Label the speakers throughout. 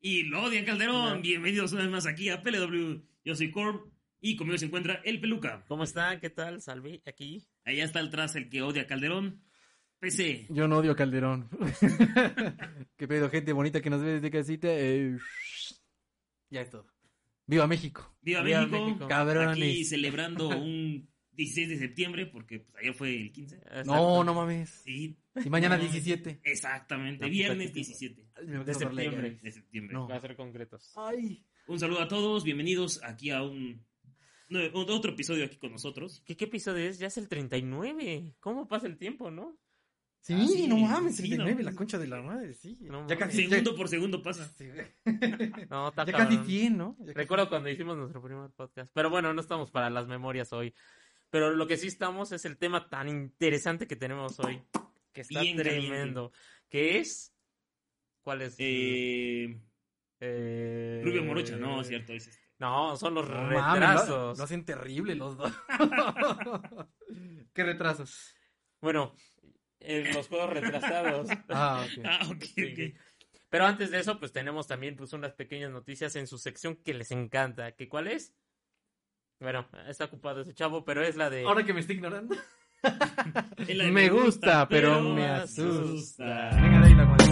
Speaker 1: Y Lodia Calderón,
Speaker 2: Hola.
Speaker 1: bienvenidos una vez más aquí a PLW. Yo soy Corb y conmigo se encuentra el Peluca.
Speaker 2: ¿Cómo está? ¿Qué tal? Salve aquí.
Speaker 1: Allá está atrás el que odia a Calderón. PC.
Speaker 3: Yo no odio a Calderón. Qué pedo, gente bonita que nos ve desde casita. eh, ya es todo. ¡Viva México!
Speaker 1: Viva,
Speaker 2: Viva
Speaker 1: México.
Speaker 2: México.
Speaker 3: Cabrones.
Speaker 1: Aquí celebrando un 16 de septiembre porque pues, ayer fue el 15.
Speaker 3: No, no mames.
Speaker 1: Sí,
Speaker 3: Y mañana
Speaker 2: No.
Speaker 3: 17.
Speaker 1: exactamente.
Speaker 2: No,
Speaker 1: Viernes
Speaker 2: práctico.
Speaker 1: 17
Speaker 3: Ay, me
Speaker 2: De
Speaker 3: gusta hablarle,
Speaker 2: septiembre.
Speaker 3: cabrón.
Speaker 1: de septiembre. Ah,
Speaker 3: No.
Speaker 2: Va a ser concretos.
Speaker 3: Ay.
Speaker 1: Un saludo a todos, bienvenidos aquí a un nue- otro episodio aquí con nosotros.
Speaker 2: ¿Qué, qué episodio es? Ya es el 39. ¿Cómo pasa el tiempo, no?
Speaker 3: Sí,
Speaker 1: Ah, sí,
Speaker 3: no mames,
Speaker 1: sí,
Speaker 3: 39,
Speaker 1: no.
Speaker 3: la concha de la madre, sí.
Speaker 2: No
Speaker 3: ya
Speaker 2: mames.
Speaker 3: casi,
Speaker 1: Segundo por segundo pasa.
Speaker 3: sí, güey.
Speaker 2: No, está
Speaker 3: ya casi
Speaker 2: cabrón.
Speaker 3: 100, ¿no? Ya casi-
Speaker 2: Recuerdo cuando hicimos nuestro primer podcast. Pero bueno, no estamos para las memorias hoy. Pero lo que sí estamos es el tema tan interesante que tenemos hoy. Que está
Speaker 1: Bien caliente.
Speaker 2: tremendo. Que es. ¿Cuál es?
Speaker 1: Eh,
Speaker 2: Eh,
Speaker 1: Rubio Morocha, no, es cierto. Es este.
Speaker 2: No, son los
Speaker 3: No mames, lo- Lo,
Speaker 2: retrasos.
Speaker 3: hacen terrible los dos. ¿Qué retrasos?
Speaker 2: Bueno, eh, los juegos retrasados.
Speaker 3: Ah, ok.
Speaker 1: Ah, ok,
Speaker 2: Sí,
Speaker 1: ok.
Speaker 2: sí. Pero antes de eso, pues tenemos también pues, unas pequeñas noticias en su sección que les encanta. ¿Que cuál es? Bueno, está ocupado ese chavo, pero es la de...
Speaker 3: Ahora que me está ignorando.
Speaker 1: Es la de
Speaker 3: Me gusta, pero me
Speaker 1: asusta.
Speaker 3: Venga, de ahí la guarda.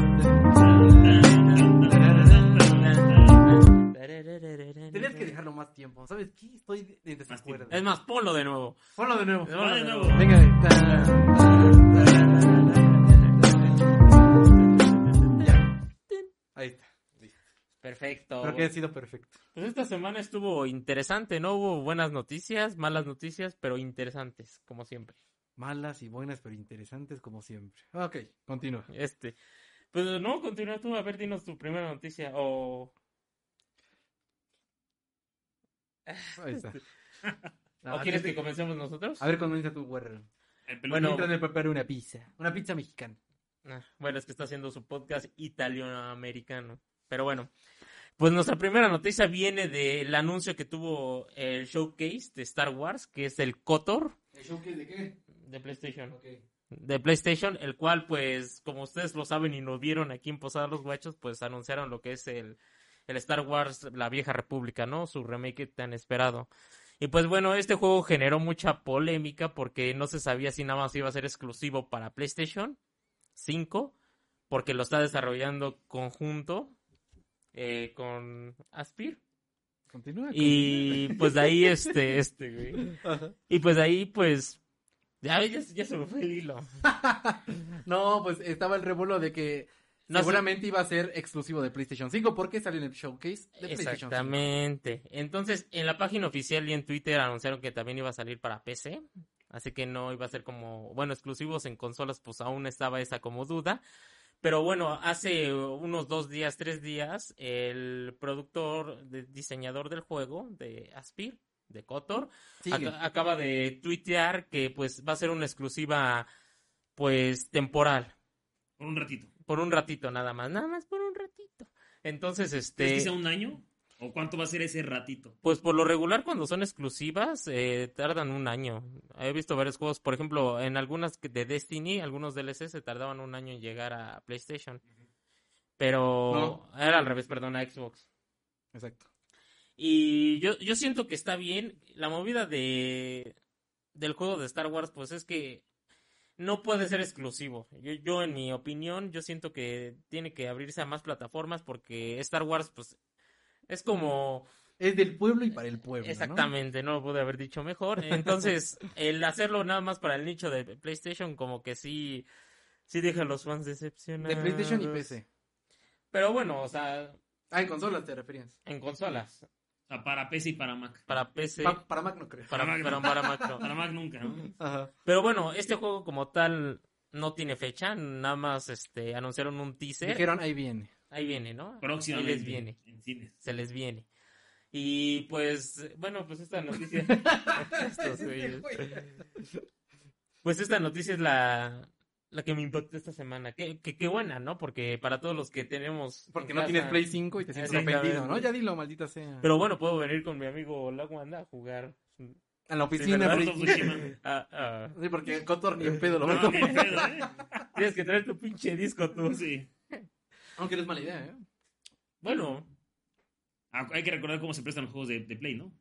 Speaker 3: Tenías que dejarlo más tiempo. ¿Sabes qué? Estoy de- de desacuerdo.
Speaker 2: Es más, ponlo de nuevo.
Speaker 3: Ponlo de nuevo.
Speaker 1: Va de nuevo.
Speaker 3: Venga, de- Ya. Ahí está.
Speaker 2: Perfecto.
Speaker 3: Creo que ha sido perfecto.
Speaker 2: Pues esta semana estuvo interesante, ¿no? Hubo buenas noticias, malas noticias, pero interesantes, como siempre.
Speaker 3: Malas y buenas, pero interesantes como siempre. Ok, continúa.
Speaker 2: Este. Pues no, continúa tú, a ver, dinos tu primera noticia. O.
Speaker 3: Ahí está.
Speaker 2: ¿O
Speaker 3: Ah,
Speaker 2: quieres
Speaker 3: te-
Speaker 2: que comencemos nosotros?
Speaker 3: A ver, comienza tu guerra.
Speaker 1: El peluca.
Speaker 2: Bueno.
Speaker 3: Mientras me preparo una pizza. Una pizza mexicana.
Speaker 2: Ah, Bueno, es que está haciendo su podcast italiano-americano. Pero bueno, pues nuestra primera noticia viene del anuncio que tuvo el showcase de Star Wars, que es el Kotor
Speaker 3: ¿El showcase de qué?
Speaker 2: de PlayStation.
Speaker 3: Ok.
Speaker 2: De PlayStation, el cual, pues, como ustedes lo saben y lo vieron aquí en Posada los Guachos, pues anunciaron lo que es el, el Star Wars La Vieja República, ¿no? Su remake tan esperado. Y pues bueno, este juego generó mucha polémica porque no se sabía si nada más iba a ser exclusivo para PlayStation 5, porque lo está desarrollando conjunto eh, con Aspir.
Speaker 3: Continúa.
Speaker 2: Y pues de ahí este, este, güey.
Speaker 3: continúa.
Speaker 2: Y pues de ahí pues... Ya, ya, ya se me fue el hilo.
Speaker 3: No, pues estaba el revuelo de que
Speaker 2: No sé-
Speaker 3: seguramente iba a ser exclusivo de PlayStation 5 porque salió en el showcase de PlayStation 5.
Speaker 2: Exactamente. Entonces, en la página oficial y en Twitter anunciaron que también iba a salir para PC. Así que no iba a ser como, bueno, exclusivos en consolas, pues aún estaba esa como duda. Pero bueno, hace unos dos días, tres días, el productor, de- diseñador del juego, de Aspir, de Kotor,
Speaker 3: Sigue.
Speaker 2: Ac- acaba de tuitear que pues va a ser una exclusiva, pues, temporal.
Speaker 1: Por un ratito.
Speaker 2: Por un ratito nada más, nada más por un ratito. Entonces, este...
Speaker 1: ¿Crees que sea un año? ¿O cuánto va a ser ese ratito?
Speaker 2: Pues por lo regular cuando son exclusivas eh, tardan un año. He visto varios juegos, por ejemplo, en algunas que- de Destiny, algunos DLC se tardaban un año en llegar a PlayStation. Pero era al revés, perdón, a Xbox.
Speaker 3: Exacto.
Speaker 2: Y yo, yo siento que está bien. La movida de del juego de Star Wars, pues es que no puede ser exclusivo. Yo, yo, en mi opinión, yo siento que tiene que abrirse a más plataformas porque Star Wars, pues, es como...
Speaker 3: Es del pueblo y para el pueblo. ¿no?
Speaker 2: Exactamente, no lo pude haber dicho mejor. Entonces, el hacerlo nada más para el nicho de PlayStation, como que sí, sí deja a los fans decepcionados.
Speaker 3: De PlayStation y PC.
Speaker 2: Pero bueno, o sea,
Speaker 3: Ah, en consolas te referías.
Speaker 2: en consolas,
Speaker 1: O sea, para PC y para Mac.
Speaker 2: para PC,
Speaker 3: Pa- para Mac no creo.
Speaker 2: para,
Speaker 1: Mac no.
Speaker 2: pero para Mac no.
Speaker 1: Para Mac nunca, ¿no?
Speaker 3: Ajá.
Speaker 2: Pero bueno, este juego como tal no tiene fecha, nada más este anunciaron un teaser.
Speaker 3: Dijeron, ahí viene.
Speaker 2: Ahí viene, ¿no?
Speaker 1: Próximamente.
Speaker 2: Ahí les viene.
Speaker 1: En cines.
Speaker 2: Se les viene. Y pues, bueno, pues esta noticia. Estos güeyes. Pues esta noticia es la, la que me impactó esta semana. Qué, qué, qué buena, ¿no? Porque para todos los que tenemos.
Speaker 3: Porque
Speaker 2: en
Speaker 3: no
Speaker 2: casa-
Speaker 3: tienes Play 5 y te sientes
Speaker 2: Exactamente.
Speaker 3: ofendido, ¿no? Ya dilo, maldita sea.
Speaker 2: Pero bueno, puedo venir con mi amigo Laguanda a jugar.
Speaker 3: a la
Speaker 2: Sí,
Speaker 3: oficina.
Speaker 2: ¿verdad?
Speaker 3: pero-
Speaker 1: Ghost of Tsushima.
Speaker 2: Ah, ah.
Speaker 3: Sí, porque Cotor ni en pedo lo va a
Speaker 1: No,
Speaker 3: tomar.
Speaker 1: qué pedo, ¿eh?
Speaker 2: Tienes que traer tu pinche disco tú.
Speaker 1: Sí.
Speaker 3: Aunque no es mala idea, ¿eh?
Speaker 2: Bueno.
Speaker 1: Ah, Hay que recordar cómo se prestan los juegos de, de Play, ¿no?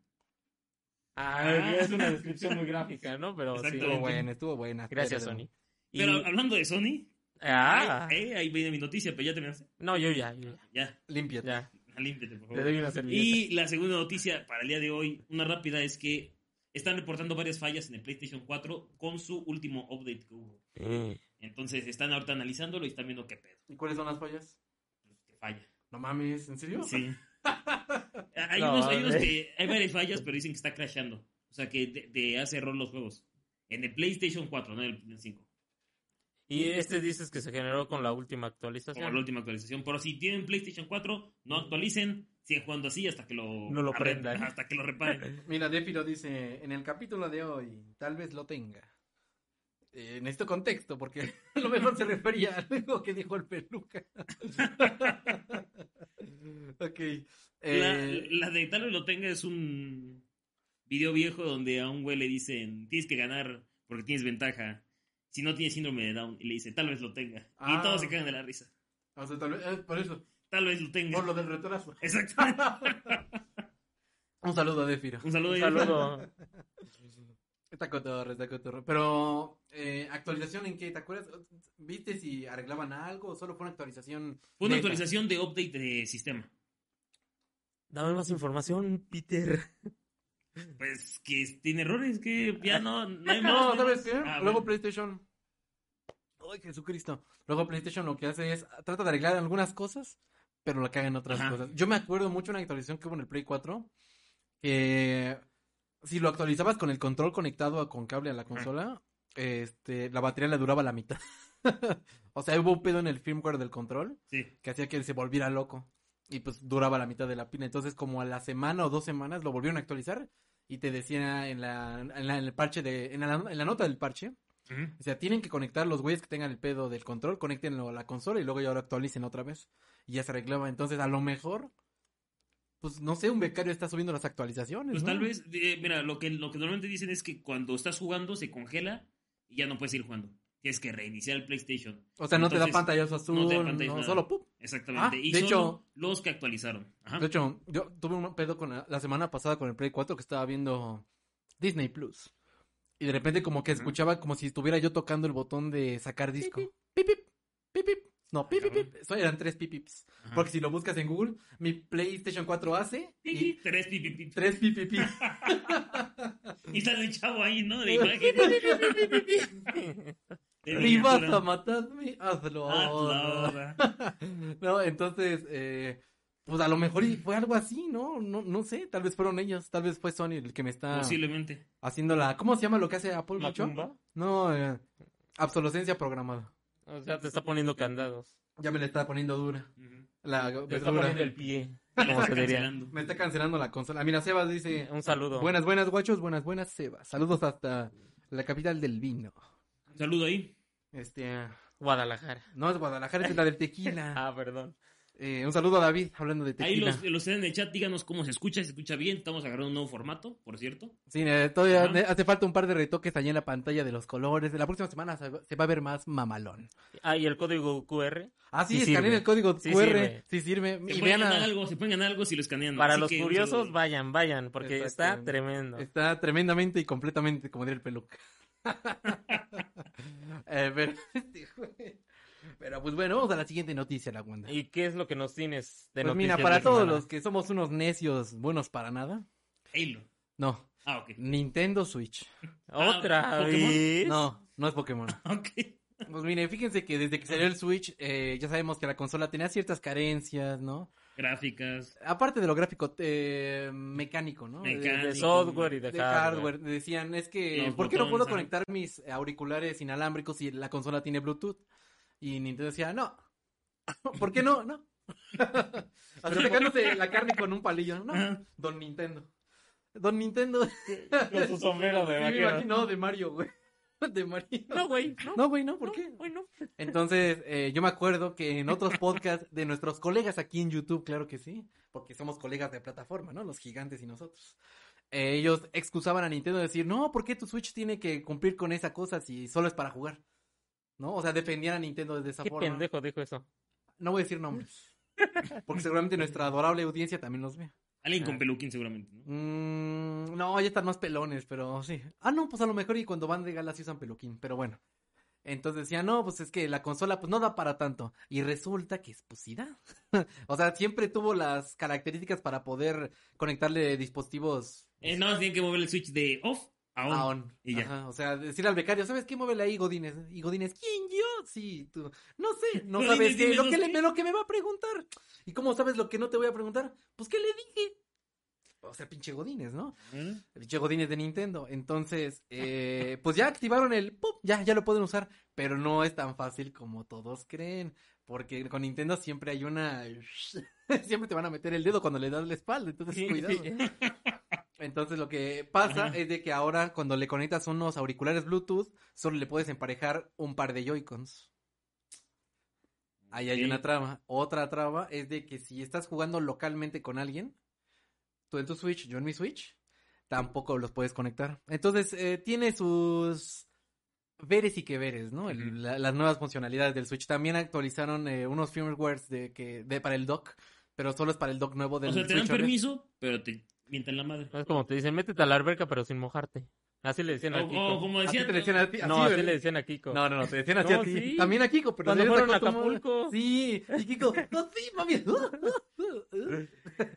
Speaker 2: ah, es una descripción muy gráfica, ¿no? Pero sí.
Speaker 1: Exactamente.
Speaker 3: Estuvo buena, estuvo buena.
Speaker 2: Gracias,
Speaker 3: Pero-
Speaker 2: Sony. Y-
Speaker 1: Pero hablando de Sony,
Speaker 2: Ah,
Speaker 1: ahí, ahí- ahí viene mi noticia, pero ya terminaste.
Speaker 2: no, yo ya, yo ya.
Speaker 1: Ya,
Speaker 3: Límpiate.
Speaker 2: ya.
Speaker 1: límpiate, por
Speaker 2: Le
Speaker 1: favor.
Speaker 2: doy una servilleta.
Speaker 1: Y la segunda noticia para el día de hoy, una rápida, es que están reportando varias fallas en el PlayStation 4 con su último update que hubo. Entonces están ahorita analizándolo y están viendo qué pedo,
Speaker 3: ¿Y cuáles son las fallas?
Speaker 1: qué falla.
Speaker 3: No mames, ¿en serio?
Speaker 1: Sí. hay,
Speaker 2: No, eh.
Speaker 1: unos, hay unos
Speaker 2: hombre.
Speaker 1: que hay varias fallas, pero dicen que está crashando. O sea, que te, te hace error los juegos. En el PlayStation 4, no en el PlayStation 5.
Speaker 2: Y este dices que se generó con la última
Speaker 1: Como la
Speaker 2: actualización.
Speaker 1: última actualización. Pero si tienen PlayStation 4, no actualicen. Siguen jugando así hasta que lo...
Speaker 2: No lo
Speaker 1: arreglen,
Speaker 2: prendan.
Speaker 1: Hasta que lo reparen.
Speaker 3: Mira, Defi lo dice en el capítulo de hoy, tal vez lo tenga. Eh, necesito contexto porque a lo mejor se refería a algo que dijo el peluca. ok. eh,
Speaker 1: La, la de tal vez lo tenga es un video viejo donde a un güey le dicen, tienes que ganar porque tienes ventaja. Si no tienes síndrome de Down. Y le dice, tal vez lo tenga.
Speaker 3: Ah.
Speaker 1: Y todos se cagan de la risa.
Speaker 3: o sea, tal vez- eh, por eso,
Speaker 1: Tal vez lo tenga.
Speaker 3: por lo del retraso.
Speaker 1: Exactamente.
Speaker 3: Un saludo a Defiro.
Speaker 1: Un saludo.
Speaker 2: Un
Speaker 1: y-
Speaker 2: saludo.
Speaker 3: Está cotorro, está cotorro. Pero, eh, ¿actualización en qué? ¿Te acuerdas? ¿Viste si arreglaban algo o solo fue una actualización?
Speaker 1: Fue una
Speaker 3: neta?
Speaker 1: actualización de update de sistema.
Speaker 2: Dame más información, Peter.
Speaker 1: Pues que tiene errores, que ya no. No, hay más,
Speaker 3: No,
Speaker 1: no hay
Speaker 3: ¿sabes
Speaker 1: más.
Speaker 3: qué?
Speaker 1: Ah,
Speaker 3: Luego
Speaker 1: bueno.
Speaker 3: PlayStation. Ay, Jesucristo. Luego PlayStation lo que hace es trata de arreglar algunas cosas, pero la caga en otras
Speaker 1: Ajá.
Speaker 3: cosas. Yo me acuerdo mucho una actualización que hubo en el Play 4 que si lo actualizabas con el control conectado a- con cable a la consola, este la batería le duraba la mitad. o sea, hubo un pedo en el firmware del control
Speaker 1: Sí.
Speaker 3: que hacía que él se volviera loco. Y pues duraba la mitad de la pila. Entonces, como a la semana o dos semanas lo volvieron a actualizar. Y te decía en la, en la- en el parche de, en la, en la nota del parche.
Speaker 1: Ujú.
Speaker 3: O sea, tienen que conectar los güeyes que tengan el pedo del control, conéctenlo a la consola y luego ya lo actualicen otra vez. Y ya se arreglaba. Entonces, a lo mejor, pues no sé, un becario está subiendo las actualizaciones.
Speaker 1: Pues
Speaker 3: ¿no?
Speaker 1: tal vez, eh, mira, lo que, lo que normalmente dicen es que cuando estás jugando se congela y ya no puedes ir jugando. Tienes que reiniciar el PlayStation.
Speaker 3: O sea, no te da
Speaker 1: Entonces,
Speaker 3: pantallazo azul,
Speaker 1: no
Speaker 3: no,
Speaker 1: te da pantallas, nada.
Speaker 3: solo ¡pup!
Speaker 1: Exactamente.
Speaker 3: Ah,
Speaker 1: y
Speaker 3: de
Speaker 1: solo
Speaker 3: hecho-
Speaker 1: los que actualizaron. Ajá.
Speaker 3: De hecho, yo tuve un pedo con la, la semana pasada con el Play 4 que estaba viendo Disney Plus. Y de repente como que
Speaker 1: Ujú.
Speaker 3: escuchaba como si estuviera yo tocando el botón de sacar disco. Pip, pip, pip, pip. No, pip, pip,
Speaker 1: cabrón. Ah.
Speaker 3: pip. Eso eran tres pip, pips.
Speaker 1: Ajá.
Speaker 3: Porque si lo buscas en Google, mi PlayStation 4 hace
Speaker 1: Pi,
Speaker 3: y
Speaker 1: pi, Tres pi, pi, pi.
Speaker 3: tres pip, pip, pip.
Speaker 1: Y sale el chavo ahí, ¿no? De imagen. De
Speaker 3: Y vas a
Speaker 1: miniatura.
Speaker 3: matarme, hazlo
Speaker 1: Ah,
Speaker 3: ahora.
Speaker 1: la hora.
Speaker 3: No, entonces, eh, pues a lo mejor y fue algo así, ¿no? ¿no? No sé, tal vez fueron ellos, tal vez fue Sony el que me está
Speaker 1: Pues Posiblemente.
Speaker 3: haciendo la... ¿Cómo se llama lo que hace Apple? mucho?
Speaker 2: ¿Macumba?
Speaker 3: No, eh, obsolescencia programada.
Speaker 2: O sea, te está poniendo candados.
Speaker 3: Ya me la está poniendo dura.
Speaker 1: Ujú.
Speaker 3: La
Speaker 2: Te está
Speaker 3: dura.
Speaker 2: poniendo el pie.
Speaker 1: La
Speaker 2: Como
Speaker 1: está
Speaker 2: se diría.
Speaker 1: cancelando.
Speaker 3: Me está cancelando la consola. Mira, Sebas dice,
Speaker 2: Un saludo.
Speaker 3: buenas, buenas, guachos, buenas, buenas, Sebas. Saludos hasta la capital del vino.
Speaker 1: Un saludo ahí.
Speaker 3: Este,
Speaker 2: Guadalajara.
Speaker 3: no es Guadalajara, es la del tequila.
Speaker 2: Ah, perdón.
Speaker 3: Eh, un saludo a David, hablando de
Speaker 1: Ahí
Speaker 3: tequila.
Speaker 1: los, los que están en el chat, díganos cómo se escucha, si se escucha bien. Estamos agarrando un nuevo formato, por cierto.
Speaker 3: Sí, eh, todavía
Speaker 1: Ajá.
Speaker 3: hace falta un par de retoques allá en la pantalla de los colores. La próxima semana se va- se va a ver más mamalón.
Speaker 2: Ah, y el código QR.
Speaker 3: Ah, sí,
Speaker 2: Sí
Speaker 3: escaneen
Speaker 2: sirve.
Speaker 3: el código
Speaker 2: Sí
Speaker 3: QR.
Speaker 2: sirve.
Speaker 3: Sí sirve.
Speaker 1: Se
Speaker 3: Y
Speaker 1: pueden
Speaker 3: vean a-
Speaker 1: ganar algo, se pueden ganar algo si lo escanean.
Speaker 2: Para
Speaker 1: Así
Speaker 2: los
Speaker 1: que un
Speaker 2: curiosos,
Speaker 1: saludo.
Speaker 2: vayan, vayan, porque está
Speaker 3: Exactamente.
Speaker 2: tremendo.
Speaker 3: Está tremendamente y completamente, como diría el peluca. Eh, pero, este, güey. Pero, pues bueno, vamos a la siguiente noticia, la Wanda.
Speaker 2: ¿Y qué es lo que nos tienes de
Speaker 3: Pues mira,
Speaker 2: noticias
Speaker 3: para
Speaker 2: de
Speaker 3: todos
Speaker 2: semana?
Speaker 3: los que somos unos necios buenos para nada,
Speaker 1: Halo.
Speaker 3: no,
Speaker 1: Ah, ok.
Speaker 3: Nintendo Switch.
Speaker 2: ¿Otra
Speaker 1: Ah, ¿Pokémon?
Speaker 2: vez?
Speaker 3: No, no es Pokémon.
Speaker 1: Ok.
Speaker 3: Pues mire, fíjense que desde que salió el Switch, eh, ya sabemos que la consola tenía ciertas carencias, ¿no?
Speaker 1: Gráficas.
Speaker 3: Aparte de lo gráfico, eh, mecánico, ¿no?
Speaker 1: Mecánico.
Speaker 3: De-
Speaker 2: De software y de,
Speaker 3: de
Speaker 2: hardware.
Speaker 3: hardware. Decían, es que,
Speaker 1: Los
Speaker 3: ¿por qué no puedo
Speaker 1: botones, ajá.
Speaker 3: conectar mis auriculares inalámbricos si la consola tiene Bluetooth? Y Nintendo decía, no. ¿Por qué no? No. Hasta sacándose la carne con un palillo, ¿no?
Speaker 1: Ajá.
Speaker 3: Don Nintendo. Don Nintendo.
Speaker 2: Con su sombrero de
Speaker 3: Sí, me
Speaker 2: vaquero.
Speaker 3: imagino de Mario, güey. De Mario.
Speaker 2: No, güey, no.
Speaker 3: No, güey, no, ¿por
Speaker 2: no,
Speaker 3: qué?
Speaker 2: güey, no.
Speaker 3: Entonces, eh, yo me acuerdo que en otros podcasts de nuestros colegas aquí en YouTube, claro que sí, porque somos colegas de plataforma, ¿no? Los gigantes y nosotros. Eh, ellos excusaban a Nintendo de decir, no, ¿por qué tu Switch tiene que cumplir con esa cosa si solo es para jugar? ¿No? O sea, defendían a Nintendo de esa
Speaker 2: Qué
Speaker 3: forma.
Speaker 2: pendejo dijo eso.
Speaker 3: No voy a decir nombres. Porque seguramente nuestra adorable audiencia también los ve.
Speaker 1: Alguien con
Speaker 2: Ah.
Speaker 1: peluquín seguramente, ¿no?
Speaker 3: Mm, no, ya están más pelones, pero sí. Ah, no, pues a lo mejor y cuando van de gala sí usan peluquín, pero bueno. Entonces decía, no, pues es que la consola pues no da para tanto. Y resulta que es pues sí da. o sea, siempre tuvo las características para poder conectarle dispositivos
Speaker 1: Eh, nada más tienen que mover el switch de off a on.
Speaker 3: a on.
Speaker 1: y ya.
Speaker 3: Ajá, o sea, decirle al becario, ¿sabes qué? Móvele ahí, Godínez. Y Godínez, ¿quién yo? Sí, tú. No sé, no
Speaker 1: Godínez,
Speaker 3: sabes qué,
Speaker 1: dime
Speaker 3: lo,
Speaker 1: los
Speaker 3: que le-
Speaker 1: qué.
Speaker 3: lo que me va a preguntar. ¿Y cómo sabes lo que no te voy a preguntar? Pues, ¿qué le dije? O sea, pinche Godínez, ¿no?
Speaker 1: ¿Eh?
Speaker 3: El Che Godínez de Nintendo. Entonces, eh, pues ya activaron el ¡pum! ya, ya lo pueden usar. Pero no es tan fácil como todos creen. Porque con Nintendo siempre hay una. siempre te van a meter el dedo cuando le das la espalda. Entonces,
Speaker 2: Sí,
Speaker 3: cuidado.
Speaker 2: sí.
Speaker 3: Entonces, lo que pasa
Speaker 1: Ajá.
Speaker 3: es de que ahora, cuando le conectas unos auriculares Bluetooth, solo le puedes emparejar un par de Joy-Cons. Ahí hay
Speaker 1: Ok.
Speaker 3: una traba. Otra traba es de que si estás jugando localmente con alguien, tú en tu Switch, yo en mi Switch, tampoco los puedes conectar. Entonces, eh, tiene sus veres y que veres, ¿no? El-
Speaker 1: Ujú.
Speaker 3: la- las nuevas funcionalidades del Switch. También actualizaron eh, unos firmwares de que, de, para el dock, pero solo es para el dock nuevo del
Speaker 1: O sea, te dan
Speaker 3: Switch OLED.
Speaker 1: permiso, pero te mientan la madre.
Speaker 2: Es como te dicen, métete a la alberca pero sin mojarte. Así le decían a
Speaker 1: O- o,
Speaker 2: Kiko.
Speaker 1: como
Speaker 3: Así
Speaker 1: decían,
Speaker 3: te decían a ti, Oh, así,
Speaker 2: No, así
Speaker 3: ¿verdad?
Speaker 2: le decían a Kiko.
Speaker 3: No, no, no, te decían así
Speaker 2: No,
Speaker 3: a ti.
Speaker 2: sí.
Speaker 3: También a Kiko, pero
Speaker 2: Cuando
Speaker 3: ya
Speaker 2: fueron a
Speaker 3: está acostumbrado.
Speaker 2: Acapulco.
Speaker 3: Sí, y Kiko, no, sí, mami.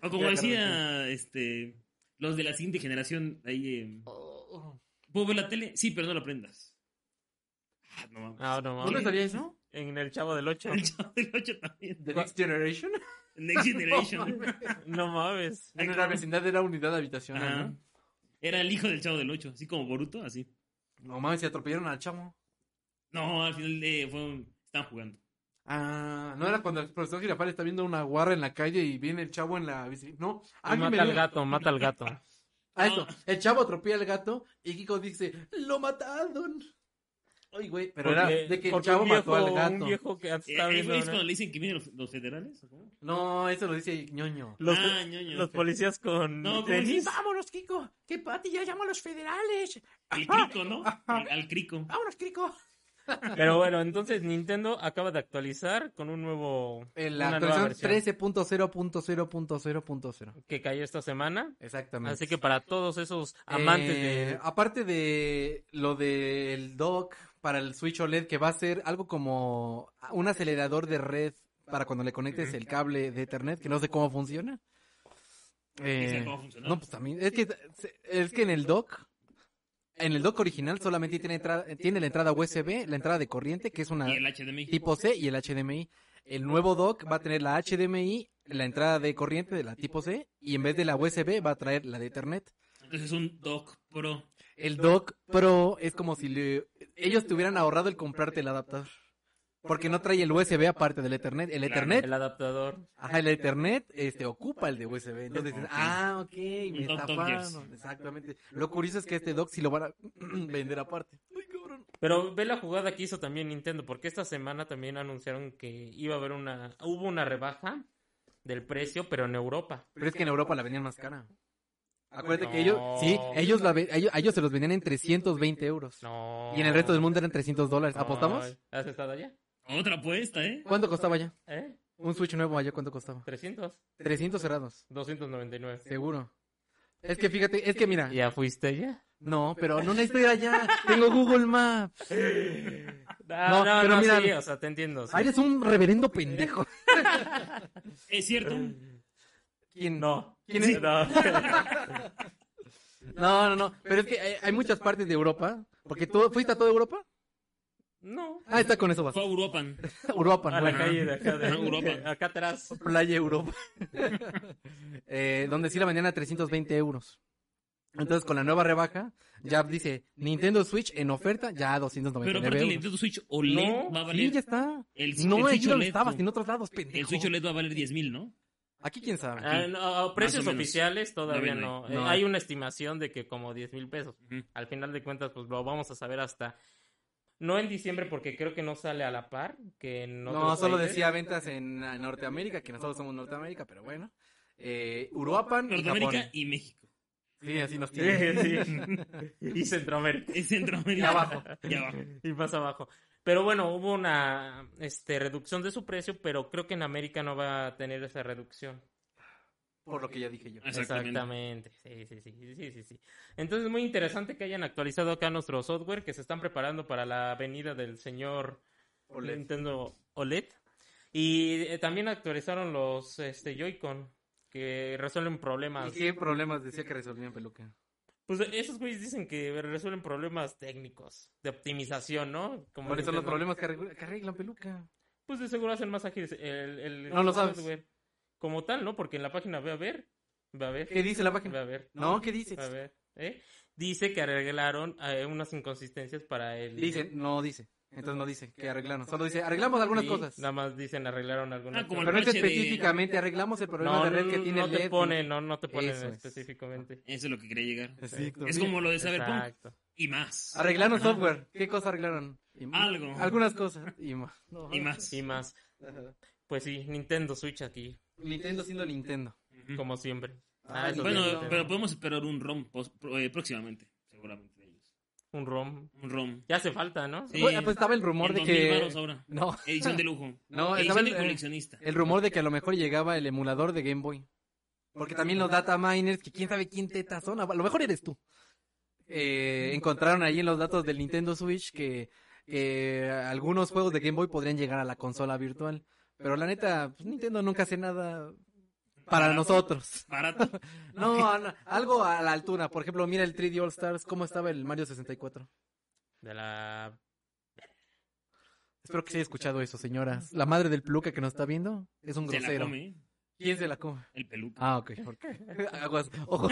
Speaker 1: o como
Speaker 3: Ya,
Speaker 1: decía este, los de la siguiente generación, ahí, eh,
Speaker 3: Oh.
Speaker 1: ¿puedo ver la tele? Sí, pero no la prendas. Ah, no mames.
Speaker 2: Ah, no,
Speaker 3: ¿Vos no
Speaker 2: mames.
Speaker 3: sabías eso?
Speaker 2: En el Chavo del Ocho.
Speaker 1: El chavo del 8 también.
Speaker 3: ¿The Next Generation?
Speaker 1: Next Generation.
Speaker 2: No mames.
Speaker 1: Ay,
Speaker 3: Bueno,
Speaker 1: no.
Speaker 3: la vecindad era unidad habitacional,
Speaker 1: Ajá. Era el hijo del chavo del 8, así como Boruto, así.
Speaker 3: ¿no? No mames, se atropellaron al chamo.
Speaker 1: No, al final eh, fue un- estaban jugando.
Speaker 3: Ah, no era cuando el profesor Girafal está viendo una guarra en la calle y viene el chavo en la bici. No,
Speaker 2: Y
Speaker 3: alguien me
Speaker 2: mata al
Speaker 3: dio-
Speaker 2: gato, mata al gato.
Speaker 3: Ah, eso. El chavo atropella al gato y Kiko dice, ¡lo mataron! Ay, güey, pero
Speaker 2: Porque-
Speaker 3: era de que el
Speaker 2: porque
Speaker 3: chavo
Speaker 2: un viejo-
Speaker 3: mató al gato.
Speaker 2: Un viejo que
Speaker 1: Eh,
Speaker 2: estaba
Speaker 1: ahí
Speaker 2: viendo,
Speaker 1: fue- es
Speaker 2: ¿no?
Speaker 1: cuando le dicen que vienen los, los federales? ¿o cómo?
Speaker 3: No, eso lo dice ñoño.
Speaker 2: Los,
Speaker 1: ah, ñoño.
Speaker 2: los policías con
Speaker 1: No, ¿cómo
Speaker 2: tenis.
Speaker 1: dices?
Speaker 3: ¡Vámonos, Kiko! ¡Que Pati ya llamó a los federales!
Speaker 1: El crico, ¿no? Al, al crico.
Speaker 3: ¡Vámonos, Kiko!
Speaker 2: Pero bueno, entonces Nintendo acaba de actualizar con un nuevo
Speaker 3: En la
Speaker 2: Una nueva
Speaker 3: actualización 13.0.0.0.0.
Speaker 2: que cayó esta semana.
Speaker 3: Exactamente.
Speaker 2: Así que para todos esos amantes
Speaker 3: Eh,
Speaker 2: de...
Speaker 3: Aparte de lo del dock para el Switch OLED, que va a ser algo como un acelerador de red para cuando le conectes el cable de Ethernet, que no sé cómo funciona.
Speaker 1: Ni sé
Speaker 3: Eh,
Speaker 1: cómo funcionaba.
Speaker 3: no, pues también. Es que, es que en el dock. En el dock original solamente tiene, entra- tiene la entrada USB, la entrada de corriente, que es una
Speaker 1: y el HDMI.
Speaker 3: Ah. tipo C y el HDMI. El nuevo dock va a tener la HDMI, la entrada de corriente de la tipo C, y en vez de la USB va a traer la de Ethernet.
Speaker 1: Entonces es un Doc Pro.
Speaker 3: El dock Pro es como si le- ellos te hubieran ahorrado el comprarte el adaptador. Porque no trae el USB aparte del Ethernet. El
Speaker 1: Claro.
Speaker 3: Ethernet,
Speaker 2: El adaptador.
Speaker 3: ajá, el Ethernet este, ocupa el de USB. Entonces dices,
Speaker 1: Ok.
Speaker 3: ah, ok, me
Speaker 1: Un dock
Speaker 3: estafaron. Exactamente. Lo curioso es que este dock sí lo van a vender aparte. Ay, cabrón.
Speaker 2: Pero ve la jugada que hizo también Nintendo, porque esta semana también anunciaron que iba a haber una, hubo una rebaja del precio, pero en Europa.
Speaker 3: Pero es que en Europa la vendían más cara. Acuérdate que ellos,
Speaker 2: No.
Speaker 3: sí, ellos, la, ve- ellos, a ellos se los vendían en 320 euros.
Speaker 2: No.
Speaker 3: Y en el resto del mundo eran 300 dólares.
Speaker 2: No.
Speaker 3: ¿Apostamos?
Speaker 2: ¿Has estado allá?
Speaker 1: Otra apuesta, ¿eh?
Speaker 3: ¿Cuánto costaba ya?
Speaker 2: ¿Eh?
Speaker 3: Un Switch nuevo allá, ¿cuánto costaba?
Speaker 2: 300,
Speaker 3: 300 cerrados,
Speaker 2: 299.
Speaker 3: seguro. Es que fíjate, es que mira,
Speaker 2: ¿Ya fuiste ya?
Speaker 3: no, pero no necesito ir allá. Tengo Google Maps.
Speaker 2: No, no, no,
Speaker 3: pero mira-
Speaker 2: sí, o sea, te entiendo. sí.
Speaker 3: Ah, Eres un reverendo pendejo.
Speaker 1: Es cierto.
Speaker 3: ¿Quién?
Speaker 2: No.
Speaker 3: ¿Quién es?
Speaker 2: No.
Speaker 3: No, no, no. Pero es que hay, hay muchas partes de Europa. Porque tú fuiste a toda Europa.
Speaker 2: No.
Speaker 3: Ah, está con eso vas.
Speaker 1: Fue a Uruapan.
Speaker 3: Europa,
Speaker 2: A la
Speaker 3: bueno.
Speaker 2: calle de acá, de
Speaker 1: Ajá, Europa.
Speaker 2: acá atrás.
Speaker 3: Playa Europa. Eh, donde sí la vendían a 320 euros. Entonces, con la nueva rebaja, ya dice Nintendo Switch en oferta ya a
Speaker 1: Pero aparte
Speaker 3: 299
Speaker 1: el
Speaker 3: euros.
Speaker 1: Nintendo Switch OLED
Speaker 2: No,
Speaker 1: va a valer...
Speaker 3: Sí, ya está.
Speaker 1: El,
Speaker 3: No,
Speaker 1: el
Speaker 3: ahí
Speaker 1: Switch
Speaker 3: no
Speaker 1: OLED,
Speaker 3: estabas,
Speaker 1: tú.
Speaker 3: en otros lados, pendejo.
Speaker 1: El Switch OLED va a valer 10 mil, ¿no?
Speaker 3: Aquí quién sabe.
Speaker 2: Ah, no, a precios
Speaker 1: menos.
Speaker 2: oficiales todavía
Speaker 1: Deben de-
Speaker 2: no.
Speaker 3: no.
Speaker 2: Eh, hay una estimación de que como 10 mil pesos.
Speaker 1: Ujú.
Speaker 2: Al final de cuentas, pues lo vamos a saber hasta. No en diciembre, porque creo que no sale a la par. Que en
Speaker 3: No,
Speaker 2: otros
Speaker 3: solo
Speaker 2: países.
Speaker 3: decía ventas en ah, Norteamérica, que nosotros somos Norteamérica, pero bueno. Eh, Uruapan y
Speaker 1: Norteamérica
Speaker 3: Japón.
Speaker 1: y México.
Speaker 3: Sí, así nos tiene.
Speaker 2: Sí, sí. Y Centroamérica.
Speaker 1: En Centroamérica.
Speaker 3: Y abajo.
Speaker 1: Y abajo.
Speaker 2: Y más abajo. Pero bueno, hubo una este, reducción de su precio, pero creo que en América no va a tener esa reducción.
Speaker 3: Por lo que ya dije yo.
Speaker 1: Exactamente.
Speaker 2: Exactamente. Sí, sí, sí, sí, sí, sí. Entonces, muy interesante que hayan actualizado acá nuestro software, que se están preparando para la venida del señor
Speaker 3: OLED.
Speaker 2: Nintendo OLED. Y eh, también actualizaron los este, Joy-Con, que resuelven problemas.
Speaker 3: ¿Y ¿Qué problemas decía que resolvían peluca?
Speaker 2: Pues eh, esos güeyes dicen que resuelven problemas técnicos, de optimización, ¿no? Como
Speaker 3: ¿Cuáles son los
Speaker 2: Nintendo.
Speaker 3: problemas que arregla- que arreglan peluca?
Speaker 2: Pues de seguro hacen más ágiles el, el-
Speaker 3: No lo
Speaker 2: el
Speaker 3: sabes.
Speaker 2: software. Como tal, ¿no? Porque en la página ve a ver, va a ver,
Speaker 3: ¿Qué dice la
Speaker 2: va
Speaker 3: página?
Speaker 2: a ver.
Speaker 3: No, ¿qué dices?
Speaker 2: A ver, ¿eh? Dice que arreglaron eh, unas inconsistencias para el...
Speaker 3: Dice, no dice. Entonces no dice que arreglaron. Solo dice, arreglamos algunas
Speaker 2: Sí,
Speaker 3: cosas.
Speaker 2: Nada más dicen arreglaron algunas
Speaker 1: Ah, como
Speaker 2: cosas.
Speaker 3: Pero no es
Speaker 1: parche de-
Speaker 3: específicamente, arreglamos el problema
Speaker 2: no,
Speaker 3: de red
Speaker 2: no,
Speaker 3: que tiene
Speaker 2: no
Speaker 3: el
Speaker 2: te
Speaker 3: LED.
Speaker 2: ponen, no, no te ponen
Speaker 3: Eso es.
Speaker 2: específicamente.
Speaker 1: Eso es lo que quería llegar.
Speaker 3: Exacto.
Speaker 1: Es como lo de Cyberpunk
Speaker 2: Exacto.
Speaker 1: y más.
Speaker 3: Arreglaron software. ¿Qué cosa arreglaron? Y-
Speaker 1: Algo.
Speaker 3: Algunas cosas. Y más. No,
Speaker 1: Y más.
Speaker 2: Y más.
Speaker 3: ajá.
Speaker 2: Pues sí, Nintendo Switch aquí,
Speaker 3: Nintendo siendo Nintendo.
Speaker 1: Ujú.
Speaker 2: como siempre.
Speaker 3: Ah,
Speaker 2: Ah, eso
Speaker 1: Bueno,
Speaker 2: sí,
Speaker 3: Nintendo.
Speaker 1: pero pues podemos esperar un ROM pos- pro- eh, próximamente, seguramente de ellos.
Speaker 2: Un ROM.
Speaker 1: Un ROM.
Speaker 2: Ya hace falta, ¿no?
Speaker 1: Sí.
Speaker 3: Pues, pues estaba el rumor
Speaker 1: En
Speaker 3: de
Speaker 1: 2000
Speaker 3: que...
Speaker 1: varos ahora.
Speaker 3: No,
Speaker 1: Edición de lujo.
Speaker 3: no, estaba
Speaker 1: Edición
Speaker 3: el, eh,
Speaker 1: de coleccionista.
Speaker 3: el rumor de que a lo mejor llegaba el emulador de Game Boy. Porque también los data miners, que quién sabe quién teta son, a lo mejor eres tú. Eh, encontraron ahí en los datos del Nintendo Switch que, que algunos juegos de Game Boy podrían llegar a la consola virtual. Pero la neta, pues, Nintendo nunca hace nada para nosotros.
Speaker 1: Barato.
Speaker 3: No, no, algo a la altura. Por ejemplo, mira el 3D All Stars, ¿cómo estaba el Mario 64?
Speaker 2: De la...
Speaker 3: Espero que se haya escuchado eso, señoras. La madre del peluca que nos está viendo es un
Speaker 1: Se la
Speaker 3: grosero.
Speaker 1: come, ¿eh?
Speaker 3: ¿Quién se la come?
Speaker 1: El peluca.
Speaker 3: Ah, ok. porque- Aguas. Ojo.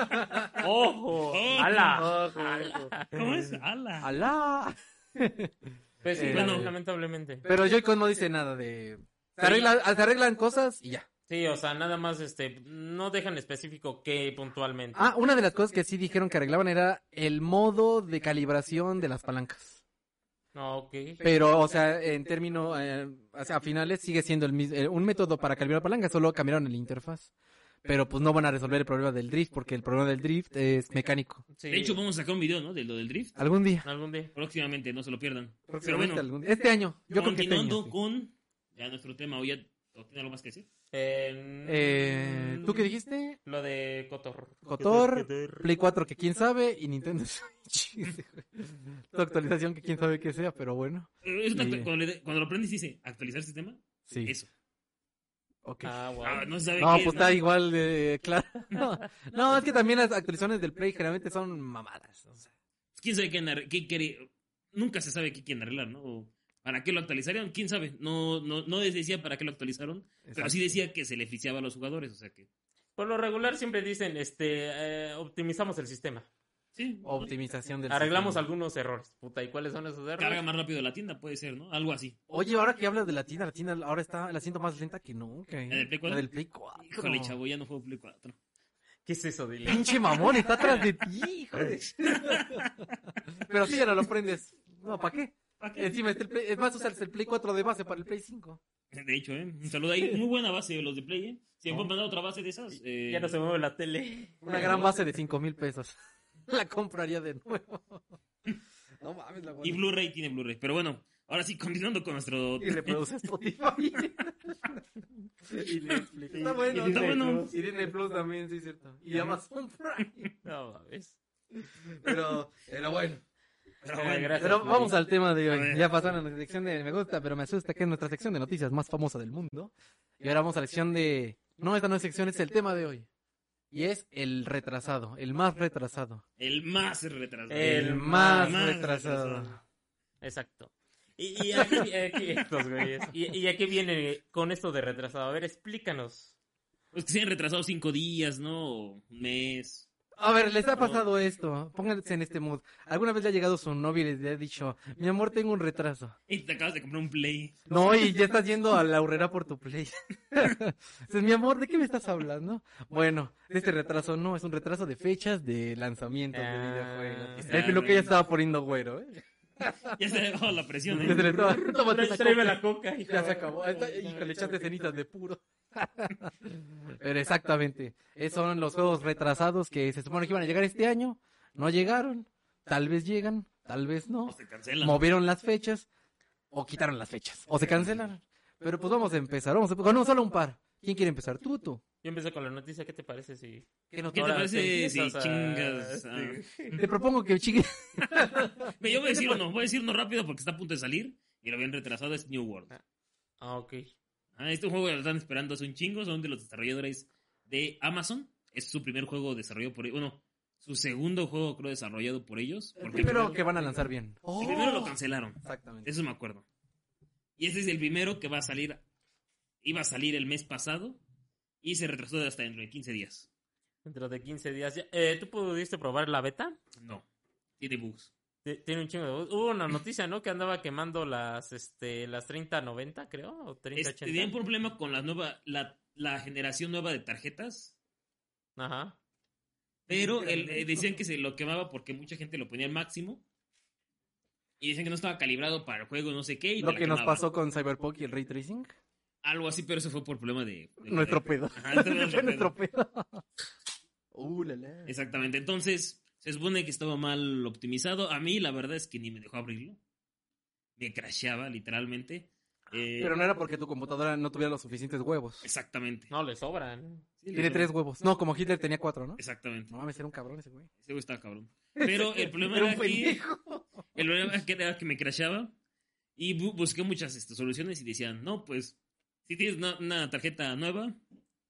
Speaker 2: ¡Ojo!
Speaker 1: Oh.
Speaker 2: ¡Hala!
Speaker 1: ¿Cómo es? ¡Hala!
Speaker 3: ¡Alá!
Speaker 2: Pues sí,
Speaker 3: Eh,
Speaker 2: bueno,
Speaker 1: eh.
Speaker 2: lamentablemente.
Speaker 3: Pero Joy-Con no dice nada de... Se, arregla- se arreglan cosas y ya.
Speaker 2: Sí, o sea, nada más, este, no dejan específico qué puntualmente.
Speaker 3: Ah, una de las cosas que sí dijeron que arreglaban era el modo de calibración de las palancas.
Speaker 2: No, ok.
Speaker 3: Pero, o sea, en términos, eh, o sea, a finales sigue siendo el mis- eh, un método para calibrar palancas, solo cambiaron el interfaz. Pero pues no van a resolver el problema del drift, porque el problema del drift es mecánico.
Speaker 2: Sí,
Speaker 1: De hecho, vamos a sacar un video, ¿no? De lo del drift.
Speaker 3: Algún día.
Speaker 2: algún día.
Speaker 1: Próximamente, no se lo pierdan. Pero
Speaker 3: Próximamente,
Speaker 1: bueno,
Speaker 3: algún día. Este año. Yo creo que este año,
Speaker 1: continuando
Speaker 3: sí.
Speaker 1: con ya nuestro tema, ¿o ya ¿o tiene algo más que decir?
Speaker 2: Eh,
Speaker 3: Eh, ¿Tú qué dijiste?
Speaker 2: Lo de Cotor.
Speaker 3: Cotor, Play 4 que quién sabe y Nintendo Switch. Tu actualización que quién sabe que sea, pero bueno.
Speaker 1: Eh, es una
Speaker 3: Sí.
Speaker 1: actu- cuando, le- cuando lo aprendes dice actualizar sistema,
Speaker 3: Sí,
Speaker 1: eso.
Speaker 3: ok.
Speaker 2: Ah, wow.
Speaker 1: Ah, no se sabe
Speaker 3: No,
Speaker 1: qué
Speaker 3: pues
Speaker 1: es,
Speaker 3: está igual de claro. No, no, es que también las actualizaciones del Play generalmente son mamadas. o sea.
Speaker 1: ¿Quién sabe qué, anar- qué quiere? Nunca se sabe qué quieren arreglar, ¿no? O ¿Para qué lo actualizarían? ¿Quién sabe? No, no, no les decía para qué lo actualizaron, pero sí decía que se le eficiaba a los jugadores, o sea que...
Speaker 2: Por lo regular siempre dicen, este, eh, optimizamos el sistema.
Speaker 1: Sí,
Speaker 3: Oh,
Speaker 1: ¿no?
Speaker 3: Optimización del
Speaker 2: Arreglamos
Speaker 3: sistema.
Speaker 2: algunos errores. Puta, ¿y cuáles son esos
Speaker 1: carga
Speaker 2: errores?
Speaker 1: más rápido la tienda, puede ser, ¿no? Algo así.
Speaker 3: Oye, ahora que hablas de la tienda, la tienda ahora está, la siento más lenta que nunca. ¿eh?
Speaker 1: ¿La del Play
Speaker 3: La
Speaker 1: 4?
Speaker 3: del Play 4.
Speaker 1: Híjole, chavo, ya no juego Play 4.
Speaker 2: ¿Qué es eso, Dile?
Speaker 3: Pinche mamón, está atrás de ti, hijo de- Pero sí, ahora lo prendes. No, ¿para qué?
Speaker 1: ¿Para qué?
Speaker 3: Encima, está el Play- es más, usas el Play 4 de base para el Play 5.
Speaker 1: De hecho, ¿eh? Un saludo ahí. Muy buena base los de Play, ¿eh? Si me
Speaker 3: Oh.
Speaker 1: pueden mandar otra base de esas... eh,
Speaker 2: Ya no se mueve la tele.
Speaker 3: Una gran base de 5 mil pesos. La compraría de nuevo. No mames, la
Speaker 1: Y Blu-ray tiene Blu-ray. Pero bueno, ahora sí, continuando con nuestro...
Speaker 3: Y reproduce Spotify. y Netflix. Está bueno.
Speaker 1: Y Disney Plus.
Speaker 3: Y Disney Plus también, sí, cierto. Y Amazon Prime.
Speaker 2: No, mames.
Speaker 3: Pero, pero bueno.
Speaker 1: Pero
Speaker 2: Eh,
Speaker 1: bueno,
Speaker 2: gracias,
Speaker 3: Pero
Speaker 2: Dile.
Speaker 3: vamos al tema de
Speaker 1: A
Speaker 3: hoy.
Speaker 1: ver.
Speaker 3: Ya pasaron a nuestra sección de Me Gusta, pero me asusta que es nuestra sección de noticias más famosa del mundo. Y ahora vamos a la sección de... No, esta no es sección, es el tema de hoy. Y es el retrasado, el más retrasado.
Speaker 1: El más retrasado.
Speaker 2: El
Speaker 3: El más
Speaker 1: más
Speaker 3: retrasado.
Speaker 1: retrasado.
Speaker 2: Exacto. Y, y aquí, aquí- estos güeyes. eh, Y, y aquí viene con esto de retrasado. A ver, explícanos.
Speaker 1: Los Pues que se han retrasado cinco días, ¿no? O Un mes.
Speaker 3: A ver, les ha pasado esto. Pónganse en este mood. ¿Alguna vez le ha llegado su novio y les ha dicho, mi amor, tengo un retraso?
Speaker 1: Y te acabas de comprar un Play.
Speaker 3: No, y ya estás yendo a la aurrera por tu play. Dices, mi amor, ¿de qué me estás hablando? Bueno, de este retraso no, es un retraso de fechas de lanzamientos de
Speaker 2: Ah,
Speaker 3: videojuegos.
Speaker 1: está
Speaker 3: El peluque ya
Speaker 1: bien.
Speaker 3: estaba poniendo güero, ¿eh?
Speaker 1: Ya se ha dejado la presión,
Speaker 3: Ya se
Speaker 1: ¿eh?
Speaker 3: le estaba- Tómate esa
Speaker 2: Tráeme la
Speaker 3: coca.
Speaker 2: coca. hijo.
Speaker 3: Ya se acabó. Ahí está, Híjole, echaste cenitas de puro. Pero exactamente. Esos son los juegos retrasados que se supone que iban a llegar este año. No llegaron. Tal vez llegan. Tal vez no.
Speaker 1: O se cancelan.
Speaker 3: Movieron las fechas. O quitaron las fechas. O se cancelaron. Pero pues vamos a empezar. Vamos a... Con un solo un par. ¿Quién quiere empezar? Tú, o tú.
Speaker 2: Yo empecé con la noticia, ¿qué te parece si
Speaker 3: ¿Qué no
Speaker 1: ¿Qué te
Speaker 2: Ahora
Speaker 1: parece
Speaker 2: sí,
Speaker 1: si
Speaker 2: o sea, este,
Speaker 1: chingas?
Speaker 2: sí.
Speaker 1: ah?
Speaker 3: Te propongo que chingue.
Speaker 1: Ve, Yo voy a decir uno, voy a decir uno rápido porque está a punto de salir y lo habían retrasado, es New World.
Speaker 2: Ah, ok.
Speaker 1: Ah, este juego lo están esperando hace un chingo, son de los desarrolladores de Amazon. Es su primer juego desarrollado por ellos, bueno, su segundo juego creo desarrollado por
Speaker 2: Este,
Speaker 1: ellos. Porque el
Speaker 3: Primero
Speaker 1: primero-
Speaker 3: que van a lanzar bien.
Speaker 1: el primero
Speaker 3: Oh.
Speaker 1: lo cancelaron.
Speaker 3: Exactamente.
Speaker 1: Eso me acuerdo. Y ese es el primero que va a salir. Iba a salir el mes pasado y se retrasó hasta dentro de 15 días.
Speaker 2: Dentro de 15 días. ya- eh, ¿Tú pudiste probar la beta?
Speaker 1: No. Tiene bugs.
Speaker 2: T- Tiene un chingo de... Hubo una noticia, ¿no? Que andaba quemando las, este, las 3090, creo, o
Speaker 1: Este, Tenían
Speaker 2: 3080.
Speaker 1: un problema con la nueva, la, la generación nueva de tarjetas.
Speaker 2: Ajá.
Speaker 1: Pero el- eh, decían que se lo quemaba porque mucha gente lo ponía al máximo. Y decían que no estaba calibrado para el juego, no sé qué. Y te
Speaker 3: Lo
Speaker 1: la
Speaker 3: que nos
Speaker 1: quemaba.
Speaker 3: pasó con Cyberpunk y el Ray Tracing.
Speaker 1: Algo así, pero eso fue por problema de. de-
Speaker 3: Nuestro
Speaker 1: de-
Speaker 3: pedo.
Speaker 1: Ajá, este fue
Speaker 3: Fue
Speaker 1: nuestro
Speaker 3: nuestro
Speaker 1: pedo.
Speaker 3: pedo. Uh, la, la.
Speaker 1: Exactamente. Entonces, se supone que estaba mal optimizado. A mí, la verdad es que ni me dejó abrirlo. Me crasheaba, literalmente. Eh,
Speaker 3: Ah, Pero no era porque tu computadora no tuviera los suficientes huevos.
Speaker 1: Exactamente.
Speaker 2: No, le sobran.
Speaker 1: Sí,
Speaker 3: Tiene tres huevos. No, como Hitler tenía cuatro, ¿no?
Speaker 1: Exactamente.
Speaker 3: No mames, era un cabrón ese güey.
Speaker 1: Ese güey estaba cabrón. Pero el problema
Speaker 3: Era
Speaker 1: era,
Speaker 3: un
Speaker 1: que,
Speaker 3: pendejo.
Speaker 1: el problema era que, era que me crashaba y bu- busqué muchas este, soluciones y decían, no, pues, si tienes una, una tarjeta nueva,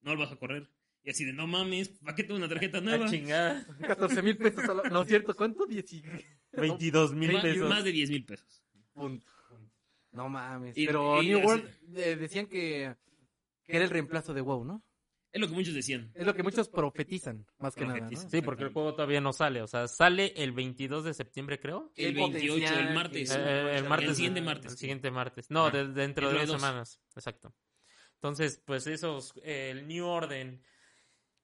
Speaker 1: no la vas a correr. Y así de, no mames, ¿para qué tengo una
Speaker 3: Ah,
Speaker 1: tarjeta
Speaker 2: La
Speaker 1: nueva?
Speaker 2: chingada.
Speaker 3: 14 mil pesos. a la- No es cierto, ¿cuánto? 10
Speaker 2: 22 mil
Speaker 1: Ma-
Speaker 2: pesos.
Speaker 1: Más de 10 mil pesos.
Speaker 3: Punto. No mames.
Speaker 1: Y-
Speaker 3: Pero
Speaker 1: y
Speaker 3: New
Speaker 1: así-
Speaker 3: World eh, decían que, que era el reemplazo de WoW, ¿no?
Speaker 1: Es lo que muchos decían.
Speaker 3: Es lo que muchos profetizan, más que nada,
Speaker 1: Profetizan.
Speaker 3: ¿no?
Speaker 2: Sí, porque el juego todavía no sale. O sea, sale el 22 de septiembre, creo.
Speaker 1: El
Speaker 3: Qué
Speaker 1: 28, el
Speaker 3: potencial
Speaker 1: martes.
Speaker 3: que-
Speaker 2: Eh, el martes.
Speaker 1: El siguiente martes.
Speaker 2: El siguiente martes. No,
Speaker 1: Ajá.
Speaker 2: de- dentro de
Speaker 1: Dentro de
Speaker 2: dos
Speaker 1: dos.
Speaker 2: semanas. Exacto. Entonces, pues esos, eh, el New Order.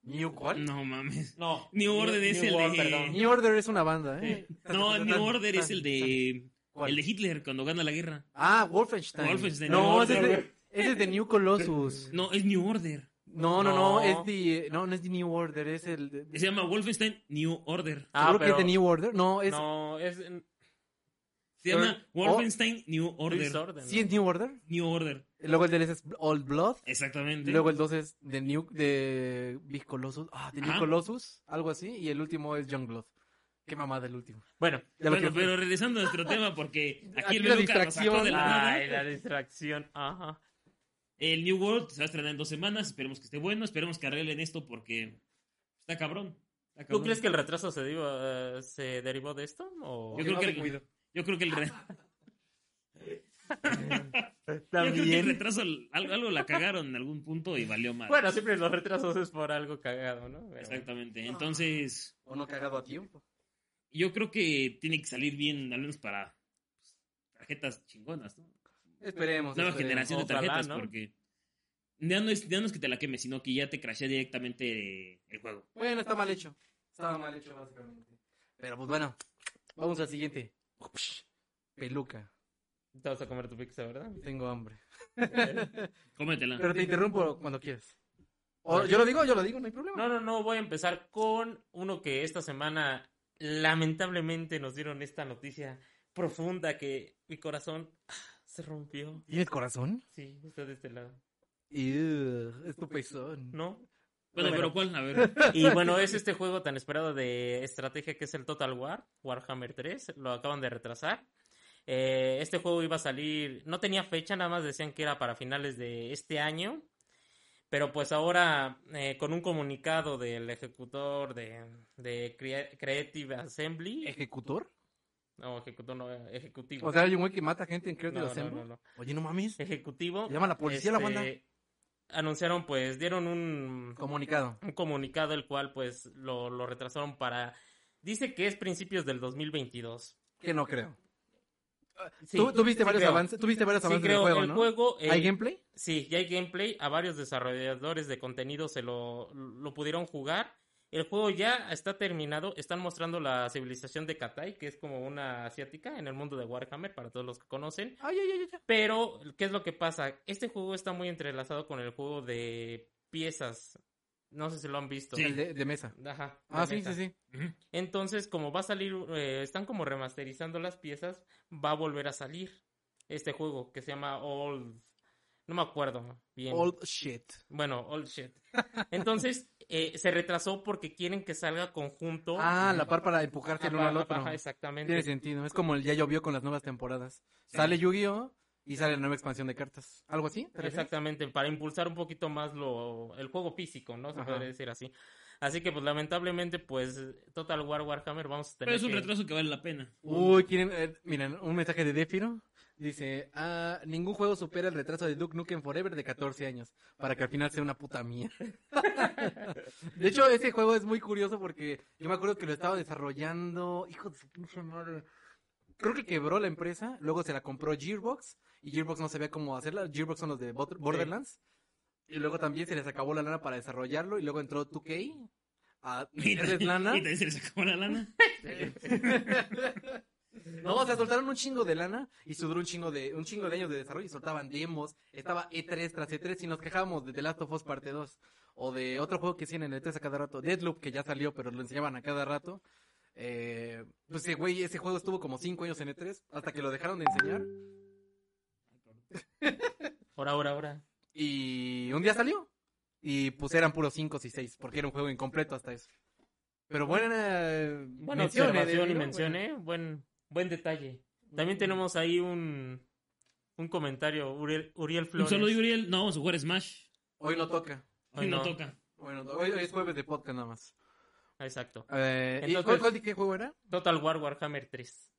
Speaker 3: New cuál?
Speaker 1: No mames.
Speaker 2: No.
Speaker 1: New Order es el
Speaker 2: World,
Speaker 1: de-
Speaker 2: perdón.
Speaker 3: New Order es una banda, ¿eh?
Speaker 1: No, el New Order es el de,
Speaker 3: ¿Cuál?
Speaker 1: el de Hitler cuando gana la guerra.
Speaker 3: Ah, Wolfenstein.
Speaker 1: Wolfenstein,
Speaker 3: No,
Speaker 1: New
Speaker 3: ese es,
Speaker 1: Order.
Speaker 3: de, ese es de New Colossus.
Speaker 1: No, es New Order.
Speaker 3: No, no,
Speaker 2: No.
Speaker 3: no, es de, no, no es de New Order, es el de,
Speaker 1: Se llama Wolfenstein New Order.
Speaker 2: Ah,
Speaker 3: seguro
Speaker 2: pero-
Speaker 3: que es de New Order. No, es
Speaker 2: No, es en-
Speaker 1: Se llama
Speaker 3: Oh.
Speaker 1: Wolfenstein New Order.
Speaker 2: Disorden,
Speaker 3: sí es
Speaker 2: ¿no?
Speaker 3: New Order.
Speaker 1: New Order.
Speaker 3: Luego el del ese es Old Blood.
Speaker 1: Exactamente.
Speaker 3: Luego el 2 es de New de Big Colossus, ah, de New
Speaker 1: Ajá.
Speaker 3: Colossus, algo así, y el último es Young Blood. Qué mamada el último.
Speaker 2: Bueno.
Speaker 3: Ya lo
Speaker 1: bueno,
Speaker 3: que-
Speaker 1: pero regresando a nuestro tema, porque aquí,
Speaker 3: Aquí
Speaker 1: el
Speaker 3: la
Speaker 1: Beluca nos sacó
Speaker 3: distracción.
Speaker 1: de la nada.
Speaker 2: Ay, la distracción. Ajá.
Speaker 1: El New World se va a estrenar en dos semanas. Esperemos que esté bueno. Esperemos que arreglen esto porque está cabrón. Está
Speaker 2: ¿Tú
Speaker 1: cabrón.
Speaker 2: crees que el retraso se, dio, eh, se derivó de esto? ¿O...
Speaker 1: Yo creo que el, yo creo que el, re- yo creo que el retraso, algo, algo la cagaron en algún punto y valió mal.
Speaker 2: Bueno, siempre los retrasos es por algo cagado, ¿no? Pero
Speaker 1: Exactamente. Entonces,
Speaker 3: o no cagado a tiempo.
Speaker 1: yo creo que tiene que salir bien, al menos para pues, tarjetas chingonas, ¿no?
Speaker 3: Esperemos.
Speaker 1: nueva
Speaker 3: esperemos.
Speaker 1: generación de
Speaker 2: Pues Ojalá,
Speaker 1: tarjetas,
Speaker 2: ¿no?
Speaker 1: porque ya no, es, ya no es que te la queme, sino que ya te crashea directamente el juego.
Speaker 3: Bueno, está mal hecho. Estaba mal hecho básicamente. Pero pues bueno, vamos al siguiente. Peluca,
Speaker 2: Te vas a comer tu pizza, ¿verdad?
Speaker 3: tengo hambre.
Speaker 1: Cómetela.
Speaker 3: Pero te interrumpo cuando quieras. O, yo lo digo, yo lo digo, no hay problema.
Speaker 2: No, no, no, voy a empezar con uno que esta semana lamentablemente nos dieron esta noticia profunda que mi corazón ah, se rompió.
Speaker 3: ¿Tiene corazón?
Speaker 2: Sí, está de este lado.
Speaker 3: Ugh, es tu pezón.
Speaker 2: ¿No?
Speaker 1: bueno, pero ¿cuál? A ver.
Speaker 2: Y bueno, es este juego tan esperado de estrategia que es el Total War, Warhammer 3, lo acaban de retrasar. Eh, este juego iba a salir, no tenía fecha, nada más decían que era para finales de este año, pero pues ahora eh, con un comunicado del ejecutor de, de Crea- Creative Assembly,
Speaker 3: ¿Ejecutor?
Speaker 2: no, ejecutor, no, eh, ejecutivo.
Speaker 3: O sea, hay un güey que mata gente en
Speaker 2: No,
Speaker 3: Creative
Speaker 2: no,
Speaker 3: Assembly.
Speaker 2: no, no.
Speaker 3: Oye, no Este, mames.
Speaker 2: Ejecutivo. Este,
Speaker 3: Llama a la policía, la banda.
Speaker 2: Anunciaron pues, dieron un,
Speaker 3: Comunicado.
Speaker 2: un comunicado el cual pues lo, lo retrasaron para... Dice que es principios del 2022.
Speaker 3: Que no creo.
Speaker 2: Sí,
Speaker 3: ¿Tú, tú viste
Speaker 2: sí
Speaker 3: varios
Speaker 2: creo.
Speaker 3: avances, tú viste varios
Speaker 2: Sí
Speaker 3: avances del
Speaker 2: creo,
Speaker 3: juego,
Speaker 2: el
Speaker 3: ¿no?
Speaker 2: juego... eh,
Speaker 3: ¿Hay gameplay?
Speaker 2: Sí, ya hay gameplay. A varios desarrolladores de contenido se lo, lo pudieron jugar. El juego ya está terminado. Están mostrando la civilización de Katai, que es como una asiática en el mundo de Warhammer, para todos los que conocen.
Speaker 3: Ay, ay, ay, ay.
Speaker 2: Pero, ¿qué es lo que pasa? Este juego está muy entrelazado con el juego de piezas. No sé si lo han visto.
Speaker 1: Sí.
Speaker 3: El de, de mesa.
Speaker 2: Ajá.
Speaker 3: Ah,
Speaker 2: la
Speaker 3: sí,
Speaker 2: neta.
Speaker 3: sí, sí.
Speaker 1: Ujú.
Speaker 2: Entonces, como va a salir, eh, están como remasterizando las piezas, va a volver a salir este juego que se llama Old. No me acuerdo bien.
Speaker 3: Old shit.
Speaker 2: Bueno, Old Shit. Entonces, eh, se retrasó porque quieren que salga conjunto.
Speaker 3: Ah, la par para empujarse el uno al
Speaker 2: Ajá,
Speaker 3: otro.
Speaker 2: ajá,
Speaker 3: Tiene
Speaker 2: exactamente.
Speaker 3: sentido. Es como el ya llovió con las nuevas temporadas. Sale Yu-Gi-Oh! y sale la nueva expansión de cartas. ¿Algo así? ¿Te refieres?
Speaker 2: Exactamente, para impulsar un poquito más lo, el juego físico, ¿no? Se
Speaker 3: Ajá.
Speaker 2: podría decir así. Así que, pues, lamentablemente, pues, Total War Warhammer vamos a tener
Speaker 1: Pero es un
Speaker 2: que-
Speaker 1: retraso que vale la pena.
Speaker 3: Uy, quieren. eh, miren, un mensaje de Defiro. Dice: ah, Ningún juego supera el retraso de Duke Nukem Forever de 14 años. Para que al final sea una puta mía. de hecho, ese juego es muy curioso porque yo me acuerdo que lo estaba desarrollando. Hijo de su pinche madre. Creo que quebró la empresa. Luego se la compró Gearbox. Y Gearbox no sabía cómo hacerla. Gearbox son los de Bot- Borderlands. Y luego también se les acabó la lana para desarrollarlo. Y luego entró 2K a
Speaker 1: Y,
Speaker 3: meterles lana.
Speaker 1: y también se les acabó la lana.
Speaker 3: No, o sea, soltaron un chingo de lana y sudó un chingo de un chingo de años de desarrollo y soltaban demos. Estaba E3 tras E3 y nos quejábamos de The Last of Us parte 2 o de otro juego que hacían en el E3 a cada rato, Deadloop que ya salió pero lo enseñaban a cada rato. Eh, pues ese güey, ese juego estuvo como 5 años en E3 hasta que lo dejaron de enseñar
Speaker 2: Ahora, ahora, ahora.
Speaker 3: y un día salió y pues eran puros 5 y 6 porque era un juego incompleto hasta eso. Pero buena eh,
Speaker 2: Bueno,
Speaker 3: mención, eh,
Speaker 2: observación
Speaker 3: David,
Speaker 2: y
Speaker 3: ¿no?
Speaker 2: mención, ¿eh? Buen, buen detalle. También tenemos ahí un, un comentario, Uriel, Uriel Flores.
Speaker 1: Solo Uriel, no vamos a jugar Smash.
Speaker 3: Hoy no toca.
Speaker 1: Hoy
Speaker 2: Ay,
Speaker 1: no.
Speaker 2: no.
Speaker 1: toca.
Speaker 3: Bueno, hoy, hoy es jueves de podcast nada más.
Speaker 2: Exacto.
Speaker 3: Eh, ¿y
Speaker 2: Entonces-
Speaker 3: cuál- cuál- qué juego era?
Speaker 2: Total War Warhammer 3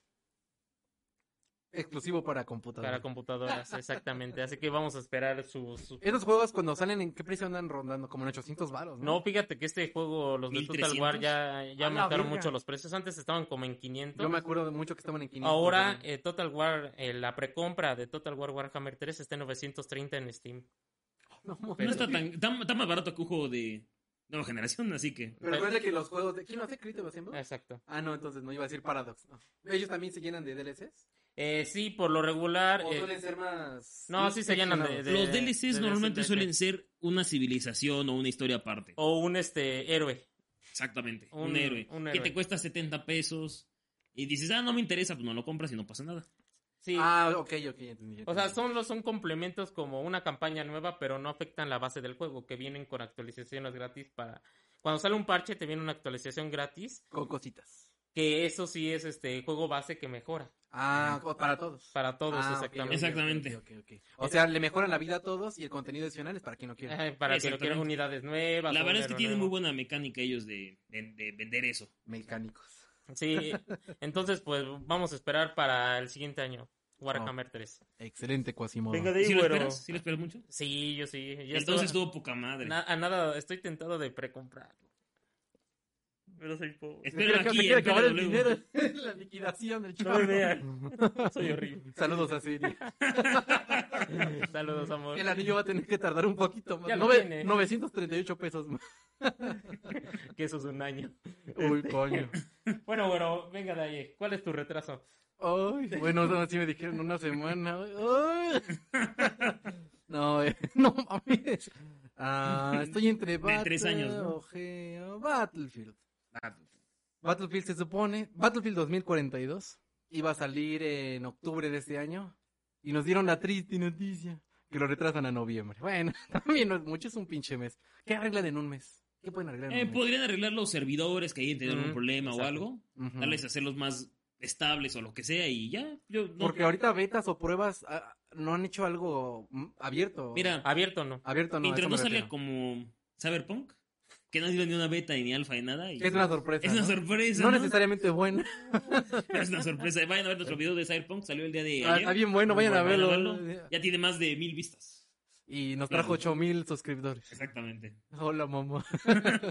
Speaker 3: Exclusivo para computadora.
Speaker 2: para computadoras, exactamente. Así que vamos a esperar su... su-
Speaker 3: Esos juegos cuando salen, ¿en qué precio andan rondando? Como en 800 varos, ¿no?
Speaker 2: No, fíjate que este juego, los de Total
Speaker 1: 1300.
Speaker 2: War ya, ya
Speaker 3: A la
Speaker 2: aumentaron
Speaker 3: verga.
Speaker 2: mucho los precios. Antes estaban como en 500.
Speaker 3: Yo me acuerdo de mucho que estaban en 500.
Speaker 2: Ahora
Speaker 3: varos.
Speaker 2: eh, Total War, eh, la precompra de Total War Warhammer 3 está en 930 en Steam.
Speaker 3: No,
Speaker 1: No
Speaker 3: pero-
Speaker 1: está tan, tan- está más barato que un juego de nueva generación, así que.
Speaker 3: Pero acuérdate que los juegos de... ¿Quién lo hace? ¿Creative Assembly?
Speaker 2: Exacto.
Speaker 3: Ah, no, entonces no iba a decir Paradox. no. ¿Ellos también se llenan de DLCs?
Speaker 2: Eh, sí, por lo regular...
Speaker 3: ¿O
Speaker 2: eh,
Speaker 3: suelen ser más...?
Speaker 2: no, sí se llenan de- de-
Speaker 1: Los DLCs
Speaker 2: de-
Speaker 1: normalmente
Speaker 2: de-
Speaker 1: suelen ser una civilización o una historia aparte.
Speaker 2: o un este héroe.
Speaker 1: Exactamente, un,
Speaker 2: Un-
Speaker 1: héroe.
Speaker 2: un
Speaker 1: Que
Speaker 2: héroe.
Speaker 1: te cuesta 70 pesos y dices, ah, no me interesa, pues no lo compras y no pasa nada.
Speaker 2: Sí.
Speaker 3: Ah, ok, ok, entendí, entendí.
Speaker 2: O sea, son los son complementos como una campaña nueva, pero no afectan la base del juego, que vienen con actualizaciones gratis para cuando sale un parche te viene una actualización gratis,
Speaker 3: Con cositas.
Speaker 2: que eso sí es este juego base que mejora
Speaker 3: Ah, o para todos.
Speaker 2: para todos
Speaker 3: Ah, ok,
Speaker 2: exactamente.
Speaker 1: Exacto. Exactamente.
Speaker 3: ok, ok, ok. O sea, le mejoran la vida a todos y el contenido adicional es para quien lo quiera.
Speaker 2: Ajá, Para que lo
Speaker 1: Exactamente.
Speaker 2: quieran unidades nuevas.
Speaker 1: La
Speaker 2: un
Speaker 1: verdad es que
Speaker 2: héroe
Speaker 1: tienen muy
Speaker 2: nuevo.
Speaker 1: buena mecánica ellos de, de- de vender eso.
Speaker 3: Mecánicos.
Speaker 2: Sí, entonces pues vamos a esperar para el siguiente año Warhammer 3.
Speaker 3: Excelente, Quasimodo.
Speaker 2: de
Speaker 1: ¿Sí lo esperas? ¿Sí lo esperas mucho?
Speaker 2: Sí, yo sí.
Speaker 1: Entonces
Speaker 2: ya estoy-
Speaker 1: estuvo poca madre.
Speaker 2: na- a nada, estoy tentado de precomprarlo. Pero soy pobre.
Speaker 3: Se quiere,
Speaker 1: Espérenlo aquí,
Speaker 3: se quiere acabar el
Speaker 1: espérenlo
Speaker 3: dinero,
Speaker 1: luego.
Speaker 3: la liquidación del
Speaker 2: No me
Speaker 3: chaval.
Speaker 2: vean. Soy horrible.
Speaker 3: Saludos a Siri.
Speaker 2: Saludos, amor.
Speaker 3: El anillo va a tener que tardar un poquito más.
Speaker 2: Ya lo
Speaker 3: Nove-
Speaker 2: tiene.
Speaker 3: 938 pesos más.
Speaker 2: Que eso es un año.
Speaker 3: Uy, coño.
Speaker 2: Bueno, bueno, venga de ahí. ¿Cuál es tu retraso?
Speaker 3: Ay, bueno, no, sí me dijeron una semana. Ay. No, eh, no mames. Ah, estoy entre
Speaker 1: De
Speaker 3: Battle,
Speaker 1: tres años, ¿no?
Speaker 3: Ogeo, Battlefield. Battlefield se supone, Battlefield 2042 iba a salir en octubre de este año y nos dieron la triste noticia que lo retrasan a noviembre. Bueno, también no es mucho, es un pinche mes. ¿Qué arreglan en un mes? ¿Qué pueden arreglar en
Speaker 1: Eh,
Speaker 3: un mes?
Speaker 1: Podrían arreglar los servidores que hayan tenido
Speaker 2: Ujú,
Speaker 1: un problema o
Speaker 2: exacto.
Speaker 1: algo.
Speaker 3: Ujú.
Speaker 1: pues, Tal vez hacerlos más estables o lo que sea y ya. Yo no-
Speaker 3: Porque ahorita betas o pruebas ah, no han hecho algo mm, abierto.
Speaker 1: Mira,
Speaker 2: Abierto no.
Speaker 3: abierto no. a
Speaker 1: mientras
Speaker 3: eso
Speaker 1: no
Speaker 3: me
Speaker 1: salga
Speaker 3: refiero.
Speaker 1: como Cyberpunk, que no ha sido ni una beta ni alfa ni nada. y-
Speaker 3: Es una sorpresa.
Speaker 1: Es una
Speaker 3: ¿no?
Speaker 1: sorpresa.
Speaker 3: No
Speaker 1: ¿no?
Speaker 3: necesariamente buena.
Speaker 1: Es una sorpresa. Vayan a ver nuestro video de Cyberpunk, salió el día de
Speaker 3: Ah,
Speaker 1: ayer.
Speaker 3: Está bien bueno, vayan a
Speaker 1: Vayan
Speaker 3: verlo.
Speaker 1: Ya tiene más de mil vistas.
Speaker 3: Y nos trajo 8000 suscriptores.
Speaker 1: Exactamente.
Speaker 3: Hola, mamá.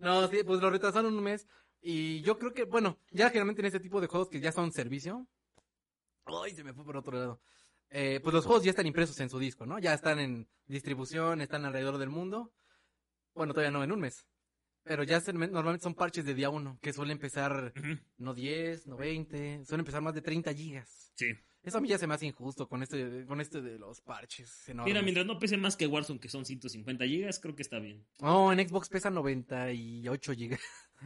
Speaker 3: no, sí, pues lo retrasaron un mes. Y yo creo que, bueno, ya generalmente en este tipo de juegos que ya son servicio. Ay, se me fue por otro lado. Eh, pues los juegos ya están impresos en su disco, ¿no? Ya están en distribución, están alrededor del mundo. Bueno, todavía no, en un mes. Pero ya se- normalmente son parches de día uno, que suelen empezar
Speaker 1: Ujú.
Speaker 3: no 10, no 20, suelen empezar más de 30 gigas.
Speaker 1: Sí.
Speaker 3: Eso a mí ya se me hace injusto con este, con este de los parches enormes.
Speaker 1: Mira, mientras no pese más que Warzone, que son 150 gigas, creo que está bien.
Speaker 3: No, en Xbox pesa 98 gigas.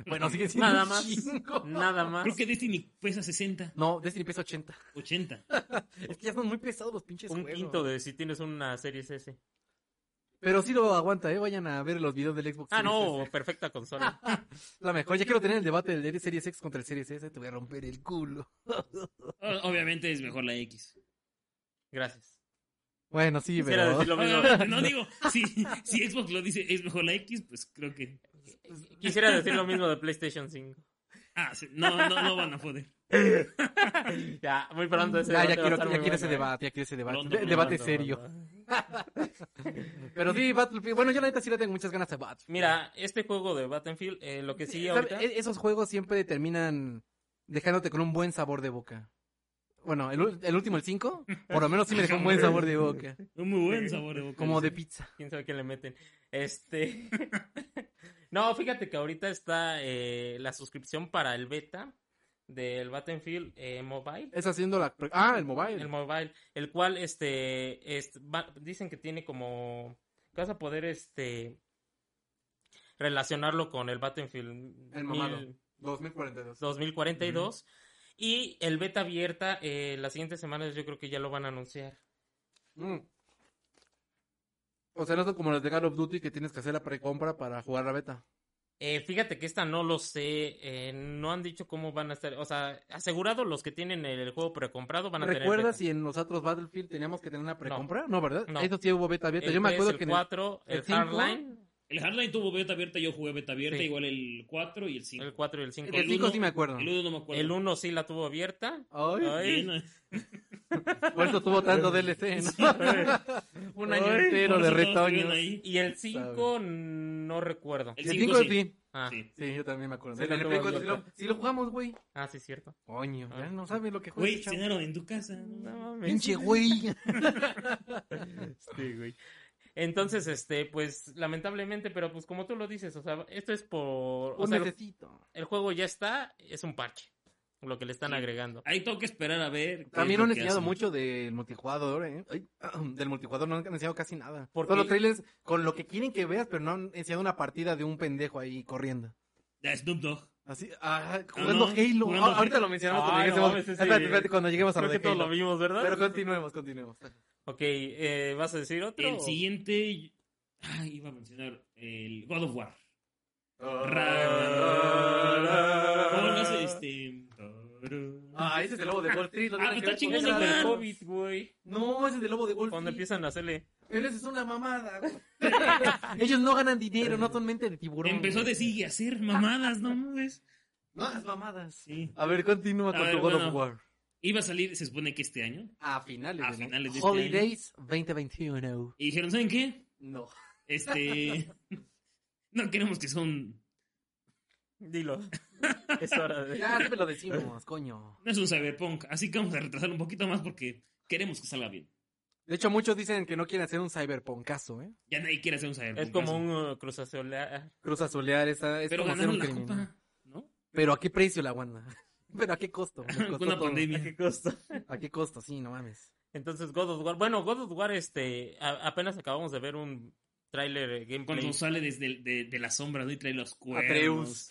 Speaker 3: Bueno, sigue siendo
Speaker 2: Nada
Speaker 3: un
Speaker 2: más.
Speaker 3: chingo.
Speaker 2: Nada más.
Speaker 1: Creo que Destiny pesa 60,
Speaker 3: No, Destiny pesa 80.
Speaker 1: 80.
Speaker 3: Es que ya son muy pesados los pinches
Speaker 2: Un
Speaker 3: juegos.
Speaker 2: quinto de si tienes una serie S.
Speaker 3: Pero sí lo aguanta, ¿eh? Vayan a ver los videos del Xbox.
Speaker 2: Ah,
Speaker 3: Series
Speaker 2: no,
Speaker 3: S.
Speaker 2: perfecta consola.
Speaker 3: La mejor, ya quiero tener el debate del Series X contra el Series S. Te voy a romper el culo.
Speaker 1: O- Obviamente es mejor la X.
Speaker 2: Gracias.
Speaker 3: Bueno, sí,
Speaker 2: Quisiera
Speaker 3: pero...
Speaker 2: decir lo mismo.
Speaker 1: Obviamente, Ah, no digo, si, si Xbox lo dice es mejor la X, pues creo que.
Speaker 2: Quisiera decir lo mismo de PlayStation 5.
Speaker 1: Ah, sí, no, no, no van a poder.
Speaker 2: Ya, muy pronto ese
Speaker 3: Ah, ya
Speaker 2: debate va a
Speaker 3: quiero,
Speaker 2: estar
Speaker 3: ya
Speaker 2: muy
Speaker 3: quiero ese
Speaker 2: bueno, ¿eh?
Speaker 3: debate, ya quiero ese debate.
Speaker 1: Pronto,
Speaker 3: De-
Speaker 1: pronto,
Speaker 3: debate
Speaker 2: Pronto,
Speaker 3: serio.
Speaker 2: pronto.
Speaker 3: Pero sí, Battlefield. Bueno, yo la neta sí le tengo muchas ganas a Battlefield.
Speaker 2: Mira, este juego de Battlefield, eh, lo que sí
Speaker 3: ¿Sabe?
Speaker 2: ahorita...
Speaker 3: E- Esos juegos siempre terminan dejándote con un buen sabor de boca. Bueno, el, ul- el último, el 5, por lo menos sí me dejó un buen sabor de boca.
Speaker 1: Un muy buen sabor de boca.
Speaker 3: Como de pizza.
Speaker 2: quién sabe qué le meten. Este. no, fíjate que ahorita está eh, la suscripción para el beta del Battlefield eh, Mobile.
Speaker 3: Es haciendo la... Ah, el mobile.
Speaker 2: El mobile, el cual este, est- va- dicen que tiene como que vas a poder este relacionarlo con el Battlefield
Speaker 3: El mamado. 2042.
Speaker 2: 2042 y el beta abierta eh, las siguientes semanas yo creo que ya lo van a anunciar.
Speaker 3: Mm. O sea, no son como los de Call of Duty que tienes que hacer la precompra para jugar la beta.
Speaker 2: Eh, fíjate que esta no lo sé, eh, no han dicho cómo van a estar, o sea, asegurado los que tienen el juego precomprado van a tener.
Speaker 3: ¿Recuerdas
Speaker 2: beta.
Speaker 3: si en los otros Battlefield teníamos que tener una precompra? No, ¿verdad?
Speaker 2: No.
Speaker 3: Eso sí hubo beta abierta.
Speaker 2: El
Speaker 3: Yo me
Speaker 2: tres,
Speaker 3: acuerdo
Speaker 2: el
Speaker 3: que en el-
Speaker 2: 4, el,
Speaker 3: el cinco,
Speaker 2: Hardline,
Speaker 1: El Hardline tuvo beta abierta, yo jugué beta abierta,
Speaker 2: Sí.
Speaker 1: igual el 4 y el 5.
Speaker 2: el 4 y el 5.
Speaker 3: el
Speaker 1: el
Speaker 3: 5 sí
Speaker 1: uno-
Speaker 3: me acuerdo.
Speaker 1: El 1 no me acuerdo.
Speaker 2: El 1 sí la tuvo abierta.
Speaker 3: Ay,
Speaker 2: Ay.
Speaker 1: Bien,
Speaker 3: Por eso tuvo tanto DLC, ¿no? Un año
Speaker 1: Ay,
Speaker 3: entero
Speaker 1: por eso todos
Speaker 3: de
Speaker 1: estuvieron
Speaker 3: retoños.
Speaker 1: ahí.
Speaker 2: Y el 5 no recuerdo.
Speaker 1: El
Speaker 3: Y el
Speaker 1: cinco
Speaker 3: 5 sí.
Speaker 1: sí.
Speaker 2: Ah,
Speaker 1: Sí.
Speaker 3: Sí, yo también me acuerdo.
Speaker 2: Sí,
Speaker 3: El
Speaker 2: lo
Speaker 3: Play
Speaker 2: tuvo
Speaker 3: cuatro sí
Speaker 2: abierto.
Speaker 3: lo- sí lo jugamos, güey.
Speaker 2: ah, sí, es cierto.
Speaker 3: Coño,
Speaker 2: Ah.
Speaker 3: ya no saben lo que juega.
Speaker 1: Güey,
Speaker 3: este chavo.
Speaker 1: cenaron en tu casa.
Speaker 2: No
Speaker 1: ¿no?
Speaker 2: mames.
Speaker 3: Pinche güey.
Speaker 2: Sí, güey. Entonces, este, pues, lamentablemente, pero pues como tú lo dices, o sea, esto es por... O
Speaker 3: Un
Speaker 2: sea, el-
Speaker 3: necesito.
Speaker 2: el juego ya está, es un parche. Lo que le están
Speaker 1: Sí.
Speaker 2: agregando.
Speaker 1: Ahí tengo que esperar a ver. qué es
Speaker 3: También
Speaker 1: lo
Speaker 3: no han
Speaker 1: que
Speaker 3: enseñado
Speaker 1: hacen.
Speaker 3: mucho del multijugador, ¿eh? Ay, del multijugador no han enseñado casi nada.
Speaker 2: ¿Por
Speaker 3: Solo
Speaker 2: qué?
Speaker 3: trailers con lo que quieren que veas, pero no han enseñado una partida de un pendejo ahí corriendo.
Speaker 1: Ya, Snoop Dogg.
Speaker 3: Así, ah, jugando
Speaker 1: no,
Speaker 3: Halo.
Speaker 1: jugando
Speaker 3: Ah, ahorita lo mencionamos cuando
Speaker 2: Ay, no
Speaker 3: lleguemos.
Speaker 2: mames, ese-
Speaker 3: espérate, espérate, cuando lleguemos a lo
Speaker 2: Creo que
Speaker 3: de
Speaker 2: todos lo
Speaker 3: Halo.
Speaker 2: vimos, ¿verdad?
Speaker 3: Pero continuemos, continuemos.
Speaker 2: Ok, eh, ¿vas a decir otro?
Speaker 1: El siguiente. Ay, iba a mencionar. El God of War. ¿Cómo no hace este.?
Speaker 3: Ah, ese es el lobo de Wall Street. lo
Speaker 1: Ah,
Speaker 3: tienen
Speaker 1: pero está
Speaker 3: que ver con
Speaker 2: Esa
Speaker 1: chingón,
Speaker 2: del
Speaker 3: esa-
Speaker 1: ¿no?
Speaker 2: COVID, güey.
Speaker 3: No, ese es el lobo de Wall Street.
Speaker 2: Cuando empiezan a hacerle...
Speaker 3: Pero esa es una mamada. güey. Ellos no ganan dinero, no son mente de tiburón.
Speaker 1: Empezó a
Speaker 3: güey.
Speaker 1: decir y a hacer mamadas, ¿no mames?
Speaker 3: No hagas mamadas.
Speaker 1: Sí.
Speaker 3: A ver, continúa
Speaker 1: A
Speaker 3: con
Speaker 1: ver,
Speaker 3: tu God of
Speaker 1: bueno.
Speaker 3: War.
Speaker 1: Iba a salir, se supone que este año.
Speaker 3: A finales,
Speaker 1: A
Speaker 3: de-
Speaker 1: finales de este
Speaker 3: Holidays 2021.
Speaker 1: Y dijeron, ¿saben qué?
Speaker 3: No.
Speaker 1: Este. no queremos que son.
Speaker 2: Dilo. es hora de...
Speaker 3: Ya siempre lo decimos, coño.
Speaker 1: No es un cyberpunk. Así que vamos a retrasarlo un poquito más porque queremos que salga bien.
Speaker 3: De hecho, muchos dicen que no quieren hacer un cyberpunkazo, ¿eh.
Speaker 1: Ya nadie quiere hacer un cyberpunk.
Speaker 2: Es como un uh, cruz azul.
Speaker 3: Cruz azulear esa es
Speaker 1: Pero
Speaker 3: como hacer un
Speaker 1: ganaron la
Speaker 3: crimen.
Speaker 1: copa, ¿no?
Speaker 3: Pero a qué precio la aguanta. Pero a qué costo. Me
Speaker 1: Con
Speaker 3: costó
Speaker 1: una
Speaker 3: todo.
Speaker 1: pandemia.
Speaker 2: costo?
Speaker 3: A qué costo, sí, no mames.
Speaker 2: Entonces, God of War. Bueno, God of War, este, a- apenas acabamos de ver un tráiler eh, gameplay.
Speaker 1: Cuando sale desde el- de, de la sombra ¿no? y trae los cuernos.
Speaker 3: Atreus.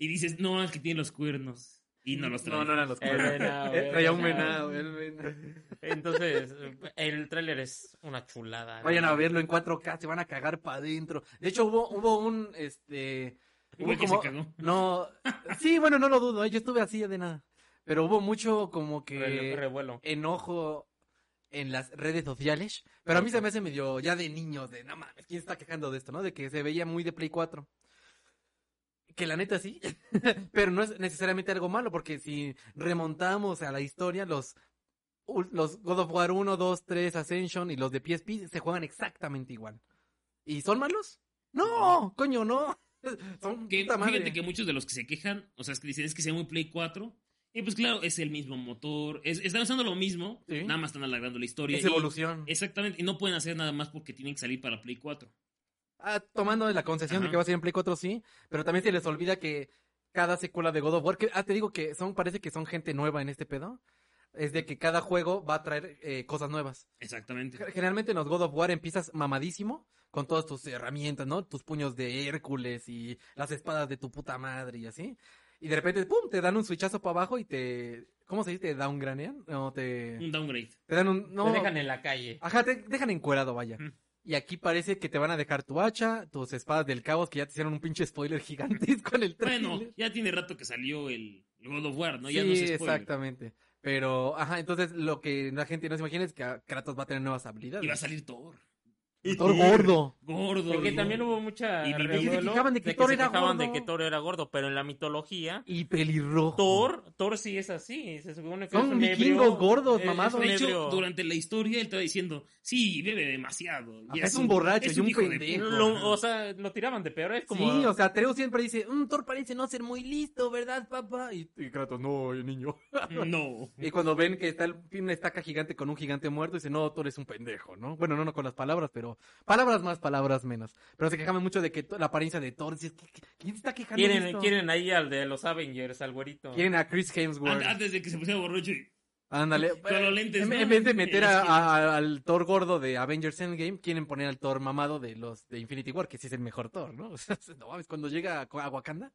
Speaker 1: Y dices, no, es que tiene los cuernos. Y no los trae.
Speaker 3: No, no eran los
Speaker 2: El
Speaker 3: cuernos.
Speaker 2: venado,
Speaker 3: Eh,
Speaker 2: el
Speaker 3: Traía un
Speaker 2: venado.
Speaker 3: venado, el venado.
Speaker 2: Entonces, el tráiler es una chulada.
Speaker 3: Vayan a
Speaker 2: güey.
Speaker 3: verlo en 4K, se van a cagar para adentro. De hecho, hubo, hubo un, este,
Speaker 1: Un güey que
Speaker 3: como-
Speaker 1: se cagó.
Speaker 3: No, sí, bueno, no lo dudo, ¿eh? yo estuve así de nada. Pero hubo mucho como
Speaker 2: Re-
Speaker 3: que
Speaker 2: revuelo.
Speaker 3: enojo en las redes sociales. Pero a mí se me hace medio ya de niños, de no mames, ¿quién está quejando de esto, no? De que se veía muy de Play 4. Que la neta sí, pero no es necesariamente algo malo, porque si remontamos a la historia, los, ul- los God of War 1, 2, 3, Ascension y los de PSP se juegan exactamente igual. ¿Y son malos? No, coño, no. Son
Speaker 1: Que,
Speaker 3: puta madre.
Speaker 1: fíjate que muchos de los que se quejan, o sea, es que dicen, es que sea muy Play 4. Y pues claro, es el mismo motor. es- están usando lo mismo,
Speaker 3: Sí.
Speaker 1: nada más están alargando la historia.
Speaker 3: Es
Speaker 1: y-
Speaker 3: evolución.
Speaker 1: Exactamente, y no pueden hacer nada más porque tienen que salir para Play 4.
Speaker 3: ah, tomando la concesión de
Speaker 1: Ajá.
Speaker 3: que va a ser en Play 4, sí, pero también se les olvida que cada secuela de God of War, que, ah, te digo que son, parece que son gente nueva en este pedo, es de que cada juego va a traer eh, cosas nuevas.
Speaker 1: Exactamente.
Speaker 3: Generalmente en los God of War empiezas mamadísimo con todas tus herramientas, ¿no? Tus puños de Hércules y las espadas de tu puta madre y así. Y de repente, ¡pum! Te dan un switchazo para abajo y te... ¿Cómo se dice? ¿Te downgranean? No, te...
Speaker 1: Un downgrade.
Speaker 3: Te dan un... No, Ah,
Speaker 2: Te dejan en la calle.
Speaker 3: Ajá, te dejan encuerado, vaya.
Speaker 1: Ujú.
Speaker 3: Y aquí parece que te van a dejar tu hacha, tus espadas del caos, que ya te hicieron un pinche spoiler gigantesco en el tren.
Speaker 1: Bueno, ya tiene rato que salió el el God of War, ¿no? Ya
Speaker 3: sí,
Speaker 1: no se
Speaker 3: exactamente. Pero, ajá, entonces lo que la gente no se imagina es que Kratos va a tener nuevas habilidades.
Speaker 1: Y va a salir Thor.
Speaker 3: Thor gordo.
Speaker 1: Gordo.
Speaker 2: Porque
Speaker 1: ¿no?
Speaker 2: también hubo mucha
Speaker 1: Y mi-
Speaker 2: revuelo
Speaker 3: y se quejaban de que Thor
Speaker 2: se
Speaker 3: era
Speaker 2: quejaban de
Speaker 3: gordo.
Speaker 2: que Thor era gordo, pero en la mitología
Speaker 3: Y pelirrojo.
Speaker 2: Thor, Thor sí es así, se supone que
Speaker 3: Son
Speaker 2: es un
Speaker 3: vikingos
Speaker 2: ebrio,
Speaker 3: gordos,
Speaker 2: es- es
Speaker 3: mamados.
Speaker 2: un
Speaker 1: De hecho,
Speaker 2: ebrio.
Speaker 1: durante la historia él estaba diciendo, sí, bebe demasiado.
Speaker 3: Ajá, es un borracho, y un
Speaker 1: hijo de
Speaker 3: pendejo.
Speaker 1: puta".
Speaker 2: Lo- o sea, lo tiraban de peor, es como
Speaker 3: Sí, o sea, Treu siempre dice, un Thor parece no ser muy listo, ¿verdad, papá? Y, y Kratos, no, niño.
Speaker 1: No.
Speaker 3: Y cuando ven que está el- tiene una estaca gigante con un gigante muerto, dicen, no, Thor es un pendejo, ¿no? Bueno, no, no con las palabras, pero palabras más, palabras menos. Pero se quejaban mucho de que to- la apariencia de Thor, dices, "¿Qué- qué- ¿quién se está quejando de
Speaker 2: quieren
Speaker 3: esto?"
Speaker 2: quieren ahí al de los Avengers, al güerito.
Speaker 3: Quieren a Chris
Speaker 1: An-
Speaker 3: Hemsworth.
Speaker 1: Antes de que se pusiera borracho y...
Speaker 3: Ándale.
Speaker 1: Con los lentes,
Speaker 3: eh, en,
Speaker 1: ¿no? Eh,
Speaker 3: en vez de meter a-
Speaker 1: Es que-
Speaker 3: a- al Thor gordo de Avengers Endgame, quieren poner al Thor mamado de los de Infinity War, que sí es el mejor Thor, ¿no? O sea, no mames, cuando llega a, a Wakanda.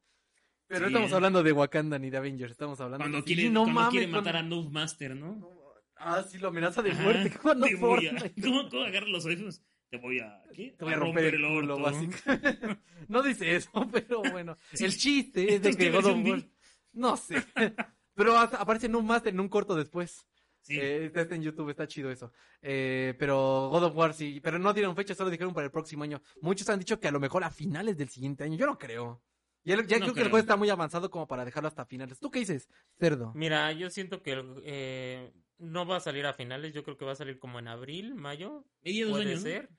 Speaker 3: Pero no
Speaker 1: Sí,
Speaker 3: estamos
Speaker 1: ¿eh?
Speaker 3: hablando de Wakanda ni de Avengers, estamos hablando
Speaker 1: Cuando
Speaker 3: de...
Speaker 1: quiere,
Speaker 3: Sí,
Speaker 1: cuando quiere
Speaker 3: cuando-
Speaker 1: matar a Noob Master, ¿no?
Speaker 3: Ah, sí, lo amenaza de
Speaker 1: Ajá.
Speaker 3: muerte. Cuando
Speaker 1: Te voy a-
Speaker 3: Fortnite-
Speaker 1: ¿Cómo, cómo agarra los ojos? Te voy a... ¿Qué?
Speaker 3: Te voy a romper el culo,
Speaker 1: orto.
Speaker 3: básicamente. No dice eso, pero bueno.
Speaker 1: Sí.
Speaker 3: El chiste es de
Speaker 1: Entonces,
Speaker 3: Este
Speaker 1: ¿qué
Speaker 3: que God of
Speaker 1: versión
Speaker 3: War-
Speaker 1: vi?
Speaker 3: No sé. Pero hasta- aparece en un máster, en un corto después.
Speaker 1: Sí.
Speaker 3: Eh, está está en YouTube, está chido eso. Eh, pero God of War sí. Pero no dieron fecha, solo dijeron para el próximo año. Muchos han dicho que a lo mejor a finales del siguiente año. Yo no creo. Ya, ya creo,
Speaker 1: No
Speaker 3: que el
Speaker 1: creo.
Speaker 3: juego está muy avanzado como para dejarlo hasta finales. ¿Tú qué dices, cerdo?
Speaker 2: Mira, yo siento que eh, no va a salir a finales, yo creo que va a salir como en abril, mayo,
Speaker 1: Media dos
Speaker 2: puede
Speaker 1: años, ¿no?
Speaker 2: ser.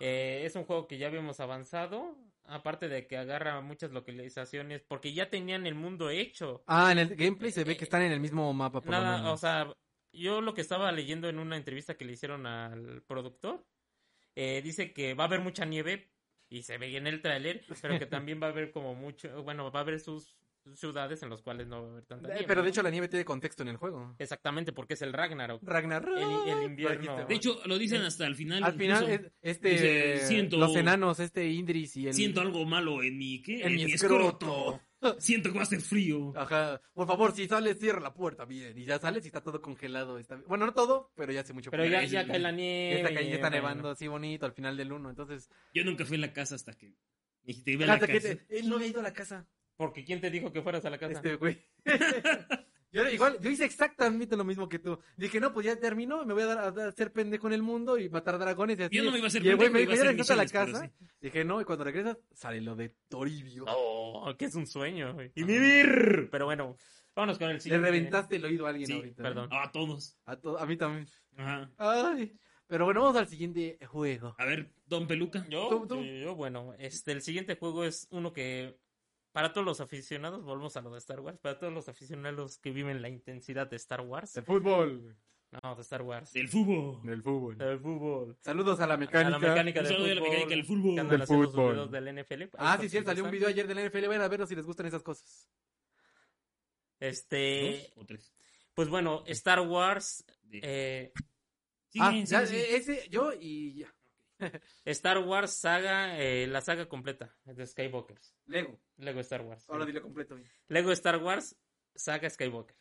Speaker 2: Eh, es un juego que ya habíamos avanzado, aparte de que agarra muchas localizaciones, porque ya tenían el mundo hecho.
Speaker 3: Ah, en el gameplay se ve que están en el mismo mapa. Por lo
Speaker 2: Nada,
Speaker 3: menos.
Speaker 2: o sea, yo lo que estaba leyendo en una entrevista que le hicieron al productor, eh, dice que va a haber mucha nieve, y se ve en el tráiler, pero que también va a haber como mucho, bueno, va a haber sus ciudades en las cuales no va a haber tanta
Speaker 3: Eh,
Speaker 2: nieve.
Speaker 3: pero
Speaker 2: ¿no?
Speaker 3: de hecho la nieve tiene contexto en el juego.
Speaker 2: Exactamente, porque es el Ragnarok.
Speaker 3: Ragnarok.
Speaker 2: El- el invierno.
Speaker 3: Lo dijiste,
Speaker 1: De
Speaker 2: De
Speaker 1: hecho, lo dicen hasta el final.
Speaker 3: al final,
Speaker 1: incluso,
Speaker 3: es- este,
Speaker 1: dice, siento-
Speaker 3: los enanos, este Indris y el...
Speaker 1: siento algo malo en mi... ¿Qué?
Speaker 3: En mi escroto.
Speaker 1: Siento que va a hacer frío.
Speaker 3: Ajá, por favor, si sales, cierra la puerta, bien. Y ya sales y está todo congelado. Está... Bueno, no todo, pero ya hace mucho
Speaker 2: Pero
Speaker 3: frío.
Speaker 2: ya, ya cae la
Speaker 3: Ya
Speaker 2: nieve.
Speaker 3: está, ca- ya está
Speaker 2: bueno.
Speaker 3: nevando así bonito al final del uno, entonces...
Speaker 1: Yo nunca fui a la casa hasta que... Me dijiste, "Ve a la
Speaker 3: Hasta que
Speaker 1: casa".
Speaker 3: te- Él no había ido a la casa.
Speaker 2: Porque ¿quién te dijo que fueras a la casa?
Speaker 3: Este güey. Yo era igual, yo hice exactamente lo mismo que tú. Dije, no, pues ya terminó, me voy a dar a, dar- ser pendejo en el mundo y matar dragones y así.
Speaker 1: Yo no me iba a hacer
Speaker 3: Y el güey me
Speaker 1: pendejo,
Speaker 3: dijo, ya
Speaker 1: iba a
Speaker 3: regresaste a la
Speaker 1: hacer
Speaker 3: casa.
Speaker 1: misiones,
Speaker 3: Dije, no, y cuando regresas, sale lo de Toribio.
Speaker 1: Ah,
Speaker 2: Oh, que es un sueño. güey. Y vivir. Pero bueno, vámonos con el
Speaker 3: Le
Speaker 2: siguiente.
Speaker 3: reventaste el oído a alguien
Speaker 1: Sí,
Speaker 3: ahorita. ¿eh?
Speaker 2: perdón.
Speaker 1: A todos.
Speaker 3: A, to- a mí también.
Speaker 1: Ajá.
Speaker 3: Ay. Pero bueno, vamos al siguiente juego.
Speaker 1: A ver, Don Peluca.
Speaker 2: Yo,
Speaker 3: Tú, tú.
Speaker 2: yo, yo, bueno, este, el siguiente juego es uno que para todos los aficionados, volvemos a lo de Star Wars, para todos los aficionados que viven la intensidad de Star Wars.
Speaker 3: fútbol.
Speaker 2: No, de Star Wars.
Speaker 1: Del fútbol.
Speaker 3: Del fútbol.
Speaker 2: Del fútbol.
Speaker 3: Saludos a la mecánica.
Speaker 2: A la mecánica
Speaker 1: Un
Speaker 2: del
Speaker 1: saludo de la
Speaker 2: fútbol,
Speaker 1: mecánica del fútbol.
Speaker 2: que andan
Speaker 3: Del
Speaker 2: haciendo sus
Speaker 3: fútbol.
Speaker 2: videos del NFL. Ahí
Speaker 3: Ah,
Speaker 2: con
Speaker 3: sí,
Speaker 2: sus
Speaker 3: cierto, salió un
Speaker 2: gusanos.
Speaker 3: video ayer del NFL. Vayan a verlo si les gustan esas cosas.
Speaker 2: Este,
Speaker 1: Dos o tres.
Speaker 2: pues bueno, Star Wars,
Speaker 1: De-
Speaker 2: eh,
Speaker 1: Sigue,
Speaker 3: ah,
Speaker 1: sigue,
Speaker 3: ya,
Speaker 1: sigue.
Speaker 3: eh, ese, yo y ya.
Speaker 2: Star Wars saga, eh, la saga completa de Skywalkers.
Speaker 3: Lego.
Speaker 2: Lego Star Wars.
Speaker 3: Ahora dilo completo. Eh, güey.
Speaker 2: Lego Star Wars, saga Skywalker.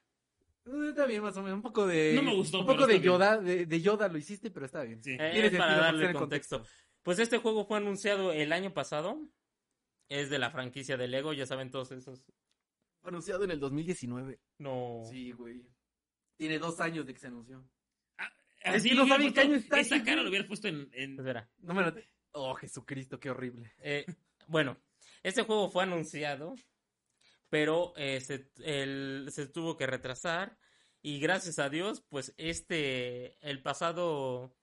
Speaker 3: Eh, Está bien, más o menos. Un poco de.
Speaker 1: No me gustó,
Speaker 3: Un
Speaker 1: pero
Speaker 3: poco de
Speaker 1: está bien.
Speaker 3: Yoda. De, de Yoda lo hiciste, pero está bien.
Speaker 1: Sí.
Speaker 2: Eh,
Speaker 3: Tiene
Speaker 2: es para
Speaker 3: sentido,
Speaker 2: darle
Speaker 3: porque tiene
Speaker 2: contexto. Pues este juego fue anunciado el año pasado. Es de la franquicia de Lego, ya saben todos esos.
Speaker 3: Anunciado en el 2019.
Speaker 2: No.
Speaker 3: Sí, güey. Tiene dos años de que se anunció.
Speaker 1: Así
Speaker 3: es
Speaker 1: lo
Speaker 3: que no
Speaker 1: hubiera
Speaker 3: saben qué
Speaker 1: puesto-
Speaker 3: año está,
Speaker 1: Esa
Speaker 3: sí,
Speaker 1: cara
Speaker 3: sí.
Speaker 1: lo hubiera puesto en. en-
Speaker 2: Espera.
Speaker 3: No me lo. Oh, Jesucristo, qué horrible.
Speaker 2: Eh, bueno, este juego fue anunciado, pero eh, se, el- se tuvo que retrasar. Y gracias a Dios, pues este, el pasado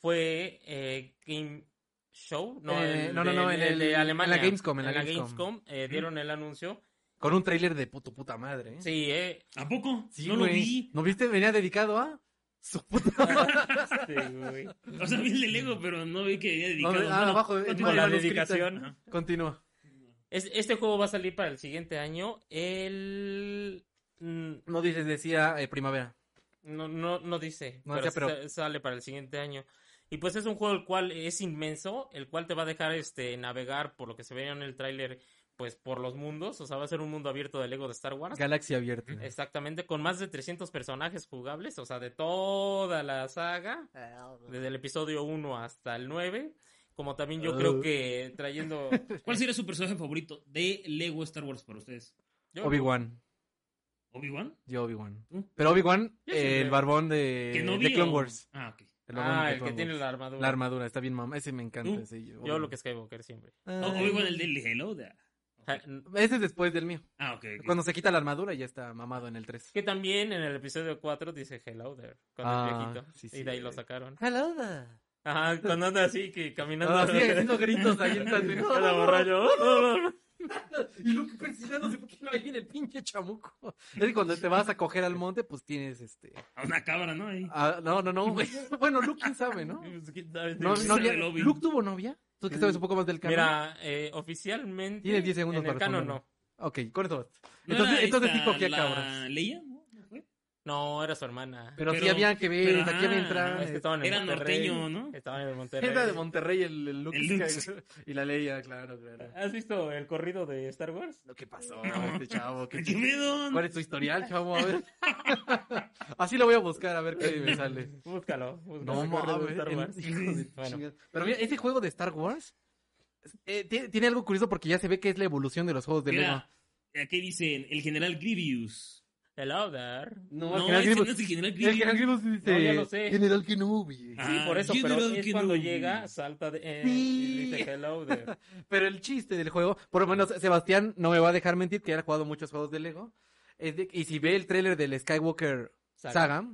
Speaker 2: fue eh, Game Show, no,
Speaker 3: Eh,
Speaker 2: el
Speaker 3: no, no,
Speaker 2: de-
Speaker 3: no,
Speaker 2: el
Speaker 3: en el-
Speaker 2: de Alemania.
Speaker 3: en la Gamescom, en la Gamescom.
Speaker 2: Gamescom, eh, dieron el anuncio.
Speaker 3: Con un tráiler de puto puta madre. ¿eh?
Speaker 2: Sí, eh,
Speaker 1: ¿A poco?
Speaker 3: Sí,
Speaker 1: no lo
Speaker 3: güey.
Speaker 1: vi.
Speaker 3: ¿No viste? Venía dedicado a Su puta madre.
Speaker 1: O sea, vi el de Lego, pero no vi que había dedicado.
Speaker 3: Ah,
Speaker 1: Bueno,
Speaker 3: abajo, eh,
Speaker 1: continúa.
Speaker 2: Con la
Speaker 3: manuscrita.
Speaker 2: dedicación.
Speaker 3: Continúa.
Speaker 2: Es- este juego va a salir para el siguiente año. El. mm,
Speaker 3: No dices, decía eh, primavera.
Speaker 2: No, no, no dice,
Speaker 3: No
Speaker 2: pero,
Speaker 3: decía, pero-
Speaker 2: sa- sale para el siguiente año. Y pues es un juego el cual es inmenso, el cual te va a dejar este navegar por lo que se veía en el tráiler, pues por los mundos, o sea, va a ser un mundo abierto de Lego de Star Wars.
Speaker 3: Galaxia abierta.
Speaker 2: Exactamente, con más de 300 personajes jugables, o sea, de toda la saga, desde el episodio 1 hasta el 9, como también yo creo
Speaker 3: Uh.
Speaker 2: que trayendo
Speaker 1: ¿Cuál sería su personaje favorito de Lego Star Wars para ustedes?
Speaker 2: yo-
Speaker 3: Obi-Wan.
Speaker 1: ¿Obi-Wan?
Speaker 3: Yo Obi-Wan.
Speaker 1: ¿Mm?
Speaker 3: Pero Obi-Wan,
Speaker 2: Yo
Speaker 3: eh,
Speaker 2: siempre-
Speaker 3: el barbón de,
Speaker 1: ¿Que no vi
Speaker 3: de Clone
Speaker 1: o-
Speaker 3: Wars.
Speaker 1: Ah, ok.
Speaker 3: El barbón
Speaker 2: Ah,
Speaker 3: de
Speaker 2: el que
Speaker 3: Clone
Speaker 2: tiene
Speaker 3: Wars.
Speaker 2: la armadura.
Speaker 3: la armadura. Está bien mamá. Ese me encanta.
Speaker 1: ¿Tú?
Speaker 3: ese, yo,
Speaker 2: Yo
Speaker 3: Obi-Wan.
Speaker 2: lo que Skywalker siempre.
Speaker 1: O-
Speaker 3: Ay.
Speaker 1: Obi-Wan, el del Hello. de-
Speaker 2: Ja-
Speaker 3: Ese es después del mío.
Speaker 1: Ah, ok. ok.
Speaker 3: Cuando se quita la armadura ya está mamado en el 3.
Speaker 2: Que también en el episodio 4 dice Hello there, cuando
Speaker 3: Ah,
Speaker 2: es viejito.
Speaker 3: sí,
Speaker 2: y de ahí lo
Speaker 3: sí.
Speaker 2: sacaron.
Speaker 3: Hello there.
Speaker 2: Ajá, cuando anda así, que caminando.
Speaker 3: Ah, sí, haciendo gritos ahí en Tatooine.
Speaker 2: Cada borracho.
Speaker 3: Y Luke presionándose porque no viene el pinche chamuco. Es que cuando te vas a coger al monte, pues tienes este.
Speaker 1: A una cámara, ¿no? Ahí.
Speaker 3: ah, no, no, no, güey. Bueno, Luke, quién sabe, ¿no? No,
Speaker 1: Sí,
Speaker 3: novia-
Speaker 1: sabe Obi.
Speaker 3: ¿Luke tuvo novia? Tú que sabes un poco más del canon.
Speaker 2: Mira, eh, oficialmente.
Speaker 3: Tienes 10 segundos
Speaker 2: en el
Speaker 3: para
Speaker 2: canon no.
Speaker 3: responderme. Ok, con eso basta.
Speaker 1: ¿No
Speaker 3: Entonces,
Speaker 1: era
Speaker 3: entonces sí
Speaker 1: esta
Speaker 3: cogía
Speaker 1: la
Speaker 3: cabras.
Speaker 1: Leia, ¿no? ¿No fue?
Speaker 2: No, era su hermana.
Speaker 3: Pero, sí
Speaker 1: Pero-
Speaker 3: habían que ver,
Speaker 1: pero,
Speaker 3: aquí
Speaker 1: ah,
Speaker 3: entrar.
Speaker 2: es que estaban en
Speaker 1: Era
Speaker 2: Monterrey.
Speaker 1: norteño, ¿no?
Speaker 2: Estaban en el Monterrey.
Speaker 3: Era de Monterrey el, el Luke
Speaker 1: El Luke.
Speaker 3: Skywalker. y la Leia, claro, claro.
Speaker 2: ¿Has visto el corrido de Star Wars?
Speaker 3: Lo que pasó, este chavo. ¿Qué-
Speaker 1: ¿Qué pedo?
Speaker 3: ¿Cuál es tu historial, chavo? A ver. Así lo voy a buscar, a ver qué me sale.
Speaker 2: Búscalo. búscalo
Speaker 3: No
Speaker 2: el corrido de
Speaker 3: mames,
Speaker 2: Star
Speaker 3: en-
Speaker 2: Wars.
Speaker 3: hijo de tu
Speaker 2: Bueno.
Speaker 3: chingada. Pero mira, ese juego de Star Wars eh, tiene, tiene algo curioso porque ya se ve que es la evolución de los juegos de Lego.
Speaker 1: Mira, aquí dicen el general Grievous.
Speaker 2: Hello there.
Speaker 1: No,
Speaker 3: el general
Speaker 1: ese
Speaker 3: Grievous-
Speaker 1: no es el general
Speaker 3: el
Speaker 1: Grievous.
Speaker 3: general Grievous
Speaker 2: No,
Speaker 3: dice
Speaker 2: ya lo sé.
Speaker 3: General Kenobi.
Speaker 1: Ah,
Speaker 2: Sí, por eso, pero
Speaker 1: General
Speaker 2: es cuando
Speaker 1: Kenobi.
Speaker 2: llega, salta de, eh,
Speaker 3: Sí.
Speaker 2: y dice hello there.
Speaker 3: Pero el chiste del juego, por lo menos Sebastián no me va a dejar mentir que ya ha jugado muchos juegos de Lego. es de- y si ve el tráiler del Skywalker
Speaker 2: Saga.
Speaker 3: Saga.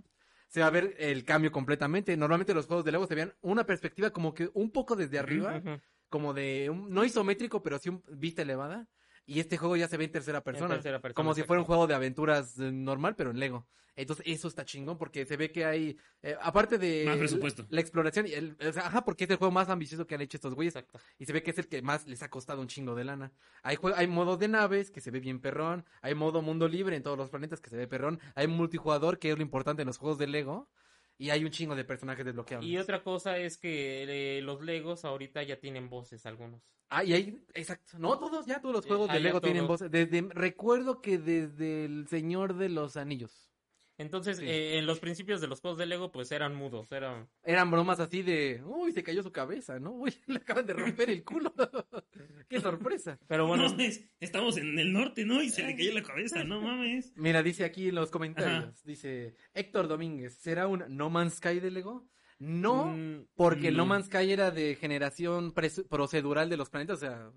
Speaker 3: se va a ver el cambio completamente. Normalmente los juegos de Lego se vean una perspectiva como que un poco desde arriba,
Speaker 2: Ujú.
Speaker 3: como de un- no isométrico, pero sí un- vista elevada. Y este juego ya se ve en tercera persona.
Speaker 2: En tercera persona,
Speaker 3: como si
Speaker 2: exacto.
Speaker 3: fuera un juego de aventuras eh, normal, pero en Lego. Entonces, eso está chingón porque se ve que hay. eh, aparte de.
Speaker 1: Más presupuesto.
Speaker 3: La exploración. y el- o sea, ajá, porque es el juego más ambicioso que han hecho estos güeyes.
Speaker 2: Exacto.
Speaker 3: Y se ve que es el que más les ha costado un chingo de lana. Hay, jue- hay modo de naves, que se ve bien perrón. Hay modo mundo libre en todos los planetas, que se ve perrón. Hay multijugador, que es lo importante en los juegos de Lego. Y hay un chingo de personajes desbloqueables.
Speaker 2: Y otra cosa es que eh, los Legos ahorita ya tienen voces algunos.
Speaker 3: Ah, y hay, exacto. No, todos, ya todos los juegos
Speaker 2: ah,
Speaker 3: de
Speaker 2: ya
Speaker 3: Lego tienen
Speaker 2: todos.
Speaker 3: voz. Desde, recuerdo que desde El Señor de los Anillos.
Speaker 2: Entonces,
Speaker 3: Sí.
Speaker 2: eh, en los principios de los juegos de Lego, pues eran mudos, eran...
Speaker 3: Eran bromas así de, uy, se cayó su cabeza, ¿no? Uy, le acaban de romper el culo. Qué sorpresa.
Speaker 2: Pero bueno,
Speaker 1: No, es- estamos en el norte, ¿no? Y se le cayó la cabeza, no mames.
Speaker 3: Mira, dice aquí en los comentarios,
Speaker 1: Ajá.
Speaker 3: dice Héctor Domínguez, ¿será un No Man's Sky de Lego? No,
Speaker 2: mm,
Speaker 3: porque el No
Speaker 1: no.
Speaker 3: Man's Sky era de generación pres- procedural de los planetas, o sea,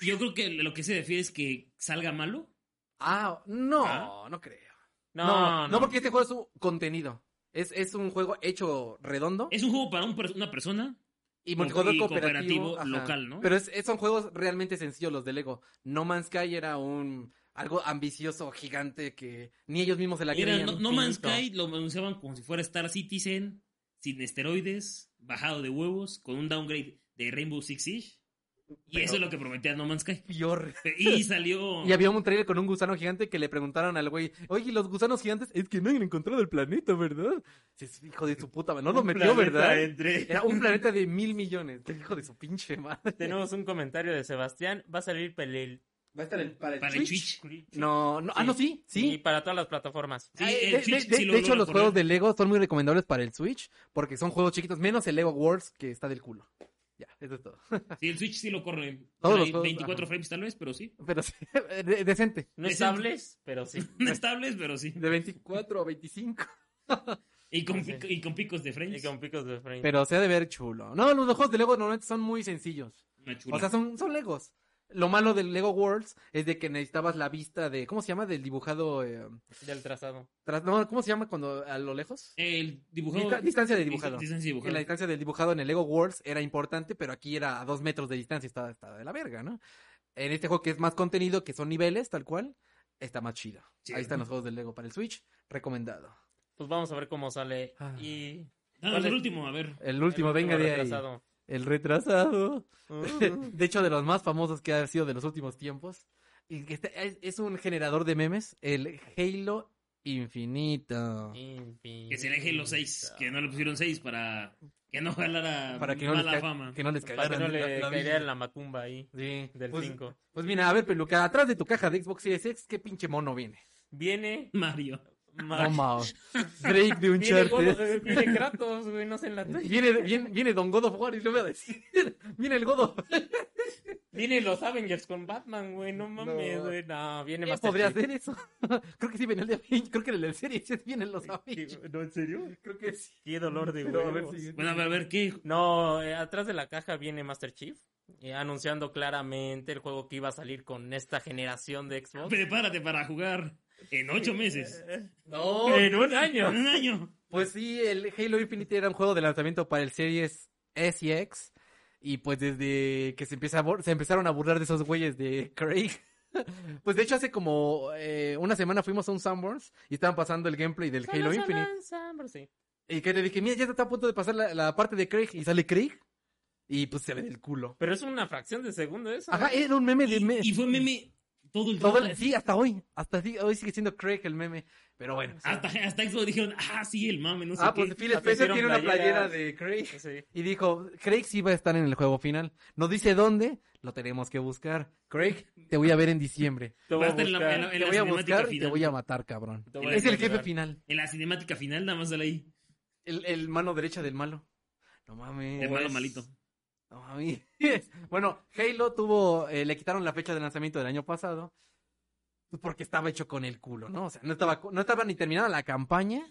Speaker 1: Yo creo que lo que se refiere es que salga malo.
Speaker 3: ah, no,
Speaker 1: Ah.
Speaker 3: no creo.
Speaker 2: no, no,
Speaker 3: porque este juego es un contenido. Es, es un juego hecho redondo
Speaker 1: Es un juego para un per- una persona.
Speaker 3: y multijugador
Speaker 1: y
Speaker 3: cooperativo,
Speaker 1: cooperativo
Speaker 3: ajá.
Speaker 1: local, ¿no?
Speaker 3: Pero es, es- son juegos realmente sencillos los de Lego. No Man's Sky era un algo ambicioso, gigante que ni ellos mismos se la
Speaker 1: Era
Speaker 3: creían.
Speaker 1: no, no Man's
Speaker 3: Infinito.
Speaker 1: Sky, lo anunciaban como si fuera Star Citizen, sin esteroides, bajado de huevos, con un downgrade de Rainbow Six Siege. Y
Speaker 3: Pero-
Speaker 1: eso es lo que prometía No Man's Sky.
Speaker 3: Pior.
Speaker 1: Y salió.
Speaker 3: Y había un trailer con un gusano gigante que le preguntaron al güey, oye, ¿y los gusanos gigantes? Es que no han encontrado el planeta, ¿verdad? Dices, hijo de su puta madre, no lo
Speaker 2: Un
Speaker 3: metió,
Speaker 2: planeta
Speaker 3: ¿verdad?
Speaker 2: entre-
Speaker 3: Era un planeta de mil millones, hijo de su pinche madre.
Speaker 2: Tenemos un comentario de Sebastián, va a salir para el...
Speaker 3: ¿Va a estar para
Speaker 1: para el Twitch.
Speaker 3: No, no, ah, no, sí,
Speaker 2: Y
Speaker 3: sí.
Speaker 2: para todas las plataformas.
Speaker 1: Sí,
Speaker 3: Ah, de,
Speaker 1: el
Speaker 3: de-
Speaker 1: Switch
Speaker 3: de-
Speaker 1: sí lo
Speaker 3: de hecho,
Speaker 1: logra
Speaker 3: los
Speaker 1: correr.
Speaker 3: juegos de Lego son muy recomendables para el Switch porque son juegos chiquitos, menos el Lego Wars que está del culo. Ya, eso es todo.
Speaker 1: Sí, el Switch sí lo corre.
Speaker 3: Todos los
Speaker 1: Trae
Speaker 3: juegos,
Speaker 1: 24
Speaker 3: ajá.
Speaker 1: frames tal vez, pero sí.
Speaker 3: Pero sí, de- decente.
Speaker 2: No
Speaker 1: Es
Speaker 2: estables, pero sí.
Speaker 1: No estables, pero sí.
Speaker 3: De 24 a 25.
Speaker 1: Y
Speaker 3: Ah,
Speaker 1: con,
Speaker 2: Sí.
Speaker 1: pico- y con picos de frames.
Speaker 2: Y con picos de frame.
Speaker 3: Pero se ha de ver chulo. No, los juegos de Lego normalmente son muy sencillos.
Speaker 1: Una chula.
Speaker 3: O sea, son, son Legos. Lo malo del Lego Worlds es de que necesitabas la vista de. ¿Cómo se llama? Del dibujado. eh,
Speaker 2: Del trazado.
Speaker 3: tras- no, ¿Cómo se llama cuando a lo lejos?
Speaker 1: el dibujado.
Speaker 3: Dista- distancia de dibujado.
Speaker 1: Distancia
Speaker 3: Que
Speaker 1: dibujado.
Speaker 3: la distancia del dibujado en el Lego Worlds era importante, pero aquí era a dos metros de distancia, estaba, estaba de la verga, ¿no? En este juego que es más contenido, que son niveles, tal cual, está más chido.
Speaker 1: Sí.
Speaker 3: Ahí están los juegos del Lego para el Switch, recomendado.
Speaker 2: Pues vamos a ver cómo sale.
Speaker 3: Ah.
Speaker 2: Y
Speaker 1: No,
Speaker 2: ¿Cuál
Speaker 1: el
Speaker 2: es?
Speaker 1: último, a ver.
Speaker 3: El último,
Speaker 2: el
Speaker 3: venga de ahí.
Speaker 2: retrasado.
Speaker 3: El retrasado. De hecho, de los más famosos que ha sido de los últimos tiempos. Y que está- es, es un generador de memes, el Halo Infinito.
Speaker 1: Que se elige los seis. Que no le pusieron seis para que no jalara
Speaker 3: Para que no les
Speaker 1: mala
Speaker 3: ca-
Speaker 1: fama.
Speaker 3: Que no les
Speaker 2: Para que
Speaker 3: cagaran
Speaker 2: no
Speaker 3: la-
Speaker 2: le
Speaker 3: la
Speaker 2: caiga
Speaker 3: vida.
Speaker 2: en la macumba ahí
Speaker 3: Sí,
Speaker 2: del
Speaker 3: pues,
Speaker 2: 5.
Speaker 3: Pues mira, a ver, peluca, atrás de tu caja de Xbox Series X, ¿qué pinche mono viene?
Speaker 2: Viene.
Speaker 1: Mario.
Speaker 3: No
Speaker 2: Mar-
Speaker 3: mames. Drake de
Speaker 2: viene, God-
Speaker 3: Uncharted.
Speaker 2: eh, viene Kratos, güey, no sé en la tele.
Speaker 3: Viene, viene, viene Don God of War y lo voy a decir. Viene el Godo.
Speaker 2: Viene los Avengers con Batman, güey, no mames,
Speaker 3: No.
Speaker 2: güey. No, viene
Speaker 3: ¿Quién
Speaker 2: más.
Speaker 3: podría hacer eso? Creo que sí viene el de Avengers. Creo que en el de Series X vienen los Avengers.
Speaker 2: ¿No, en serio?
Speaker 3: Creo que sí.
Speaker 2: Qué dolor de
Speaker 3: Pero a ver
Speaker 2: huevos.
Speaker 3: si-
Speaker 1: Bueno, a ver, a ver, ¿qué?
Speaker 2: No, eh, atrás de la caja viene Master Chief eh, anunciando claramente el juego que iba a salir con esta generación de Xbox.
Speaker 1: Prepárate para jugar en ocho meses.
Speaker 3: No,
Speaker 1: eh,
Speaker 2: En un año.
Speaker 1: En un año.
Speaker 3: Pues sí, el Halo Infinite era un juego de lanzamiento para el Series S y X. Y pues desde que se, empieza a bur- se empezaron a burlar de esos güeyes de Craig. pues de hecho hace como eh, una semana fuimos a un Sanborns y estaban pasando el gameplay del Halo Infinite.
Speaker 2: Sí.
Speaker 3: Y que le dije, mira, ya está a punto de pasar la, la parte de Craig. Y sale Craig. Y pues se ve del culo.
Speaker 2: Pero es una fracción de segundo eso. ¿eh?
Speaker 3: Ajá, era un meme de... me-
Speaker 1: Y, y fue meme todo el
Speaker 3: todo
Speaker 1: rato.
Speaker 3: el- sí, hasta hoy. Hasta sí, hoy sigue siendo Craig el meme. Pero bueno.
Speaker 1: Hasta, hasta Xbox dijeron, ah, sí, el mame, no sé
Speaker 3: Ah,
Speaker 1: qué.
Speaker 3: pues Phil
Speaker 2: Hasta
Speaker 3: Spencer
Speaker 2: hicieron
Speaker 3: tiene una playera
Speaker 2: playeras.
Speaker 3: de Craig.
Speaker 2: Pues Sí.
Speaker 3: Y dijo, Craig sí va a estar en el juego final. No dice dónde, lo tenemos que buscar. Craig, te voy a ver en diciembre.
Speaker 2: Te voy
Speaker 1: Va a
Speaker 2: a
Speaker 1: estar en la-
Speaker 2: buscar.
Speaker 1: en la- en
Speaker 3: Te voy a
Speaker 1: cinemática
Speaker 3: buscar y te
Speaker 1: final.
Speaker 3: voy a matar, cabrón.
Speaker 2: Te voy a
Speaker 3: Es el jefe
Speaker 2: encontrar.
Speaker 3: final.
Speaker 1: En la cinemática final nada más sale ahí.
Speaker 3: El, el mano derecha del malo. No
Speaker 1: El
Speaker 3: mames.
Speaker 1: malo malito.
Speaker 3: No mames. bueno, Halo tuvo, eh, le quitaron la fecha de lanzamiento del año pasado. pues Porque estaba hecho con el culo, ¿no? O sea, no estaba, no estaba ni terminada la campaña,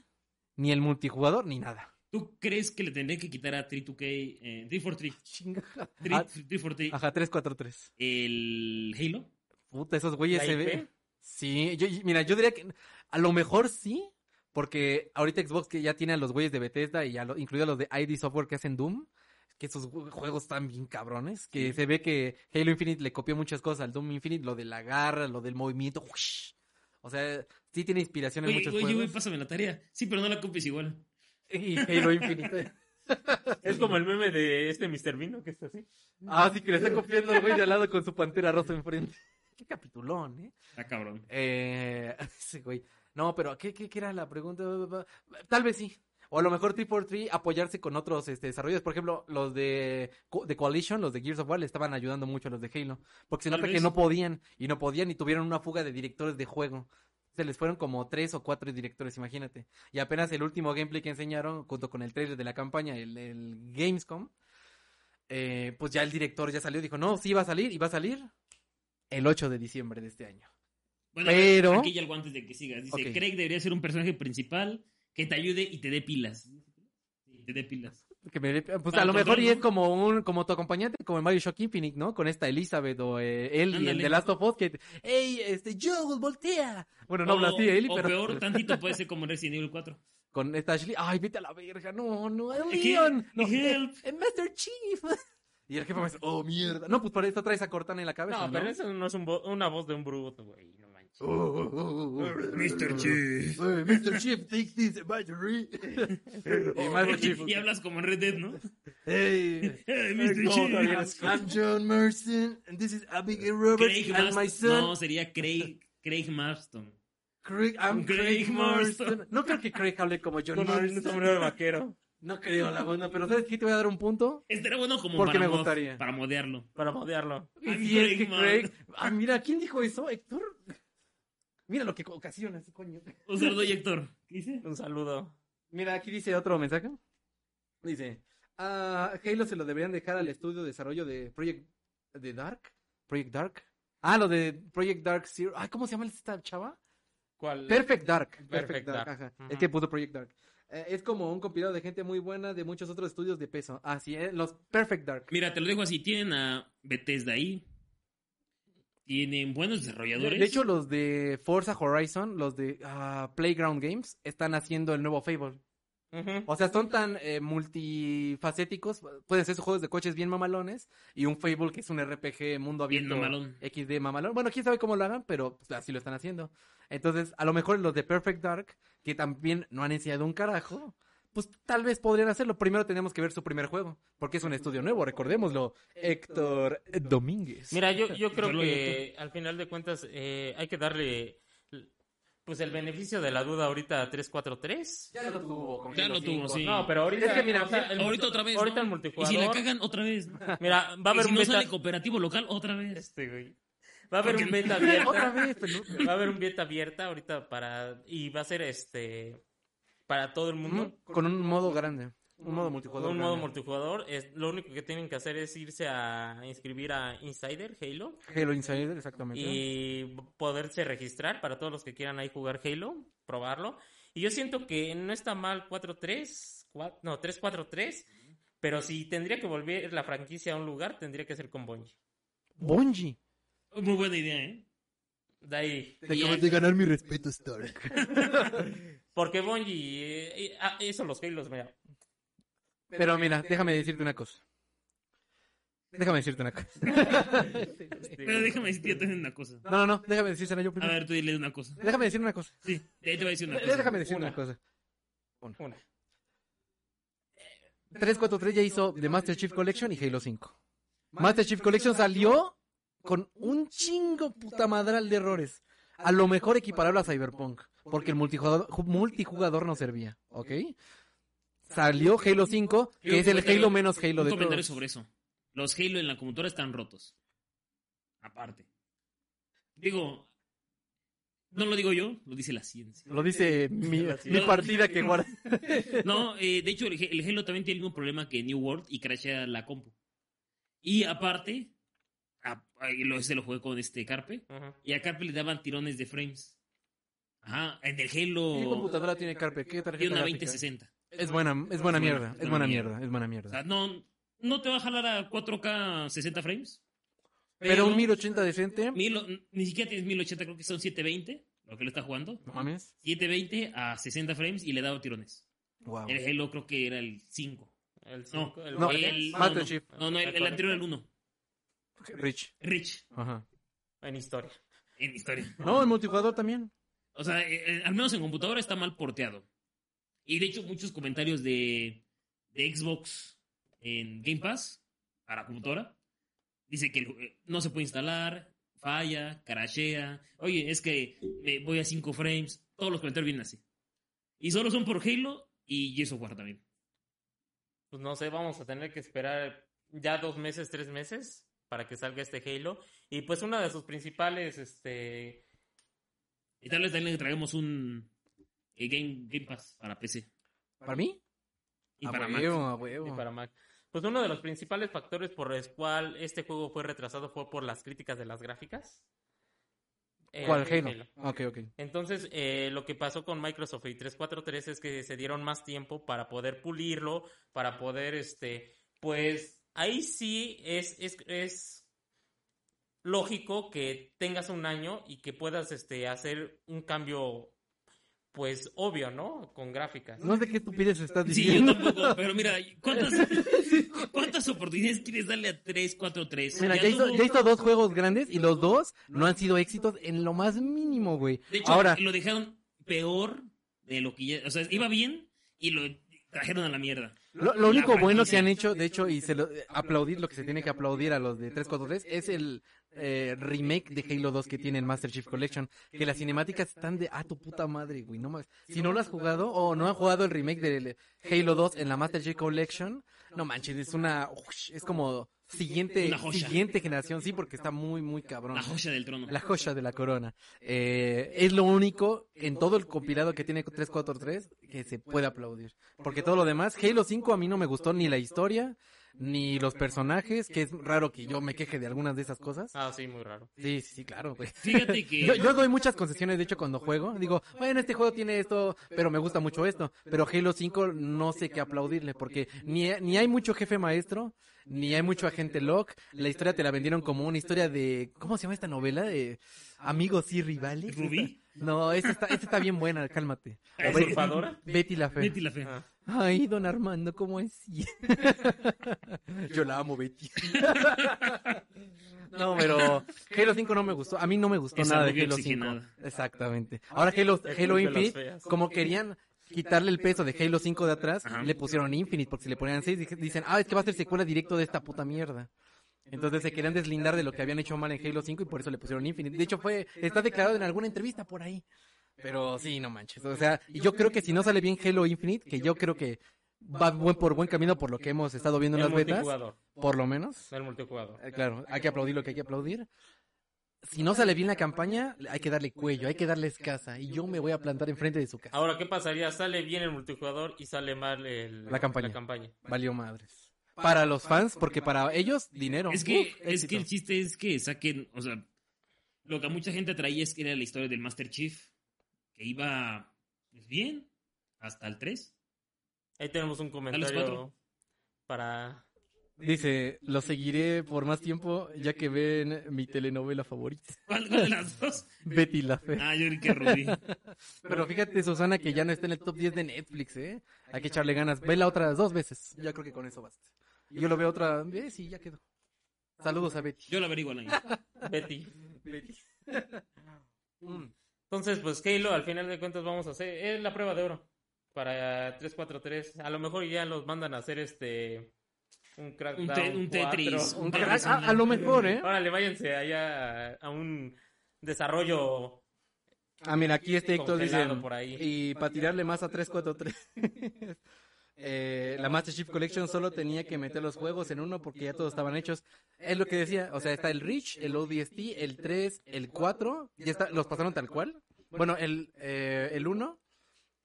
Speaker 3: ni el multijugador, ni nada.
Speaker 1: ¿Tú crees que le tendré que quitar a 3-2K, eh, 343,
Speaker 3: Chinga. Ah.
Speaker 1: 343,
Speaker 3: Ajá, 343.
Speaker 1: el Halo?
Speaker 3: Puta, esos güeyes
Speaker 2: ¿La
Speaker 3: se
Speaker 2: IP?
Speaker 3: ven. Sí, yo, y- mira, yo diría que a lo mejor sí, porque ahorita Xbox que ya tiene a los güeyes de Bethesda y a lo, incluido a los de ID Software que hacen Doom, que esos ju- juegos están bien cabrones, que se ve que Halo Infinite le copió muchas cosas al Doom Infinite, lo de la garra, lo del movimiento. ¡whoosh! O sea, sí tiene inspiración en
Speaker 1: Oye,
Speaker 3: muchos
Speaker 1: oye, güey,
Speaker 3: juegos.
Speaker 1: pásame la tarea. Sí, pero no la copies igual.
Speaker 3: Y Halo Infinite.
Speaker 2: Es como el meme de este Mr. Vino que está así.
Speaker 3: ah, sí, que le está copiando al güey de al lado con su pantera rosa enfrente. Qué capitulón, ¿eh?
Speaker 1: Ah, cabrón.
Speaker 3: Eh, sí, güey. No, pero ¿qué, qué, qué era la pregunta? Tal vez sí. O a lo mejor 343 apoyarse con otros este, desarrollos. Por ejemplo, los de, Co- de Coalition, los de Gears of War, le estaban ayudando mucho a los de Halo. Porque se
Speaker 1: Tal
Speaker 3: nota que
Speaker 1: vez.
Speaker 3: no podían, y no podían, y tuvieron una fuga de directores de juego. Se les fueron como tres o cuatro directores, imagínate. Y apenas el último gameplay que enseñaron, junto con el trailer de la campaña, el, el Gamescom, eh, pues ya el director ya salió, dijo, no, sí va a salir, y va a salir el 8 de diciembre de este año.
Speaker 1: Bueno, a ver,
Speaker 3: Pero-
Speaker 1: aquí ya algo antes de que sigas. Dice,
Speaker 3: Ok.
Speaker 1: Craig debería ser un personaje principal que te ayude y te dé pilas. Sí, Te dé pilas.
Speaker 3: Que me dé- pues
Speaker 1: Para
Speaker 3: a lo mejor y
Speaker 1: encontrar,
Speaker 3: es
Speaker 1: ¿no?
Speaker 3: como un como tu acompañante como en Mario Shock Infinite, ¿no? Con esta Elizabeth o eh, Ellie, el
Speaker 1: Ándale.
Speaker 3: de Last of Us que ¡Ey, este Joel, voltea! Bueno, no habla
Speaker 1: O-
Speaker 3: así Ellie,
Speaker 1: o
Speaker 3: pero
Speaker 1: peor, tantito puede ser como Resident Evil 4.
Speaker 3: con esta Ashley, ¡ay, vete a la verga! No, no,
Speaker 1: Es que-
Speaker 3: Leon, no,
Speaker 1: help.
Speaker 3: eh, Master Chief. Y el jefe me dice, "Oh, mierda." No, pues para esto traes a Cortana en la cabeza,
Speaker 2: No,
Speaker 3: ¿no?
Speaker 2: pero eso no es un vo- una voz de un bruto, güey. No manches.
Speaker 3: Oh, oh, oh, oh.
Speaker 1: Mr. Chief.
Speaker 3: Eh, Mr. Chief, take this battery. y Master Chief.
Speaker 1: Y hablas como en Red Dead, ¿no?
Speaker 3: Hey.
Speaker 1: Eh, Mr.
Speaker 2: No,
Speaker 1: Chief.
Speaker 2: todavía
Speaker 3: I'm John Merson, and this is Abigail Roberts,
Speaker 1: Craig
Speaker 3: and my
Speaker 1: Marston.
Speaker 3: son,
Speaker 1: No, sería Craig, Craig Marston.
Speaker 3: Craig, I'm Craig,
Speaker 1: Craig
Speaker 3: Marston.
Speaker 1: Marston.
Speaker 3: No creo que Craig hable como John
Speaker 2: Con un
Speaker 3: Marston.
Speaker 2: sombrero de vaquero.
Speaker 3: No creo, la buena, pero ¿sabes qué? Te voy a dar un punto.
Speaker 1: Estaría Este bueno como
Speaker 3: Porque
Speaker 1: para,
Speaker 3: me
Speaker 1: mod-
Speaker 3: gustaría.
Speaker 1: para modearlo.
Speaker 2: Para modearlo.
Speaker 3: Y
Speaker 1: I'm
Speaker 3: si es
Speaker 1: Craig
Speaker 3: que
Speaker 1: Mar-
Speaker 3: Craig... Ah, mira, ¿quién dijo eso, Héctor? Mira lo que ocasionas, coño.
Speaker 1: Un saludo, Héctor. ¿Qué dice?
Speaker 2: Un saludo.
Speaker 3: Mira, aquí dice otro mensaje. Dice, ah, Halo se lo deberían dejar al estudio de desarrollo de Project de Dark. Project Dark. Ah, lo de Project Dark Zero. Ay, ¿cómo se llama esta chava?
Speaker 2: ¿Cuál?
Speaker 3: Perfect Dark. Perfect,
Speaker 2: Perfect
Speaker 3: Dark.
Speaker 2: Dark.
Speaker 3: ajá.
Speaker 2: Ujú.
Speaker 3: Es que puso Project Dark. Eh, es como un compilado de gente muy buena de muchos otros estudios de peso. Así es, los Perfect Dark.
Speaker 1: Mira, te lo dejo así. Tienen a Bethesda ahí. Tienen buenos desarrolladores.
Speaker 3: De hecho, los de Forza Horizon, los de ah, Playground Games, están haciendo el nuevo Fable.
Speaker 2: Ujú.
Speaker 3: O sea, son tan eh, multifacéticos. Pueden ser juegos de coches bien mamalones y un Fable que es un RPG mundo
Speaker 1: Bien
Speaker 3: abierto.
Speaker 1: mamalón.
Speaker 3: XD mamalón. Bueno, quién sabe cómo lo hagan, pero pues, así lo están haciendo. Entonces, a lo mejor los de Perfect Dark, que también no han enseñado un carajo, pues tal vez podrían hacerlo. Primero tenemos que ver su primer juego, porque es un estudio nuevo, recordémoslo. Héctor Domínguez.
Speaker 2: Mira, yo, yo creo
Speaker 1: Solo
Speaker 2: que al final de cuentas eh, hay que darle pues el beneficio de la duda ahorita a 343.
Speaker 3: ya lo tuvo. con
Speaker 1: Ya lo
Speaker 3: Halo
Speaker 1: tuvo,
Speaker 3: 5.
Speaker 1: sí.
Speaker 2: No, pero ahorita.
Speaker 3: Es que mira,
Speaker 2: o sea, el-
Speaker 1: Ahorita otra vez.
Speaker 2: Ahorita
Speaker 1: ¿no?
Speaker 2: el multijugador.
Speaker 1: Y si la cagan otra vez. ¿no?
Speaker 2: Mira, va a
Speaker 1: Y
Speaker 2: haber
Speaker 1: si
Speaker 2: un
Speaker 1: no sale
Speaker 2: beta.
Speaker 1: cooperativo local, otra vez.
Speaker 2: Este, güey. Va a haber un beta
Speaker 3: Otra
Speaker 2: abierta.
Speaker 3: vez, pero no-
Speaker 2: va a haber un beta abierta ahorita para. Y va a ser este. Para todo el mundo.
Speaker 3: Mm, Con un modo grande. Un modo
Speaker 2: Con
Speaker 3: multijugador.
Speaker 2: un modo
Speaker 3: grande.
Speaker 2: multijugador. Es, lo único que tienen que hacer es irse a inscribir a Insider Halo.
Speaker 3: Halo Insider, exactamente.
Speaker 2: y poderse registrar para todos los que quieran ahí jugar Halo, probarlo. Y yo siento que no está mal 4-3, cua- no, 3-4-3, pero si tendría que volver la franquicia a un lugar, tendría que ser con Bungie.
Speaker 3: Bungie.
Speaker 1: Muy buena idea, ¿eh?
Speaker 2: De ahí.
Speaker 4: Te acabas de ganar mi respeto, Stark.
Speaker 2: Porque Bungie, eh, eh, ah, eso los Halos, mira.
Speaker 3: Pero mira, este- déjame decirte una cosa. Déjame decirte una cosa.
Speaker 2: este,
Speaker 1: Pero déjame decirte también una cosa.
Speaker 3: No, no, no, déjame decírsela yo
Speaker 1: A
Speaker 3: primero.
Speaker 1: ver, tú dile una cosa.
Speaker 3: Déjame decir una cosa.
Speaker 1: Sí, de ahí te voy a decir una cosa.
Speaker 3: Eh, Déjame decir una
Speaker 2: Una.
Speaker 3: cosa.
Speaker 2: una.
Speaker 3: 343 ya hizo The Master Chief Collection y Halo 5. Master Chief Collection salió con un chingo puta madral de errores. A lo mejor equiparable a Cyberpunk, porque el multijugador, ju- multijugador no servía, ¿ok? Salió Halo 5, que es el Halo menos Halo
Speaker 1: Un
Speaker 3: de
Speaker 1: comentario
Speaker 3: todos.
Speaker 1: sobre eso. Los Halo en la computadora están rotos. Aparte. Digo, no lo digo yo, lo dice la ciencia.
Speaker 3: Lo dice mi, mi partida que guarda.
Speaker 1: No, eh, de hecho, el, el Halo también tiene el mismo problema que New World y crashea la compu. Y aparte, a- ahí lo, se lo jugué con este Carpe.
Speaker 2: Ajá.
Speaker 1: Y a Carpe le daban tirones de frames. Ajá, en el
Speaker 3: ¿Qué
Speaker 1: Halo
Speaker 3: computadora tiene Carpe? ¿Qué tarjeta
Speaker 1: tiene Oh. una
Speaker 3: gráfica?
Speaker 1: 2060.
Speaker 3: Es buena, es buena mierda, es buena mierda, es buena
Speaker 1: O
Speaker 3: mierda.
Speaker 1: sea, no, no te va a jalar a 4K 60 frames.
Speaker 3: Pero un 1080 decente,
Speaker 1: Mil- ni siquiera tienes 1080, creo que son 720, lo que lo está jugando.
Speaker 3: no mames.
Speaker 1: 720 a 60 frames y le daba tirones.
Speaker 3: Wow.
Speaker 1: El Halo creo que era el 5.
Speaker 2: El
Speaker 1: No,
Speaker 2: cinco, el
Speaker 3: no,
Speaker 2: Guardians.
Speaker 1: el-
Speaker 3: Master
Speaker 1: no.
Speaker 3: Chief.
Speaker 1: No, no, el, el anterior era el 1.
Speaker 3: Rich.
Speaker 1: Rich,
Speaker 3: Ajá.
Speaker 2: En historia.
Speaker 1: en historia.
Speaker 3: No, el multijugador también.
Speaker 1: O sea, eh, eh, al menos en computadora está mal porteado. Y de hecho, muchos comentarios de, de Xbox en Game Pass para computadora dice que el ju- eh, no se puede instalar, falla, crashea. Oye, es que me voy a 5 frames. Todos los comentarios vienen así. Y solo son por Halo y Gears of War también.
Speaker 2: pues no sé, vamos a tener que esperar ya dos meses, tres meses para que salga este Halo. Y pues una de sus principales, este,
Speaker 1: Y tal vez también le traigamos un eh, game, game Pass para PC
Speaker 3: ¿Para mí?
Speaker 1: y
Speaker 3: A
Speaker 1: para Mac.
Speaker 3: huevo, a
Speaker 2: y
Speaker 3: huevo.
Speaker 2: para Mac, pues uno de los principales factores por los cual este juego fue retrasado fue por las críticas de las gráficas. Eh,
Speaker 3: ¿Cuál
Speaker 2: de
Speaker 3: Halo? Ok, ok.
Speaker 2: Entonces, eh, lo que pasó con Microsoft y 343 es que se dieron más tiempo para poder pulirlo, para poder, este, pues ahí sí es, es, es lógico que tengas un año y que puedas, este, hacer un cambio, pues obvio, ¿no? Con gráficas.
Speaker 3: No sé qué estupidez estás
Speaker 1: Sí, yo
Speaker 3: diciendo.
Speaker 1: tampoco, pero mira, ¿cuántas, cuántas oportunidades quieres darle a 3, 4, 3?
Speaker 3: Mira, ya hizo, ya hizo dos juegos grandes y los dos no han sido éxitos en lo más mínimo, güey.
Speaker 1: De hecho,
Speaker 3: Ahora,
Speaker 1: lo dejaron peor de lo que ya... O sea, iba bien y lo trajeron a la mierda.
Speaker 3: lo, lo único
Speaker 1: franquicia.
Speaker 3: bueno que han hecho, de hecho, y se lo, eh, aplaudir lo que se tiene que aplaudir a los de 343 es el eh, remake de Halo 2 que tiene en Master Chief Collection. Que las cinemáticas están de a tu puta madre, güey. No mames. Si no lo has jugado o no han jugado el remake de Halo 2 en la Master Chief Collection, no manches, es una. Es como siguiente,
Speaker 1: Una joya.
Speaker 3: siguiente generación, sí, porque está muy, muy cabrón.
Speaker 1: La joya del trono.
Speaker 3: La joya de la corona. Eh, es lo único en todo el compilado que tiene 343 que se puede aplaudir. Porque todo lo demás, Halo 5 a mí no me gustó ni la historia, ni los personajes, que es raro que yo me queje de algunas de esas cosas.
Speaker 2: Ah, sí, muy raro.
Speaker 3: Sí, sí, sí, claro, güey.
Speaker 1: Fíjate que...
Speaker 3: Yo, yo doy muchas concesiones, de hecho, cuando juego. Digo, bueno, este juego tiene esto, pero me gusta mucho esto. Pero Halo 5 no sé qué aplaudirle, porque ni, ni hay mucho jefe maestro, ni hay mucho agente Locke. La historia te la vendieron como una historia de... ¿Cómo se llama esta novela? De amigos y rivales.
Speaker 1: ¿Rubí?
Speaker 3: No, esta está, esta está bien buena, cálmate.
Speaker 2: ¿Es usurpadora?
Speaker 3: Betty la Fea.
Speaker 1: Betty la fea.
Speaker 2: Ah.
Speaker 3: Ay, don Armando, ¿cómo es? Yo la amo, Betty. no, pero Halo 5 no me gustó. A mí no me gustó
Speaker 1: Esa
Speaker 3: nada
Speaker 1: no
Speaker 3: de
Speaker 1: vio
Speaker 3: Halo 5.
Speaker 1: oxigenada.
Speaker 3: Exactamente. Ahora Halo,
Speaker 2: El
Speaker 3: Halo
Speaker 2: club de las
Speaker 3: Infinite,
Speaker 2: feas.
Speaker 3: como querían quitarle el peso de Halo 5 de atrás,
Speaker 1: Ajá.
Speaker 3: le pusieron Infinite, porque si le ponían 6, dije- dicen, ah, es que va a ser secuela directo de esta puta mierda. Entonces se querían deslindar de lo que habían hecho mal en Halo 5 y por eso le pusieron Infinite. De hecho, fue, está declarado en alguna entrevista por ahí. Pero sí, no manches. O sea, y yo creo que si no sale bien Halo Infinite, que yo creo que va buen, por buen camino por lo que hemos estado viendo en
Speaker 2: El
Speaker 3: las betas,
Speaker 2: multijugador.
Speaker 3: por lo menos.
Speaker 2: El multijugador.
Speaker 3: Eh, Claro, hay que aplaudir lo que hay que aplaudir. Si no sale bien la campaña, hay que darle cuello, hay que darle escasa. Y yo me voy a plantar enfrente de su casa.
Speaker 2: Ahora, ¿qué pasaría? Sale bien el multijugador y sale mal el-
Speaker 3: La campaña.
Speaker 2: campaña.
Speaker 3: Valió madres. Para los fans, porque para ellos, dinero.
Speaker 1: Es que,
Speaker 3: Uf,
Speaker 1: es que el
Speaker 3: éxito.
Speaker 1: chiste es que saquen, o sea, lo que a mucha gente atraía es que era la historia del Master Chief, que iba pues, bien hasta el 3.
Speaker 2: Ahí tenemos un comentario
Speaker 1: cuatro.
Speaker 2: para...
Speaker 3: Dice, lo seguiré por más tiempo, ya que ven mi telenovela favorita,
Speaker 1: ¿Cuál, cuál de las dos?
Speaker 3: Betty la Fe.
Speaker 1: Ah, yo creo que Rudy.
Speaker 3: Pero fíjate, Susana, que ya no está en el top 10 de Netflix, ¿eh? Hay que echarle ganas. Vela otras dos veces. Ya creo que con eso basta. Yo lo veo otra vez y ya quedó. Saludos a Betty.
Speaker 1: Yo lo averiguo al año.
Speaker 2: Betty.
Speaker 3: Betty.
Speaker 2: Entonces, pues Halo, al final de cuentas vamos a hacer es la prueba de oro para 343. A lo mejor ya los mandan a hacer este un crackdown
Speaker 1: Un, te- un
Speaker 2: cuatro.
Speaker 1: Tetris.
Speaker 3: Un
Speaker 1: Un
Speaker 3: crack,
Speaker 1: Tetris
Speaker 3: a, a lo mejor, ¿eh?
Speaker 2: Órale, váyanse allá a, a un desarrollo
Speaker 3: Ah, mira, aquí este Héctor dice.
Speaker 2: congelado por ahí.
Speaker 3: Y para tirarle más a 343. eh, la Master Chief Collection solo tenía que meter los juegos en uno porque ya todos estaban hechos. Es lo que decía. O sea, está el Reach, el ODST, el 3, el 4. Ya está, los pasaron tal cual. Bueno, el, eh, el 1.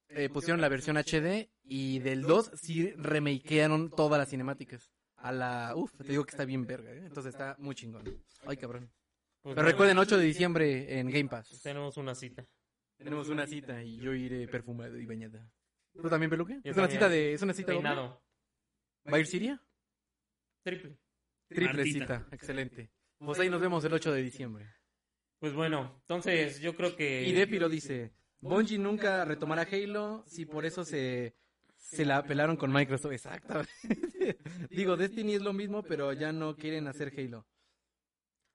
Speaker 3: eh, pusieron la versión HD y del 2 sí remakearon todas las cinemáticas. A la. Uf, te digo que está bien verga, ¿eh? Entonces está muy chingón. Ay, cabrón.
Speaker 2: Pues,
Speaker 3: Pero recuerden, 8 de diciembre en Game Pass.
Speaker 2: tenemos una cita.
Speaker 3: Tenemos una cita y yo iré perfumado y bañada. ¿Tú también, peluque?
Speaker 2: Yo
Speaker 3: es una
Speaker 2: también.
Speaker 3: cita de. Es una cita doble?
Speaker 2: Peinado.
Speaker 3: ¿Va a ir Siria?
Speaker 2: Triple.
Speaker 3: Triple
Speaker 1: Martita.
Speaker 3: cita, excelente. Pues ahí nos vemos el 8 de diciembre.
Speaker 2: Pues bueno, entonces yo creo que
Speaker 3: Y Depiro dice: Bungie nunca retomará Halo si por eso se. Se la pelaron con Microsoft, exactamente. Digo, Destiny es lo mismo, pero ya no quieren hacer Halo.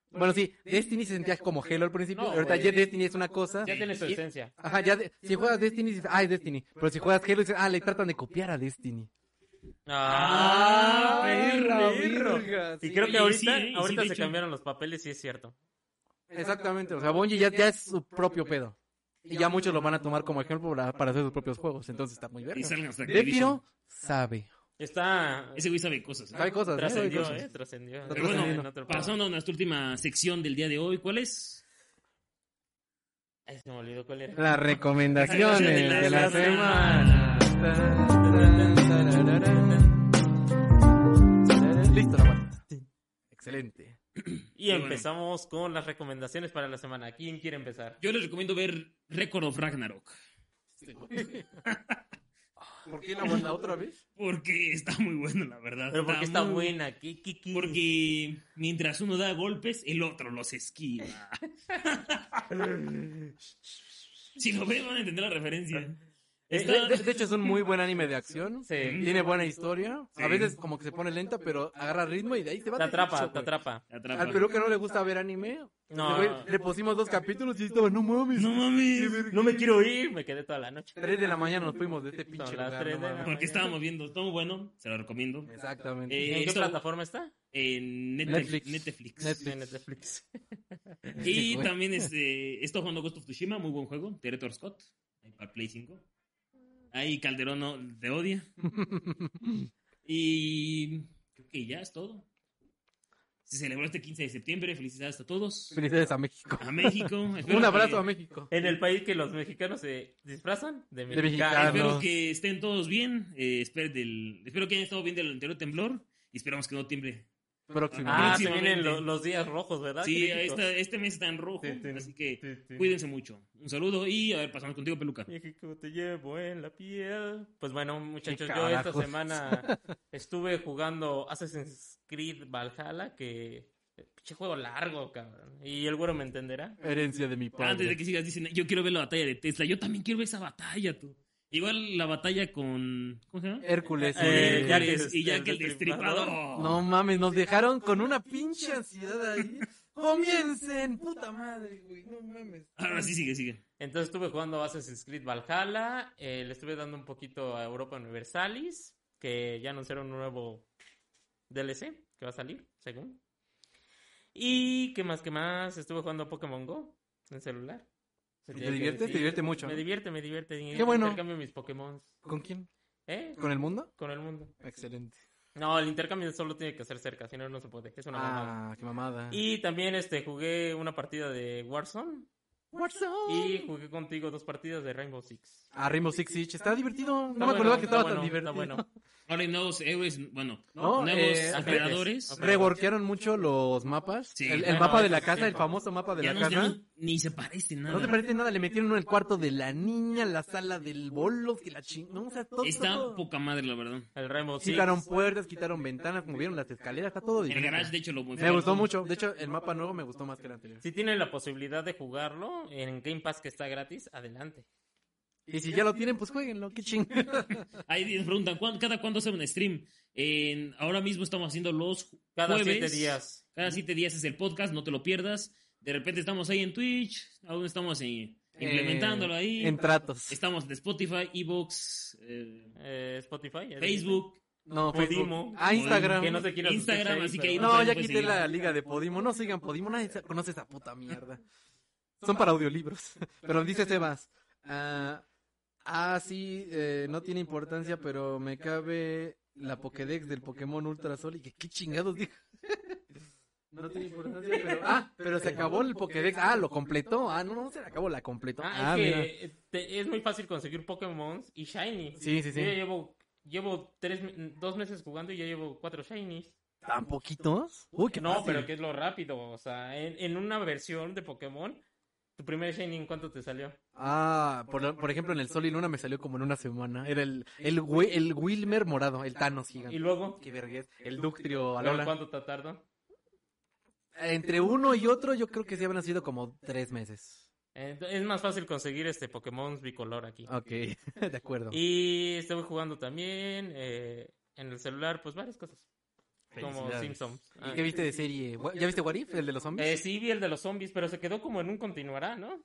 Speaker 3: Bueno, sí, Destiny se sentía como Halo al principio,
Speaker 2: No,
Speaker 3: pero ahorita
Speaker 2: güey.
Speaker 3: ya Destiny es una cosa.
Speaker 2: ya tiene su
Speaker 3: y-
Speaker 2: esencia.
Speaker 3: Ajá, ya de- si juegas Destiny, dices, ah, es Destiny. Pero si juegas Halo, dices, ah, le tratan de copiar a Destiny.
Speaker 2: Ah,
Speaker 3: Ay,
Speaker 2: perro,
Speaker 3: la
Speaker 2: perro.
Speaker 3: virga,
Speaker 2: Y
Speaker 3: sí.
Speaker 2: creo que
Speaker 1: Oye,
Speaker 2: ahorita,
Speaker 1: sí, ¿eh? Y sí,
Speaker 2: ahorita
Speaker 1: de
Speaker 2: se
Speaker 1: hecho.
Speaker 2: cambiaron los papeles, sí es cierto.
Speaker 3: Exactamente, o sea, Bungie ya, ya es su propio pedo. Y ya muchos lo van a tomar como ejemplo para, para hacer sus propios juegos, entonces está muy
Speaker 1: Y
Speaker 3: verga.
Speaker 1: salgan hasta Activision.
Speaker 3: Depiro sabe,
Speaker 2: Está
Speaker 1: Ese güey sabe cosas. ¿eh?
Speaker 3: sabe cosas, ¿eh? Sabe
Speaker 2: Trascendió,
Speaker 3: cosas.
Speaker 2: eh, trascendió.
Speaker 3: Pero
Speaker 1: Pero
Speaker 3: trascendiendo.
Speaker 2: En otro
Speaker 1: bueno, pasando
Speaker 2: plano.
Speaker 1: a nuestra última sección del día de hoy, ¿cuál es?
Speaker 2: Ay, se me olvidó cuál era.
Speaker 3: Las recomendaciones de la semana. Listo, la guarda. Excelente.
Speaker 2: Y
Speaker 1: bueno.
Speaker 2: empezamos con las recomendaciones para la semana. ¿Quién quiere empezar?
Speaker 1: Yo les recomiendo ver Record of Ragnarok,
Speaker 3: ¿Por qué la guarda otra vez?
Speaker 1: porque está muy bueno, la verdad.
Speaker 2: Pero porque está
Speaker 1: muy-
Speaker 2: buena. ¿Qué, qué, qué?
Speaker 1: Porque mientras uno da golpes, el otro los esquiva. si lo ven, van a entender la
Speaker 2: Eh,
Speaker 1: referencia.
Speaker 3: De,
Speaker 1: Está-
Speaker 3: de- de hecho, es un muy buen anime de acción.
Speaker 2: Sí.
Speaker 3: Tiene buena historia.
Speaker 1: Sí.
Speaker 3: A veces como que se pone lenta, pero agarra ritmo y de ahí se va.
Speaker 2: Te
Speaker 3: derecho,
Speaker 2: atrapa, te
Speaker 3: güey.
Speaker 2: atrapa.
Speaker 1: La trampa.
Speaker 3: Al Perú que no le gusta ver anime.
Speaker 2: No.
Speaker 3: Le, güey, le pusimos dos capítulos y estaba, no mames.
Speaker 1: No mames.
Speaker 2: No me quiero ir, me quedé toda la noche.
Speaker 3: Tres de la mañana nos fuimos de este pinche
Speaker 2: Son las
Speaker 3: lugar,
Speaker 2: tres
Speaker 3: no
Speaker 2: de la
Speaker 3: mames.
Speaker 1: Porque estábamos viendo, está muy bueno, se lo recomiendo.
Speaker 3: Exactamente.
Speaker 1: Eh,
Speaker 2: ¿En qué
Speaker 1: esto-
Speaker 2: plataforma está?
Speaker 1: En Net-
Speaker 3: Netflix.
Speaker 1: Netflix.
Speaker 3: Netflix.
Speaker 2: En Netflix.
Speaker 1: Y
Speaker 3: Sí, güey.
Speaker 1: también este, estoy jugando Ghost of Tsushima, muy buen juego. Territor Scott, ahí para Play 5. Ahí Calderón no- te odia. Y creo que ya es todo. Se celebró este 15 de septiembre. Felicidades a todos.
Speaker 3: Felicidades a México.
Speaker 1: A México. Espero
Speaker 3: Un abrazo
Speaker 1: que-
Speaker 3: a México.
Speaker 2: En el país que los mexicanos se disfrazan de
Speaker 3: De
Speaker 2: mexicanos.
Speaker 3: mexicanos.
Speaker 1: Espero que estén todos bien. eh, espero, del- espero que hayan estado bien del anterior temblor. Y esperamos que no tiemble.
Speaker 3: Próximo.
Speaker 2: Ah, se
Speaker 1: Próximamente.
Speaker 2: vienen lo- los días rojos, ¿verdad?
Speaker 1: Sí,
Speaker 2: Críticos.
Speaker 1: esta- este mes está en rojo.
Speaker 2: Ah, Sí, sí.
Speaker 1: Así que
Speaker 2: Sí, sí.
Speaker 1: cuídense mucho. Un saludo y a ver, pasamos contigo, Peluca.
Speaker 2: México te llevo en la piel. Pues bueno, muchachos,
Speaker 3: ¿Qué
Speaker 2: yo esta
Speaker 3: carajos?
Speaker 2: semana estuve jugando Assassin's Creed Valhalla, que eh, Pinche juego largo, cabrón. Y el güero me entenderá.
Speaker 3: Herencia de mi
Speaker 2: Ah,
Speaker 3: padre.
Speaker 1: Antes de que sigas, dicen, yo quiero ver la batalla de Tesla. Yo también quiero ver esa batalla, tú. Igual la batalla con. ¿Cómo se llama?
Speaker 3: Hércules.
Speaker 2: Eh,
Speaker 3: eh,
Speaker 2: ya
Speaker 1: ya
Speaker 2: que
Speaker 1: que
Speaker 2: es
Speaker 1: y ya
Speaker 2: el
Speaker 1: que el
Speaker 2: destripador.
Speaker 1: destripador.
Speaker 3: No mames, nos dejaron con una pinche ansiedad ahí. Comiencen, puta madre, güey. No mames.
Speaker 1: Ahora sí, sigue, sigue.
Speaker 2: Entonces estuve jugando Assassin's Creed Valhalla, eh, le estuve dando un poquito a Europa Universalis, que ya anunciaron un nuevo DLC que va a salir, según. Y qué más, qué más, estuve jugando Pokémon Go en celular. Se
Speaker 3: ¿Te
Speaker 2: tiene que
Speaker 3: diviertes?
Speaker 2: decir.
Speaker 3: Te divierte mucho,
Speaker 2: Me
Speaker 3: ¿no?
Speaker 2: divierte, me divierte.
Speaker 3: Qué bueno.
Speaker 2: Intercambio mis Pokémon.
Speaker 3: ¿Con quién?
Speaker 2: ¿Eh?
Speaker 3: ¿Con el mundo?
Speaker 2: Con el mundo.
Speaker 3: Excelente.
Speaker 2: No, el intercambio solo tiene que ser cerca, si no, no se puede. Es una mamada.
Speaker 3: Ah, qué mamada.
Speaker 2: Y también este, jugué una partida de Warzone
Speaker 3: Warzone.
Speaker 2: y jugué contigo dos partidas de Rainbow Six.
Speaker 3: A Ah, Rainbow Six Siege. Está divertido. No
Speaker 2: Está
Speaker 3: me acordaba
Speaker 2: bueno,
Speaker 3: que
Speaker 2: está
Speaker 3: estaba
Speaker 2: bueno,
Speaker 3: tan
Speaker 2: está
Speaker 3: divertido.
Speaker 2: bueno.
Speaker 1: Ahora hay nuevos héroes, bueno,
Speaker 3: No,
Speaker 1: nuevos
Speaker 3: eh,
Speaker 1: operadores.
Speaker 2: operadores.
Speaker 3: Reworkearon mucho los mapas.
Speaker 1: Sí.
Speaker 3: el el
Speaker 2: Bueno,
Speaker 3: mapa de
Speaker 2: eso
Speaker 3: la
Speaker 2: sí.
Speaker 3: casa, el famoso mapa de
Speaker 1: Ya
Speaker 3: la
Speaker 1: no- ya
Speaker 3: casa.
Speaker 1: no- ni se parece nada.
Speaker 3: No te parece nada, le metieron uno en el cuarto de la niña, la sala del bolo, que la ching... No, o sea, todo,
Speaker 1: Está
Speaker 3: todo.
Speaker 1: poca madre, la verdad.
Speaker 2: El Rainbow Six.
Speaker 3: Quitaron puertas, quitaron ventanas, movieron las escaleras, está todo
Speaker 1: El
Speaker 3: diferente.
Speaker 1: garage, de hecho, lo
Speaker 3: Me gustó mucho. De hecho, el mapa nuevo me gustó más que el anterior.
Speaker 2: Si tienen la posibilidad de jugarlo en Game Pass que está gratis, adelante.
Speaker 3: Y si ya lo tienen, pues jueguenlo, qué ching.
Speaker 1: Ahí nos preguntan, ¿cuán- ¿cada cuándo hacer un stream? En- ahora mismo estamos haciendo los
Speaker 2: Cada
Speaker 1: jueves.
Speaker 2: siete días.
Speaker 1: Cada siete días es el podcast, no te lo pierdas. De repente estamos ahí en Twitch, aún estamos ahí implementándolo
Speaker 3: Eh,
Speaker 1: ahí.
Speaker 3: En tratos.
Speaker 1: Estamos en Spotify, Evox, eh,
Speaker 2: Eh, Spotify. ya dije.
Speaker 1: Facebook.
Speaker 3: No,
Speaker 2: Podimo.
Speaker 3: Facebook. Ah, Instagram.
Speaker 2: Que no se quiera
Speaker 1: Instagram,
Speaker 2: suscribir,
Speaker 1: así
Speaker 2: pero-
Speaker 1: que ahí
Speaker 3: No,
Speaker 1: Instagram,
Speaker 3: ya
Speaker 1: pues,
Speaker 3: quité la
Speaker 1: digamos.
Speaker 3: liga de Podimo. No sigan Podimo, nadie sa- conoce esa puta mierda. Son para audiolibros. Pero dice Sebas. ah, ah, sí, eh, no tiene importancia, pero me cabe la Pokédex del Pokémon Ultra Sol. Y que qué chingados dijo. No tiene importancia, pero. Ah, pero se acabó el Pokédex. Ah, lo completó. Ah, no, no se le acabó, la completó.
Speaker 2: Ah,
Speaker 3: Ah,
Speaker 2: es
Speaker 3: mira.
Speaker 2: que te- es muy fácil conseguir Pokémon y Shiny.
Speaker 3: Sí, sí,
Speaker 2: Yo ya
Speaker 3: sí.
Speaker 2: llevo, llevo tres, me- dos meses jugando y ya llevo cuatro Shinies.
Speaker 3: ¿Tan poquitos? Uy, qué
Speaker 2: no,
Speaker 3: fácil.
Speaker 2: pero que es lo rápido. O sea, en, en una versión de Pokémon, tu primer Shiny, ¿en cuánto te salió?
Speaker 3: Ah, por, por ejemplo, en el Sol y Luna me salió como en una semana. Era el, el, Wi- el Wilmer morado, el Thanos
Speaker 2: Y
Speaker 3: gigante.
Speaker 2: luego,
Speaker 3: Qué vergüenza. El Ductrio
Speaker 2: luego,
Speaker 3: Alola.
Speaker 2: ¿cuánto te tardó?
Speaker 3: Entre uno y otro, yo creo que sí habrán sido como tres meses.
Speaker 2: Eh, Es más fácil conseguir este Pokémon bicolor aquí.
Speaker 3: Ok, de acuerdo.
Speaker 2: Y estuve jugando también eh, en el celular, pues varias cosas. Como
Speaker 3: Felicidades.
Speaker 2: Simpsons.
Speaker 3: ¿Y qué viste de serie? Gua- ¿Ya viste Warif, el de los zombies?
Speaker 2: Eh, sí, vi el de los zombies, pero se quedó como en un continuará, ¿no?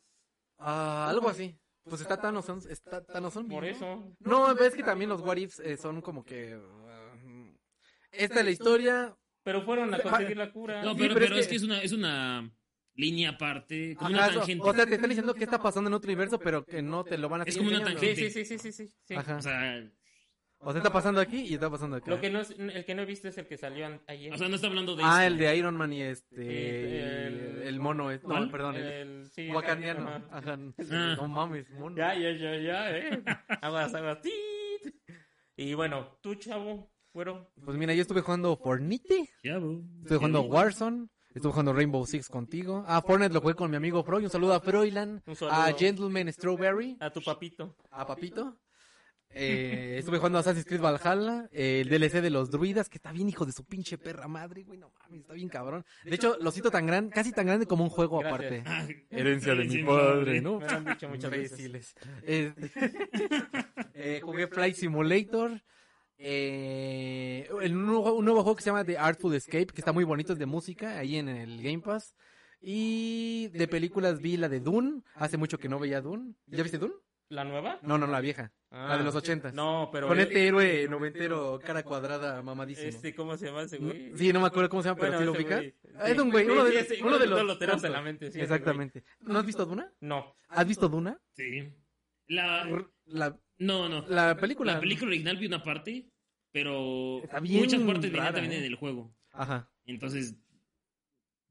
Speaker 3: Ah, algo así. Pues está Thanos, está Thanos zombie,
Speaker 2: Por
Speaker 3: ¿no?
Speaker 2: eso.
Speaker 3: No, ves que también los What Ifs, eh, son como que... ah, esta es la historia.
Speaker 2: Pero fueron a conseguir la cura.
Speaker 1: No,
Speaker 3: Sí,
Speaker 1: pero,
Speaker 3: pero es
Speaker 1: pero es
Speaker 3: que-
Speaker 1: que es una, es una línea aparte, como
Speaker 3: Ajá,
Speaker 1: una
Speaker 3: o-
Speaker 1: tangente.
Speaker 3: o sea, te están diciendo que está pasando en otro universo, pero que no te lo van a
Speaker 1: Es
Speaker 3: seguir
Speaker 1: como una
Speaker 3: enseñando.
Speaker 2: Sí,
Speaker 1: tangente.
Speaker 2: sí, sí, sí, sí, sí. sí.
Speaker 3: Ajá.
Speaker 1: O sea,
Speaker 3: O sea, está pasando aquí y está pasando acá.
Speaker 2: Lo que no es- el que no he visto es el que salió an- ayer.
Speaker 1: o sea, no está hablando de
Speaker 3: Ah,
Speaker 1: esto.
Speaker 3: el de Iron Man y este.
Speaker 2: Este, el-
Speaker 3: el... mono. es- No,
Speaker 1: ¿Cuál?
Speaker 3: perdón. El...
Speaker 2: El- sí,
Speaker 3: Wakandiano.
Speaker 2: ajá.
Speaker 3: Ajá.
Speaker 1: Ah.
Speaker 3: No mames, mono.
Speaker 2: Ya, ya, ya, ya, eh. Aguas, aguas. ¡Tit! Y bueno, tú, chavo, güero.
Speaker 3: Pues mira, yo estuve jugando Fornite.
Speaker 1: Ya, bro.
Speaker 3: Estuve jugando Warzone. Estuve jugando Rainbow Six contigo. Ah, Fortnite lo jugué con mi amigo Froy. Un saludo a Froylan.
Speaker 2: Un saludo.
Speaker 3: A Gentleman Strawberry.
Speaker 2: A tu papito.
Speaker 3: A Papito. Eh, estuve jugando Assassin's Creed Valhalla, eh, el DLC de los druidas, que está bien hijo de su pinche perra madre, güey, no mames, está bien cabrón. De hecho, lo cito tan gran, casi tan grande como un juego
Speaker 2: Gracias.
Speaker 3: aparte. Eh,
Speaker 1: Ah,
Speaker 3: Herencia de
Speaker 1: sí,
Speaker 3: mi padre, ¿no?
Speaker 2: Me lo han dicho muchas veces.
Speaker 3: Imbéciles. Este, eh, jugué Flight Simulator. eh, el nuevo- un nuevo juego que se llama The Artful Escape, que está muy bonito, es de música, ahí en el Game Pass. Y de películas vi la de Dune. Hace mucho que no veía Dune. ¿Ya viste Dune?
Speaker 2: ¿La nueva?
Speaker 3: No, no, la vieja.
Speaker 2: Ah.
Speaker 3: La de los ochentas.
Speaker 2: No, pero.
Speaker 3: Con
Speaker 2: eh,
Speaker 3: este héroe noventero, cara cuadrada, mamadísimo.
Speaker 2: Este, ¿cómo se llama ese güey?
Speaker 3: Sí, no me acuerdo cómo se llama, pero
Speaker 2: Bueno,
Speaker 3: sí lo
Speaker 2: ese
Speaker 3: ubicas.
Speaker 2: güey.
Speaker 3: Ah, Es un güey,
Speaker 2: Sí,
Speaker 3: uno
Speaker 2: sí,
Speaker 3: de,
Speaker 2: ese-
Speaker 3: uno de
Speaker 2: todos
Speaker 3: los...
Speaker 2: lo tenemos en la mente. sí, ese güey.
Speaker 3: Exactamente. ¿No has visto Duna?
Speaker 2: No.
Speaker 3: ¿Has visto Duna?
Speaker 1: sí. La,
Speaker 3: La,
Speaker 1: no, no.
Speaker 3: la película.
Speaker 1: La película original vi una parte, pero
Speaker 3: Está bien
Speaker 1: muchas partes venían
Speaker 3: rara,
Speaker 1: también
Speaker 3: ¿eh?
Speaker 1: en el juego.
Speaker 3: Ajá.
Speaker 1: Entonces,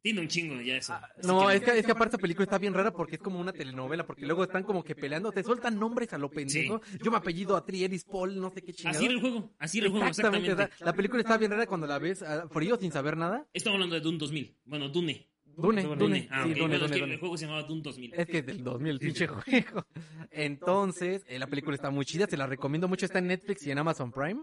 Speaker 1: tiene un chingo ya eso. Así
Speaker 3: Ah, No, es que, es que aparte esta película está bien rara porque es como una telenovela, porque luego están como que peleando, te sueltan nombres a lo pendejo. Yo me apellido a Trieris Paul, no sé qué chingado.
Speaker 1: Así era el juego, así era el juego, exactamente.
Speaker 3: o sea, La película está bien rara cuando la ves ah, frío sin saber nada.
Speaker 1: Estamos hablando de Dune 2000. Bueno, Dune.
Speaker 3: Dune,
Speaker 2: Dune.
Speaker 3: Dune.
Speaker 1: Ah,
Speaker 3: sí,
Speaker 1: ok.
Speaker 3: Dune,
Speaker 1: Bueno, es
Speaker 3: Dune,
Speaker 1: que
Speaker 3: Dune. Eh,
Speaker 1: el juego se llamaba Dune 2000.
Speaker 3: Es que es del 2000, el pinche juego. Entonces, eh, la película está muy chida, te la recomiendo mucho, está en Netflix y en Amazon Prime.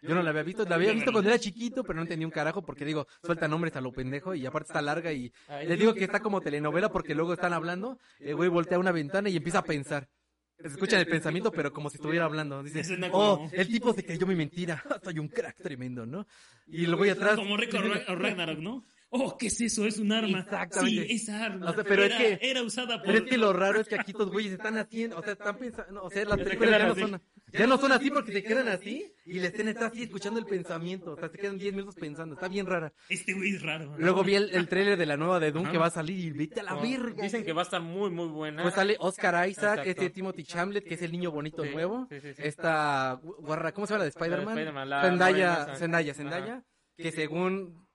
Speaker 3: Yo no la había visto, la había visto cuando era chiquito, pero no entendí un carajo porque digo, suelta nombres a lo pendejo y aparte está larga y le digo que está como telenovela porque luego están hablando, el güey voltea a una ventana y empieza a pensar. Se escucha el pensamiento, pero como si estuviera hablando.
Speaker 1: Es
Speaker 3: Dice,
Speaker 1: una
Speaker 3: oh,
Speaker 1: como-
Speaker 3: el tipo se creyó mi mentira. Soy un crack tremendo, ¿no? Y el güey atrás.
Speaker 1: Como Rick o Ra- o Ragnarok, ¿no? Oh, ¿qué es eso? Es un arma.
Speaker 3: Exactamente.
Speaker 1: Sí, esa arma.
Speaker 3: O sea, pero es
Speaker 1: era,
Speaker 3: que-
Speaker 1: era usada por.
Speaker 3: Pero es que lo raro es que aquí estos güeyes están haciendo, o sea, están pensando, o sea,
Speaker 2: Ya
Speaker 3: las
Speaker 2: se
Speaker 3: películas ya no
Speaker 2: quedan
Speaker 3: son, ya no son así porque se quedan así y la escena está así escuchando el pensamiento, o sea, se quedan 10 minutos pensando, está bien rara.
Speaker 1: Este güey es raro.
Speaker 3: Luego vi el, el tráiler de la nueva de Doom
Speaker 1: Ajá.
Speaker 3: que va a salir y vete a la verga.
Speaker 2: Oh,
Speaker 3: eh.
Speaker 2: Dicen que va a estar muy, muy buena.
Speaker 3: Pues sale Oscar Isaac,
Speaker 2: Exacto.
Speaker 3: este Timothy Chamlet, que es el niño bonito
Speaker 2: Sí,
Speaker 3: nuevo.
Speaker 2: sí, sí, sí.
Speaker 3: Esta gu- guarra, ¿cómo se llama la de Spider-Man?
Speaker 2: Spider-Man, la Lauren
Speaker 3: Zendaya,
Speaker 2: Wilson.
Speaker 3: Zendaya, Zendaya, que según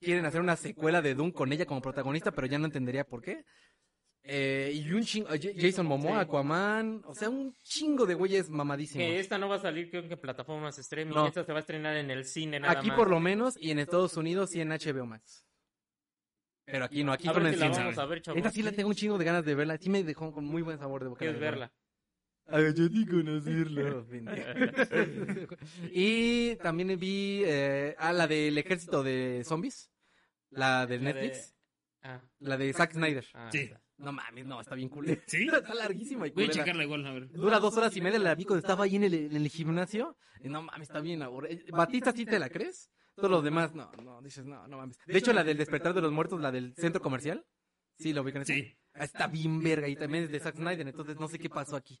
Speaker 3: quieren hacer una secuela de Doom con ella como protagonista, pero ya no entendería por qué. Eh, y un chingo, Jason
Speaker 2: Sí.
Speaker 3: Momoa, Aquaman, o sea, un chingo de güeyes
Speaker 2: Que
Speaker 3: mamadísimos.
Speaker 2: esta no va a salir, creo que en plataformas streaming.
Speaker 3: No.
Speaker 2: Esta se va a estrenar en el cine nada
Speaker 3: Aquí
Speaker 2: más.
Speaker 3: por lo menos, y en Estados Unidos y en HBO Max. Pero aquí no, aquí
Speaker 2: A
Speaker 3: con
Speaker 2: ver
Speaker 3: el
Speaker 2: si la
Speaker 3: cine.
Speaker 2: vamos a ver, chavos.
Speaker 3: Esta sí la tengo un chingo de ganas de verla, sí me dejó con muy buen sabor de boca.
Speaker 2: ¿Quieres
Speaker 3: la verdad.
Speaker 2: verla?
Speaker 3: Ay, yo ni conocerlo. y también vi eh, ah, la del ejército de zombies. La del
Speaker 2: La de-
Speaker 3: Netflix.
Speaker 2: Ah,
Speaker 3: La de Zack Snyder.
Speaker 2: ah,
Speaker 1: Sí.
Speaker 2: está.
Speaker 3: No mames, no, está bien cool.
Speaker 1: ¿Sí?
Speaker 3: Está larguísima y
Speaker 1: Voy a
Speaker 3: culera.
Speaker 1: checarla igual, a ver.
Speaker 3: Dura dos horas y media, la vi cuando estaba ahí en el, en el gimnasio. Y No mames, está bien aburrida. Batista, ¿sí te la crees? Todos los demás, no, no, dices, no, no mames. De hecho, la del despertar de los muertos, la del centro comercial. Sí, la ubican esa?
Speaker 1: Sí,
Speaker 3: Está bien verga y también es de Zack Snyder, entonces no sé qué pasó aquí.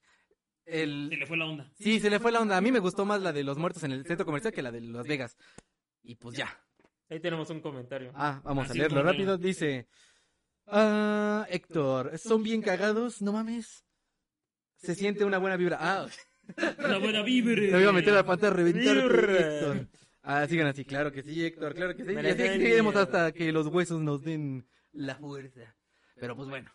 Speaker 3: El,
Speaker 1: se le fue la onda.
Speaker 3: Sí, se le fue la onda. A mí me gustó más la de los muertos en el centro comercial que la de Las Vegas. Y pues ya.
Speaker 2: Ahí tenemos un comentario.
Speaker 3: Ah, vamos a
Speaker 1: Así
Speaker 3: leerlo
Speaker 1: como
Speaker 3: rápido. Dice... Ah, Héctor, son bien cagados, no mames. Se siente una buena vibra. Ah,
Speaker 1: La buena víveres.
Speaker 3: te iba a meter la pata a reventarte,
Speaker 2: Vibra.
Speaker 3: Héctor. Ah, sigan así, claro que sí, Héctor, claro que sí. Y
Speaker 2: Me la
Speaker 3: así
Speaker 2: dan
Speaker 3: seguiremos
Speaker 2: miedo.
Speaker 3: hasta que los huesos nos den la fuerza. Pero pues bueno.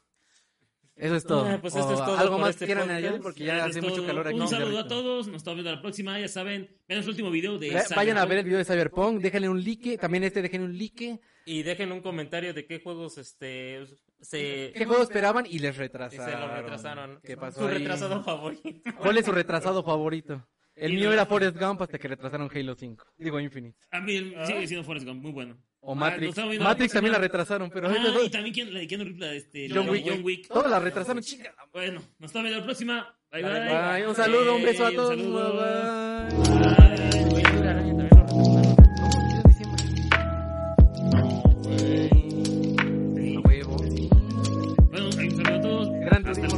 Speaker 3: Eso es todo.
Speaker 2: Ah, pues esto
Speaker 3: O
Speaker 2: es todo
Speaker 3: algo
Speaker 2: por
Speaker 3: más
Speaker 2: este
Speaker 3: quieran
Speaker 2: podcast.
Speaker 3: añadir porque ya
Speaker 1: Eso es
Speaker 3: hace mucho
Speaker 1: todo.
Speaker 3: calor aquí.
Speaker 1: Un
Speaker 3: en
Speaker 1: saludo a
Speaker 3: Monterrey.
Speaker 1: todos. Nos estamos viendo la próxima. Ya saben, vean el último video de.
Speaker 3: Ve- Vayan a
Speaker 1: Cyberpunk.
Speaker 3: ver el video de Cyberpunk, déjenle un like, también este déjenle un like.
Speaker 2: Y dejen un comentario de qué juegos este se,
Speaker 3: ¿Qué juego esperaban? Y les
Speaker 2: se
Speaker 3: retrasaron.
Speaker 2: lo retrasaron.
Speaker 3: ¿Qué pasó
Speaker 2: Su
Speaker 3: ahí?
Speaker 2: retrasado favorito.
Speaker 3: ¿Cuál es su retrasado favorito? El
Speaker 1: Y
Speaker 3: mío
Speaker 1: no-
Speaker 3: era Forrest Gump hasta que retrasaron Halo 5. Digo Infinite.
Speaker 1: A mí el- sigue siendo Forrest Gump, muy bueno.
Speaker 3: O
Speaker 1: Ah, no
Speaker 3: Matrix.
Speaker 1: estaba viendo la
Speaker 3: Matrix
Speaker 1: próxima.
Speaker 3: también la retrasaron, pero... pues,
Speaker 1: Ah, y también ¿quién- la de Keanu Reeves, la de este, la de
Speaker 3: John Wick.
Speaker 1: John Wick. Ah,
Speaker 3: Todas las retrasaron, chica.
Speaker 1: Bueno, nos estamos viendo la próxima. Bye, bye.
Speaker 3: Ay, un saludo, un beso a
Speaker 1: Eh,
Speaker 3: todos.
Speaker 1: saludo.
Speaker 3: Bye, bye.
Speaker 1: Bye.
Speaker 2: Oye, Dura Araña también lo retrasaron.
Speaker 3: A huevo.
Speaker 1: Bueno, un saludo a todos.
Speaker 3: Gran
Speaker 1: Hasta luego.
Speaker 3: turismo,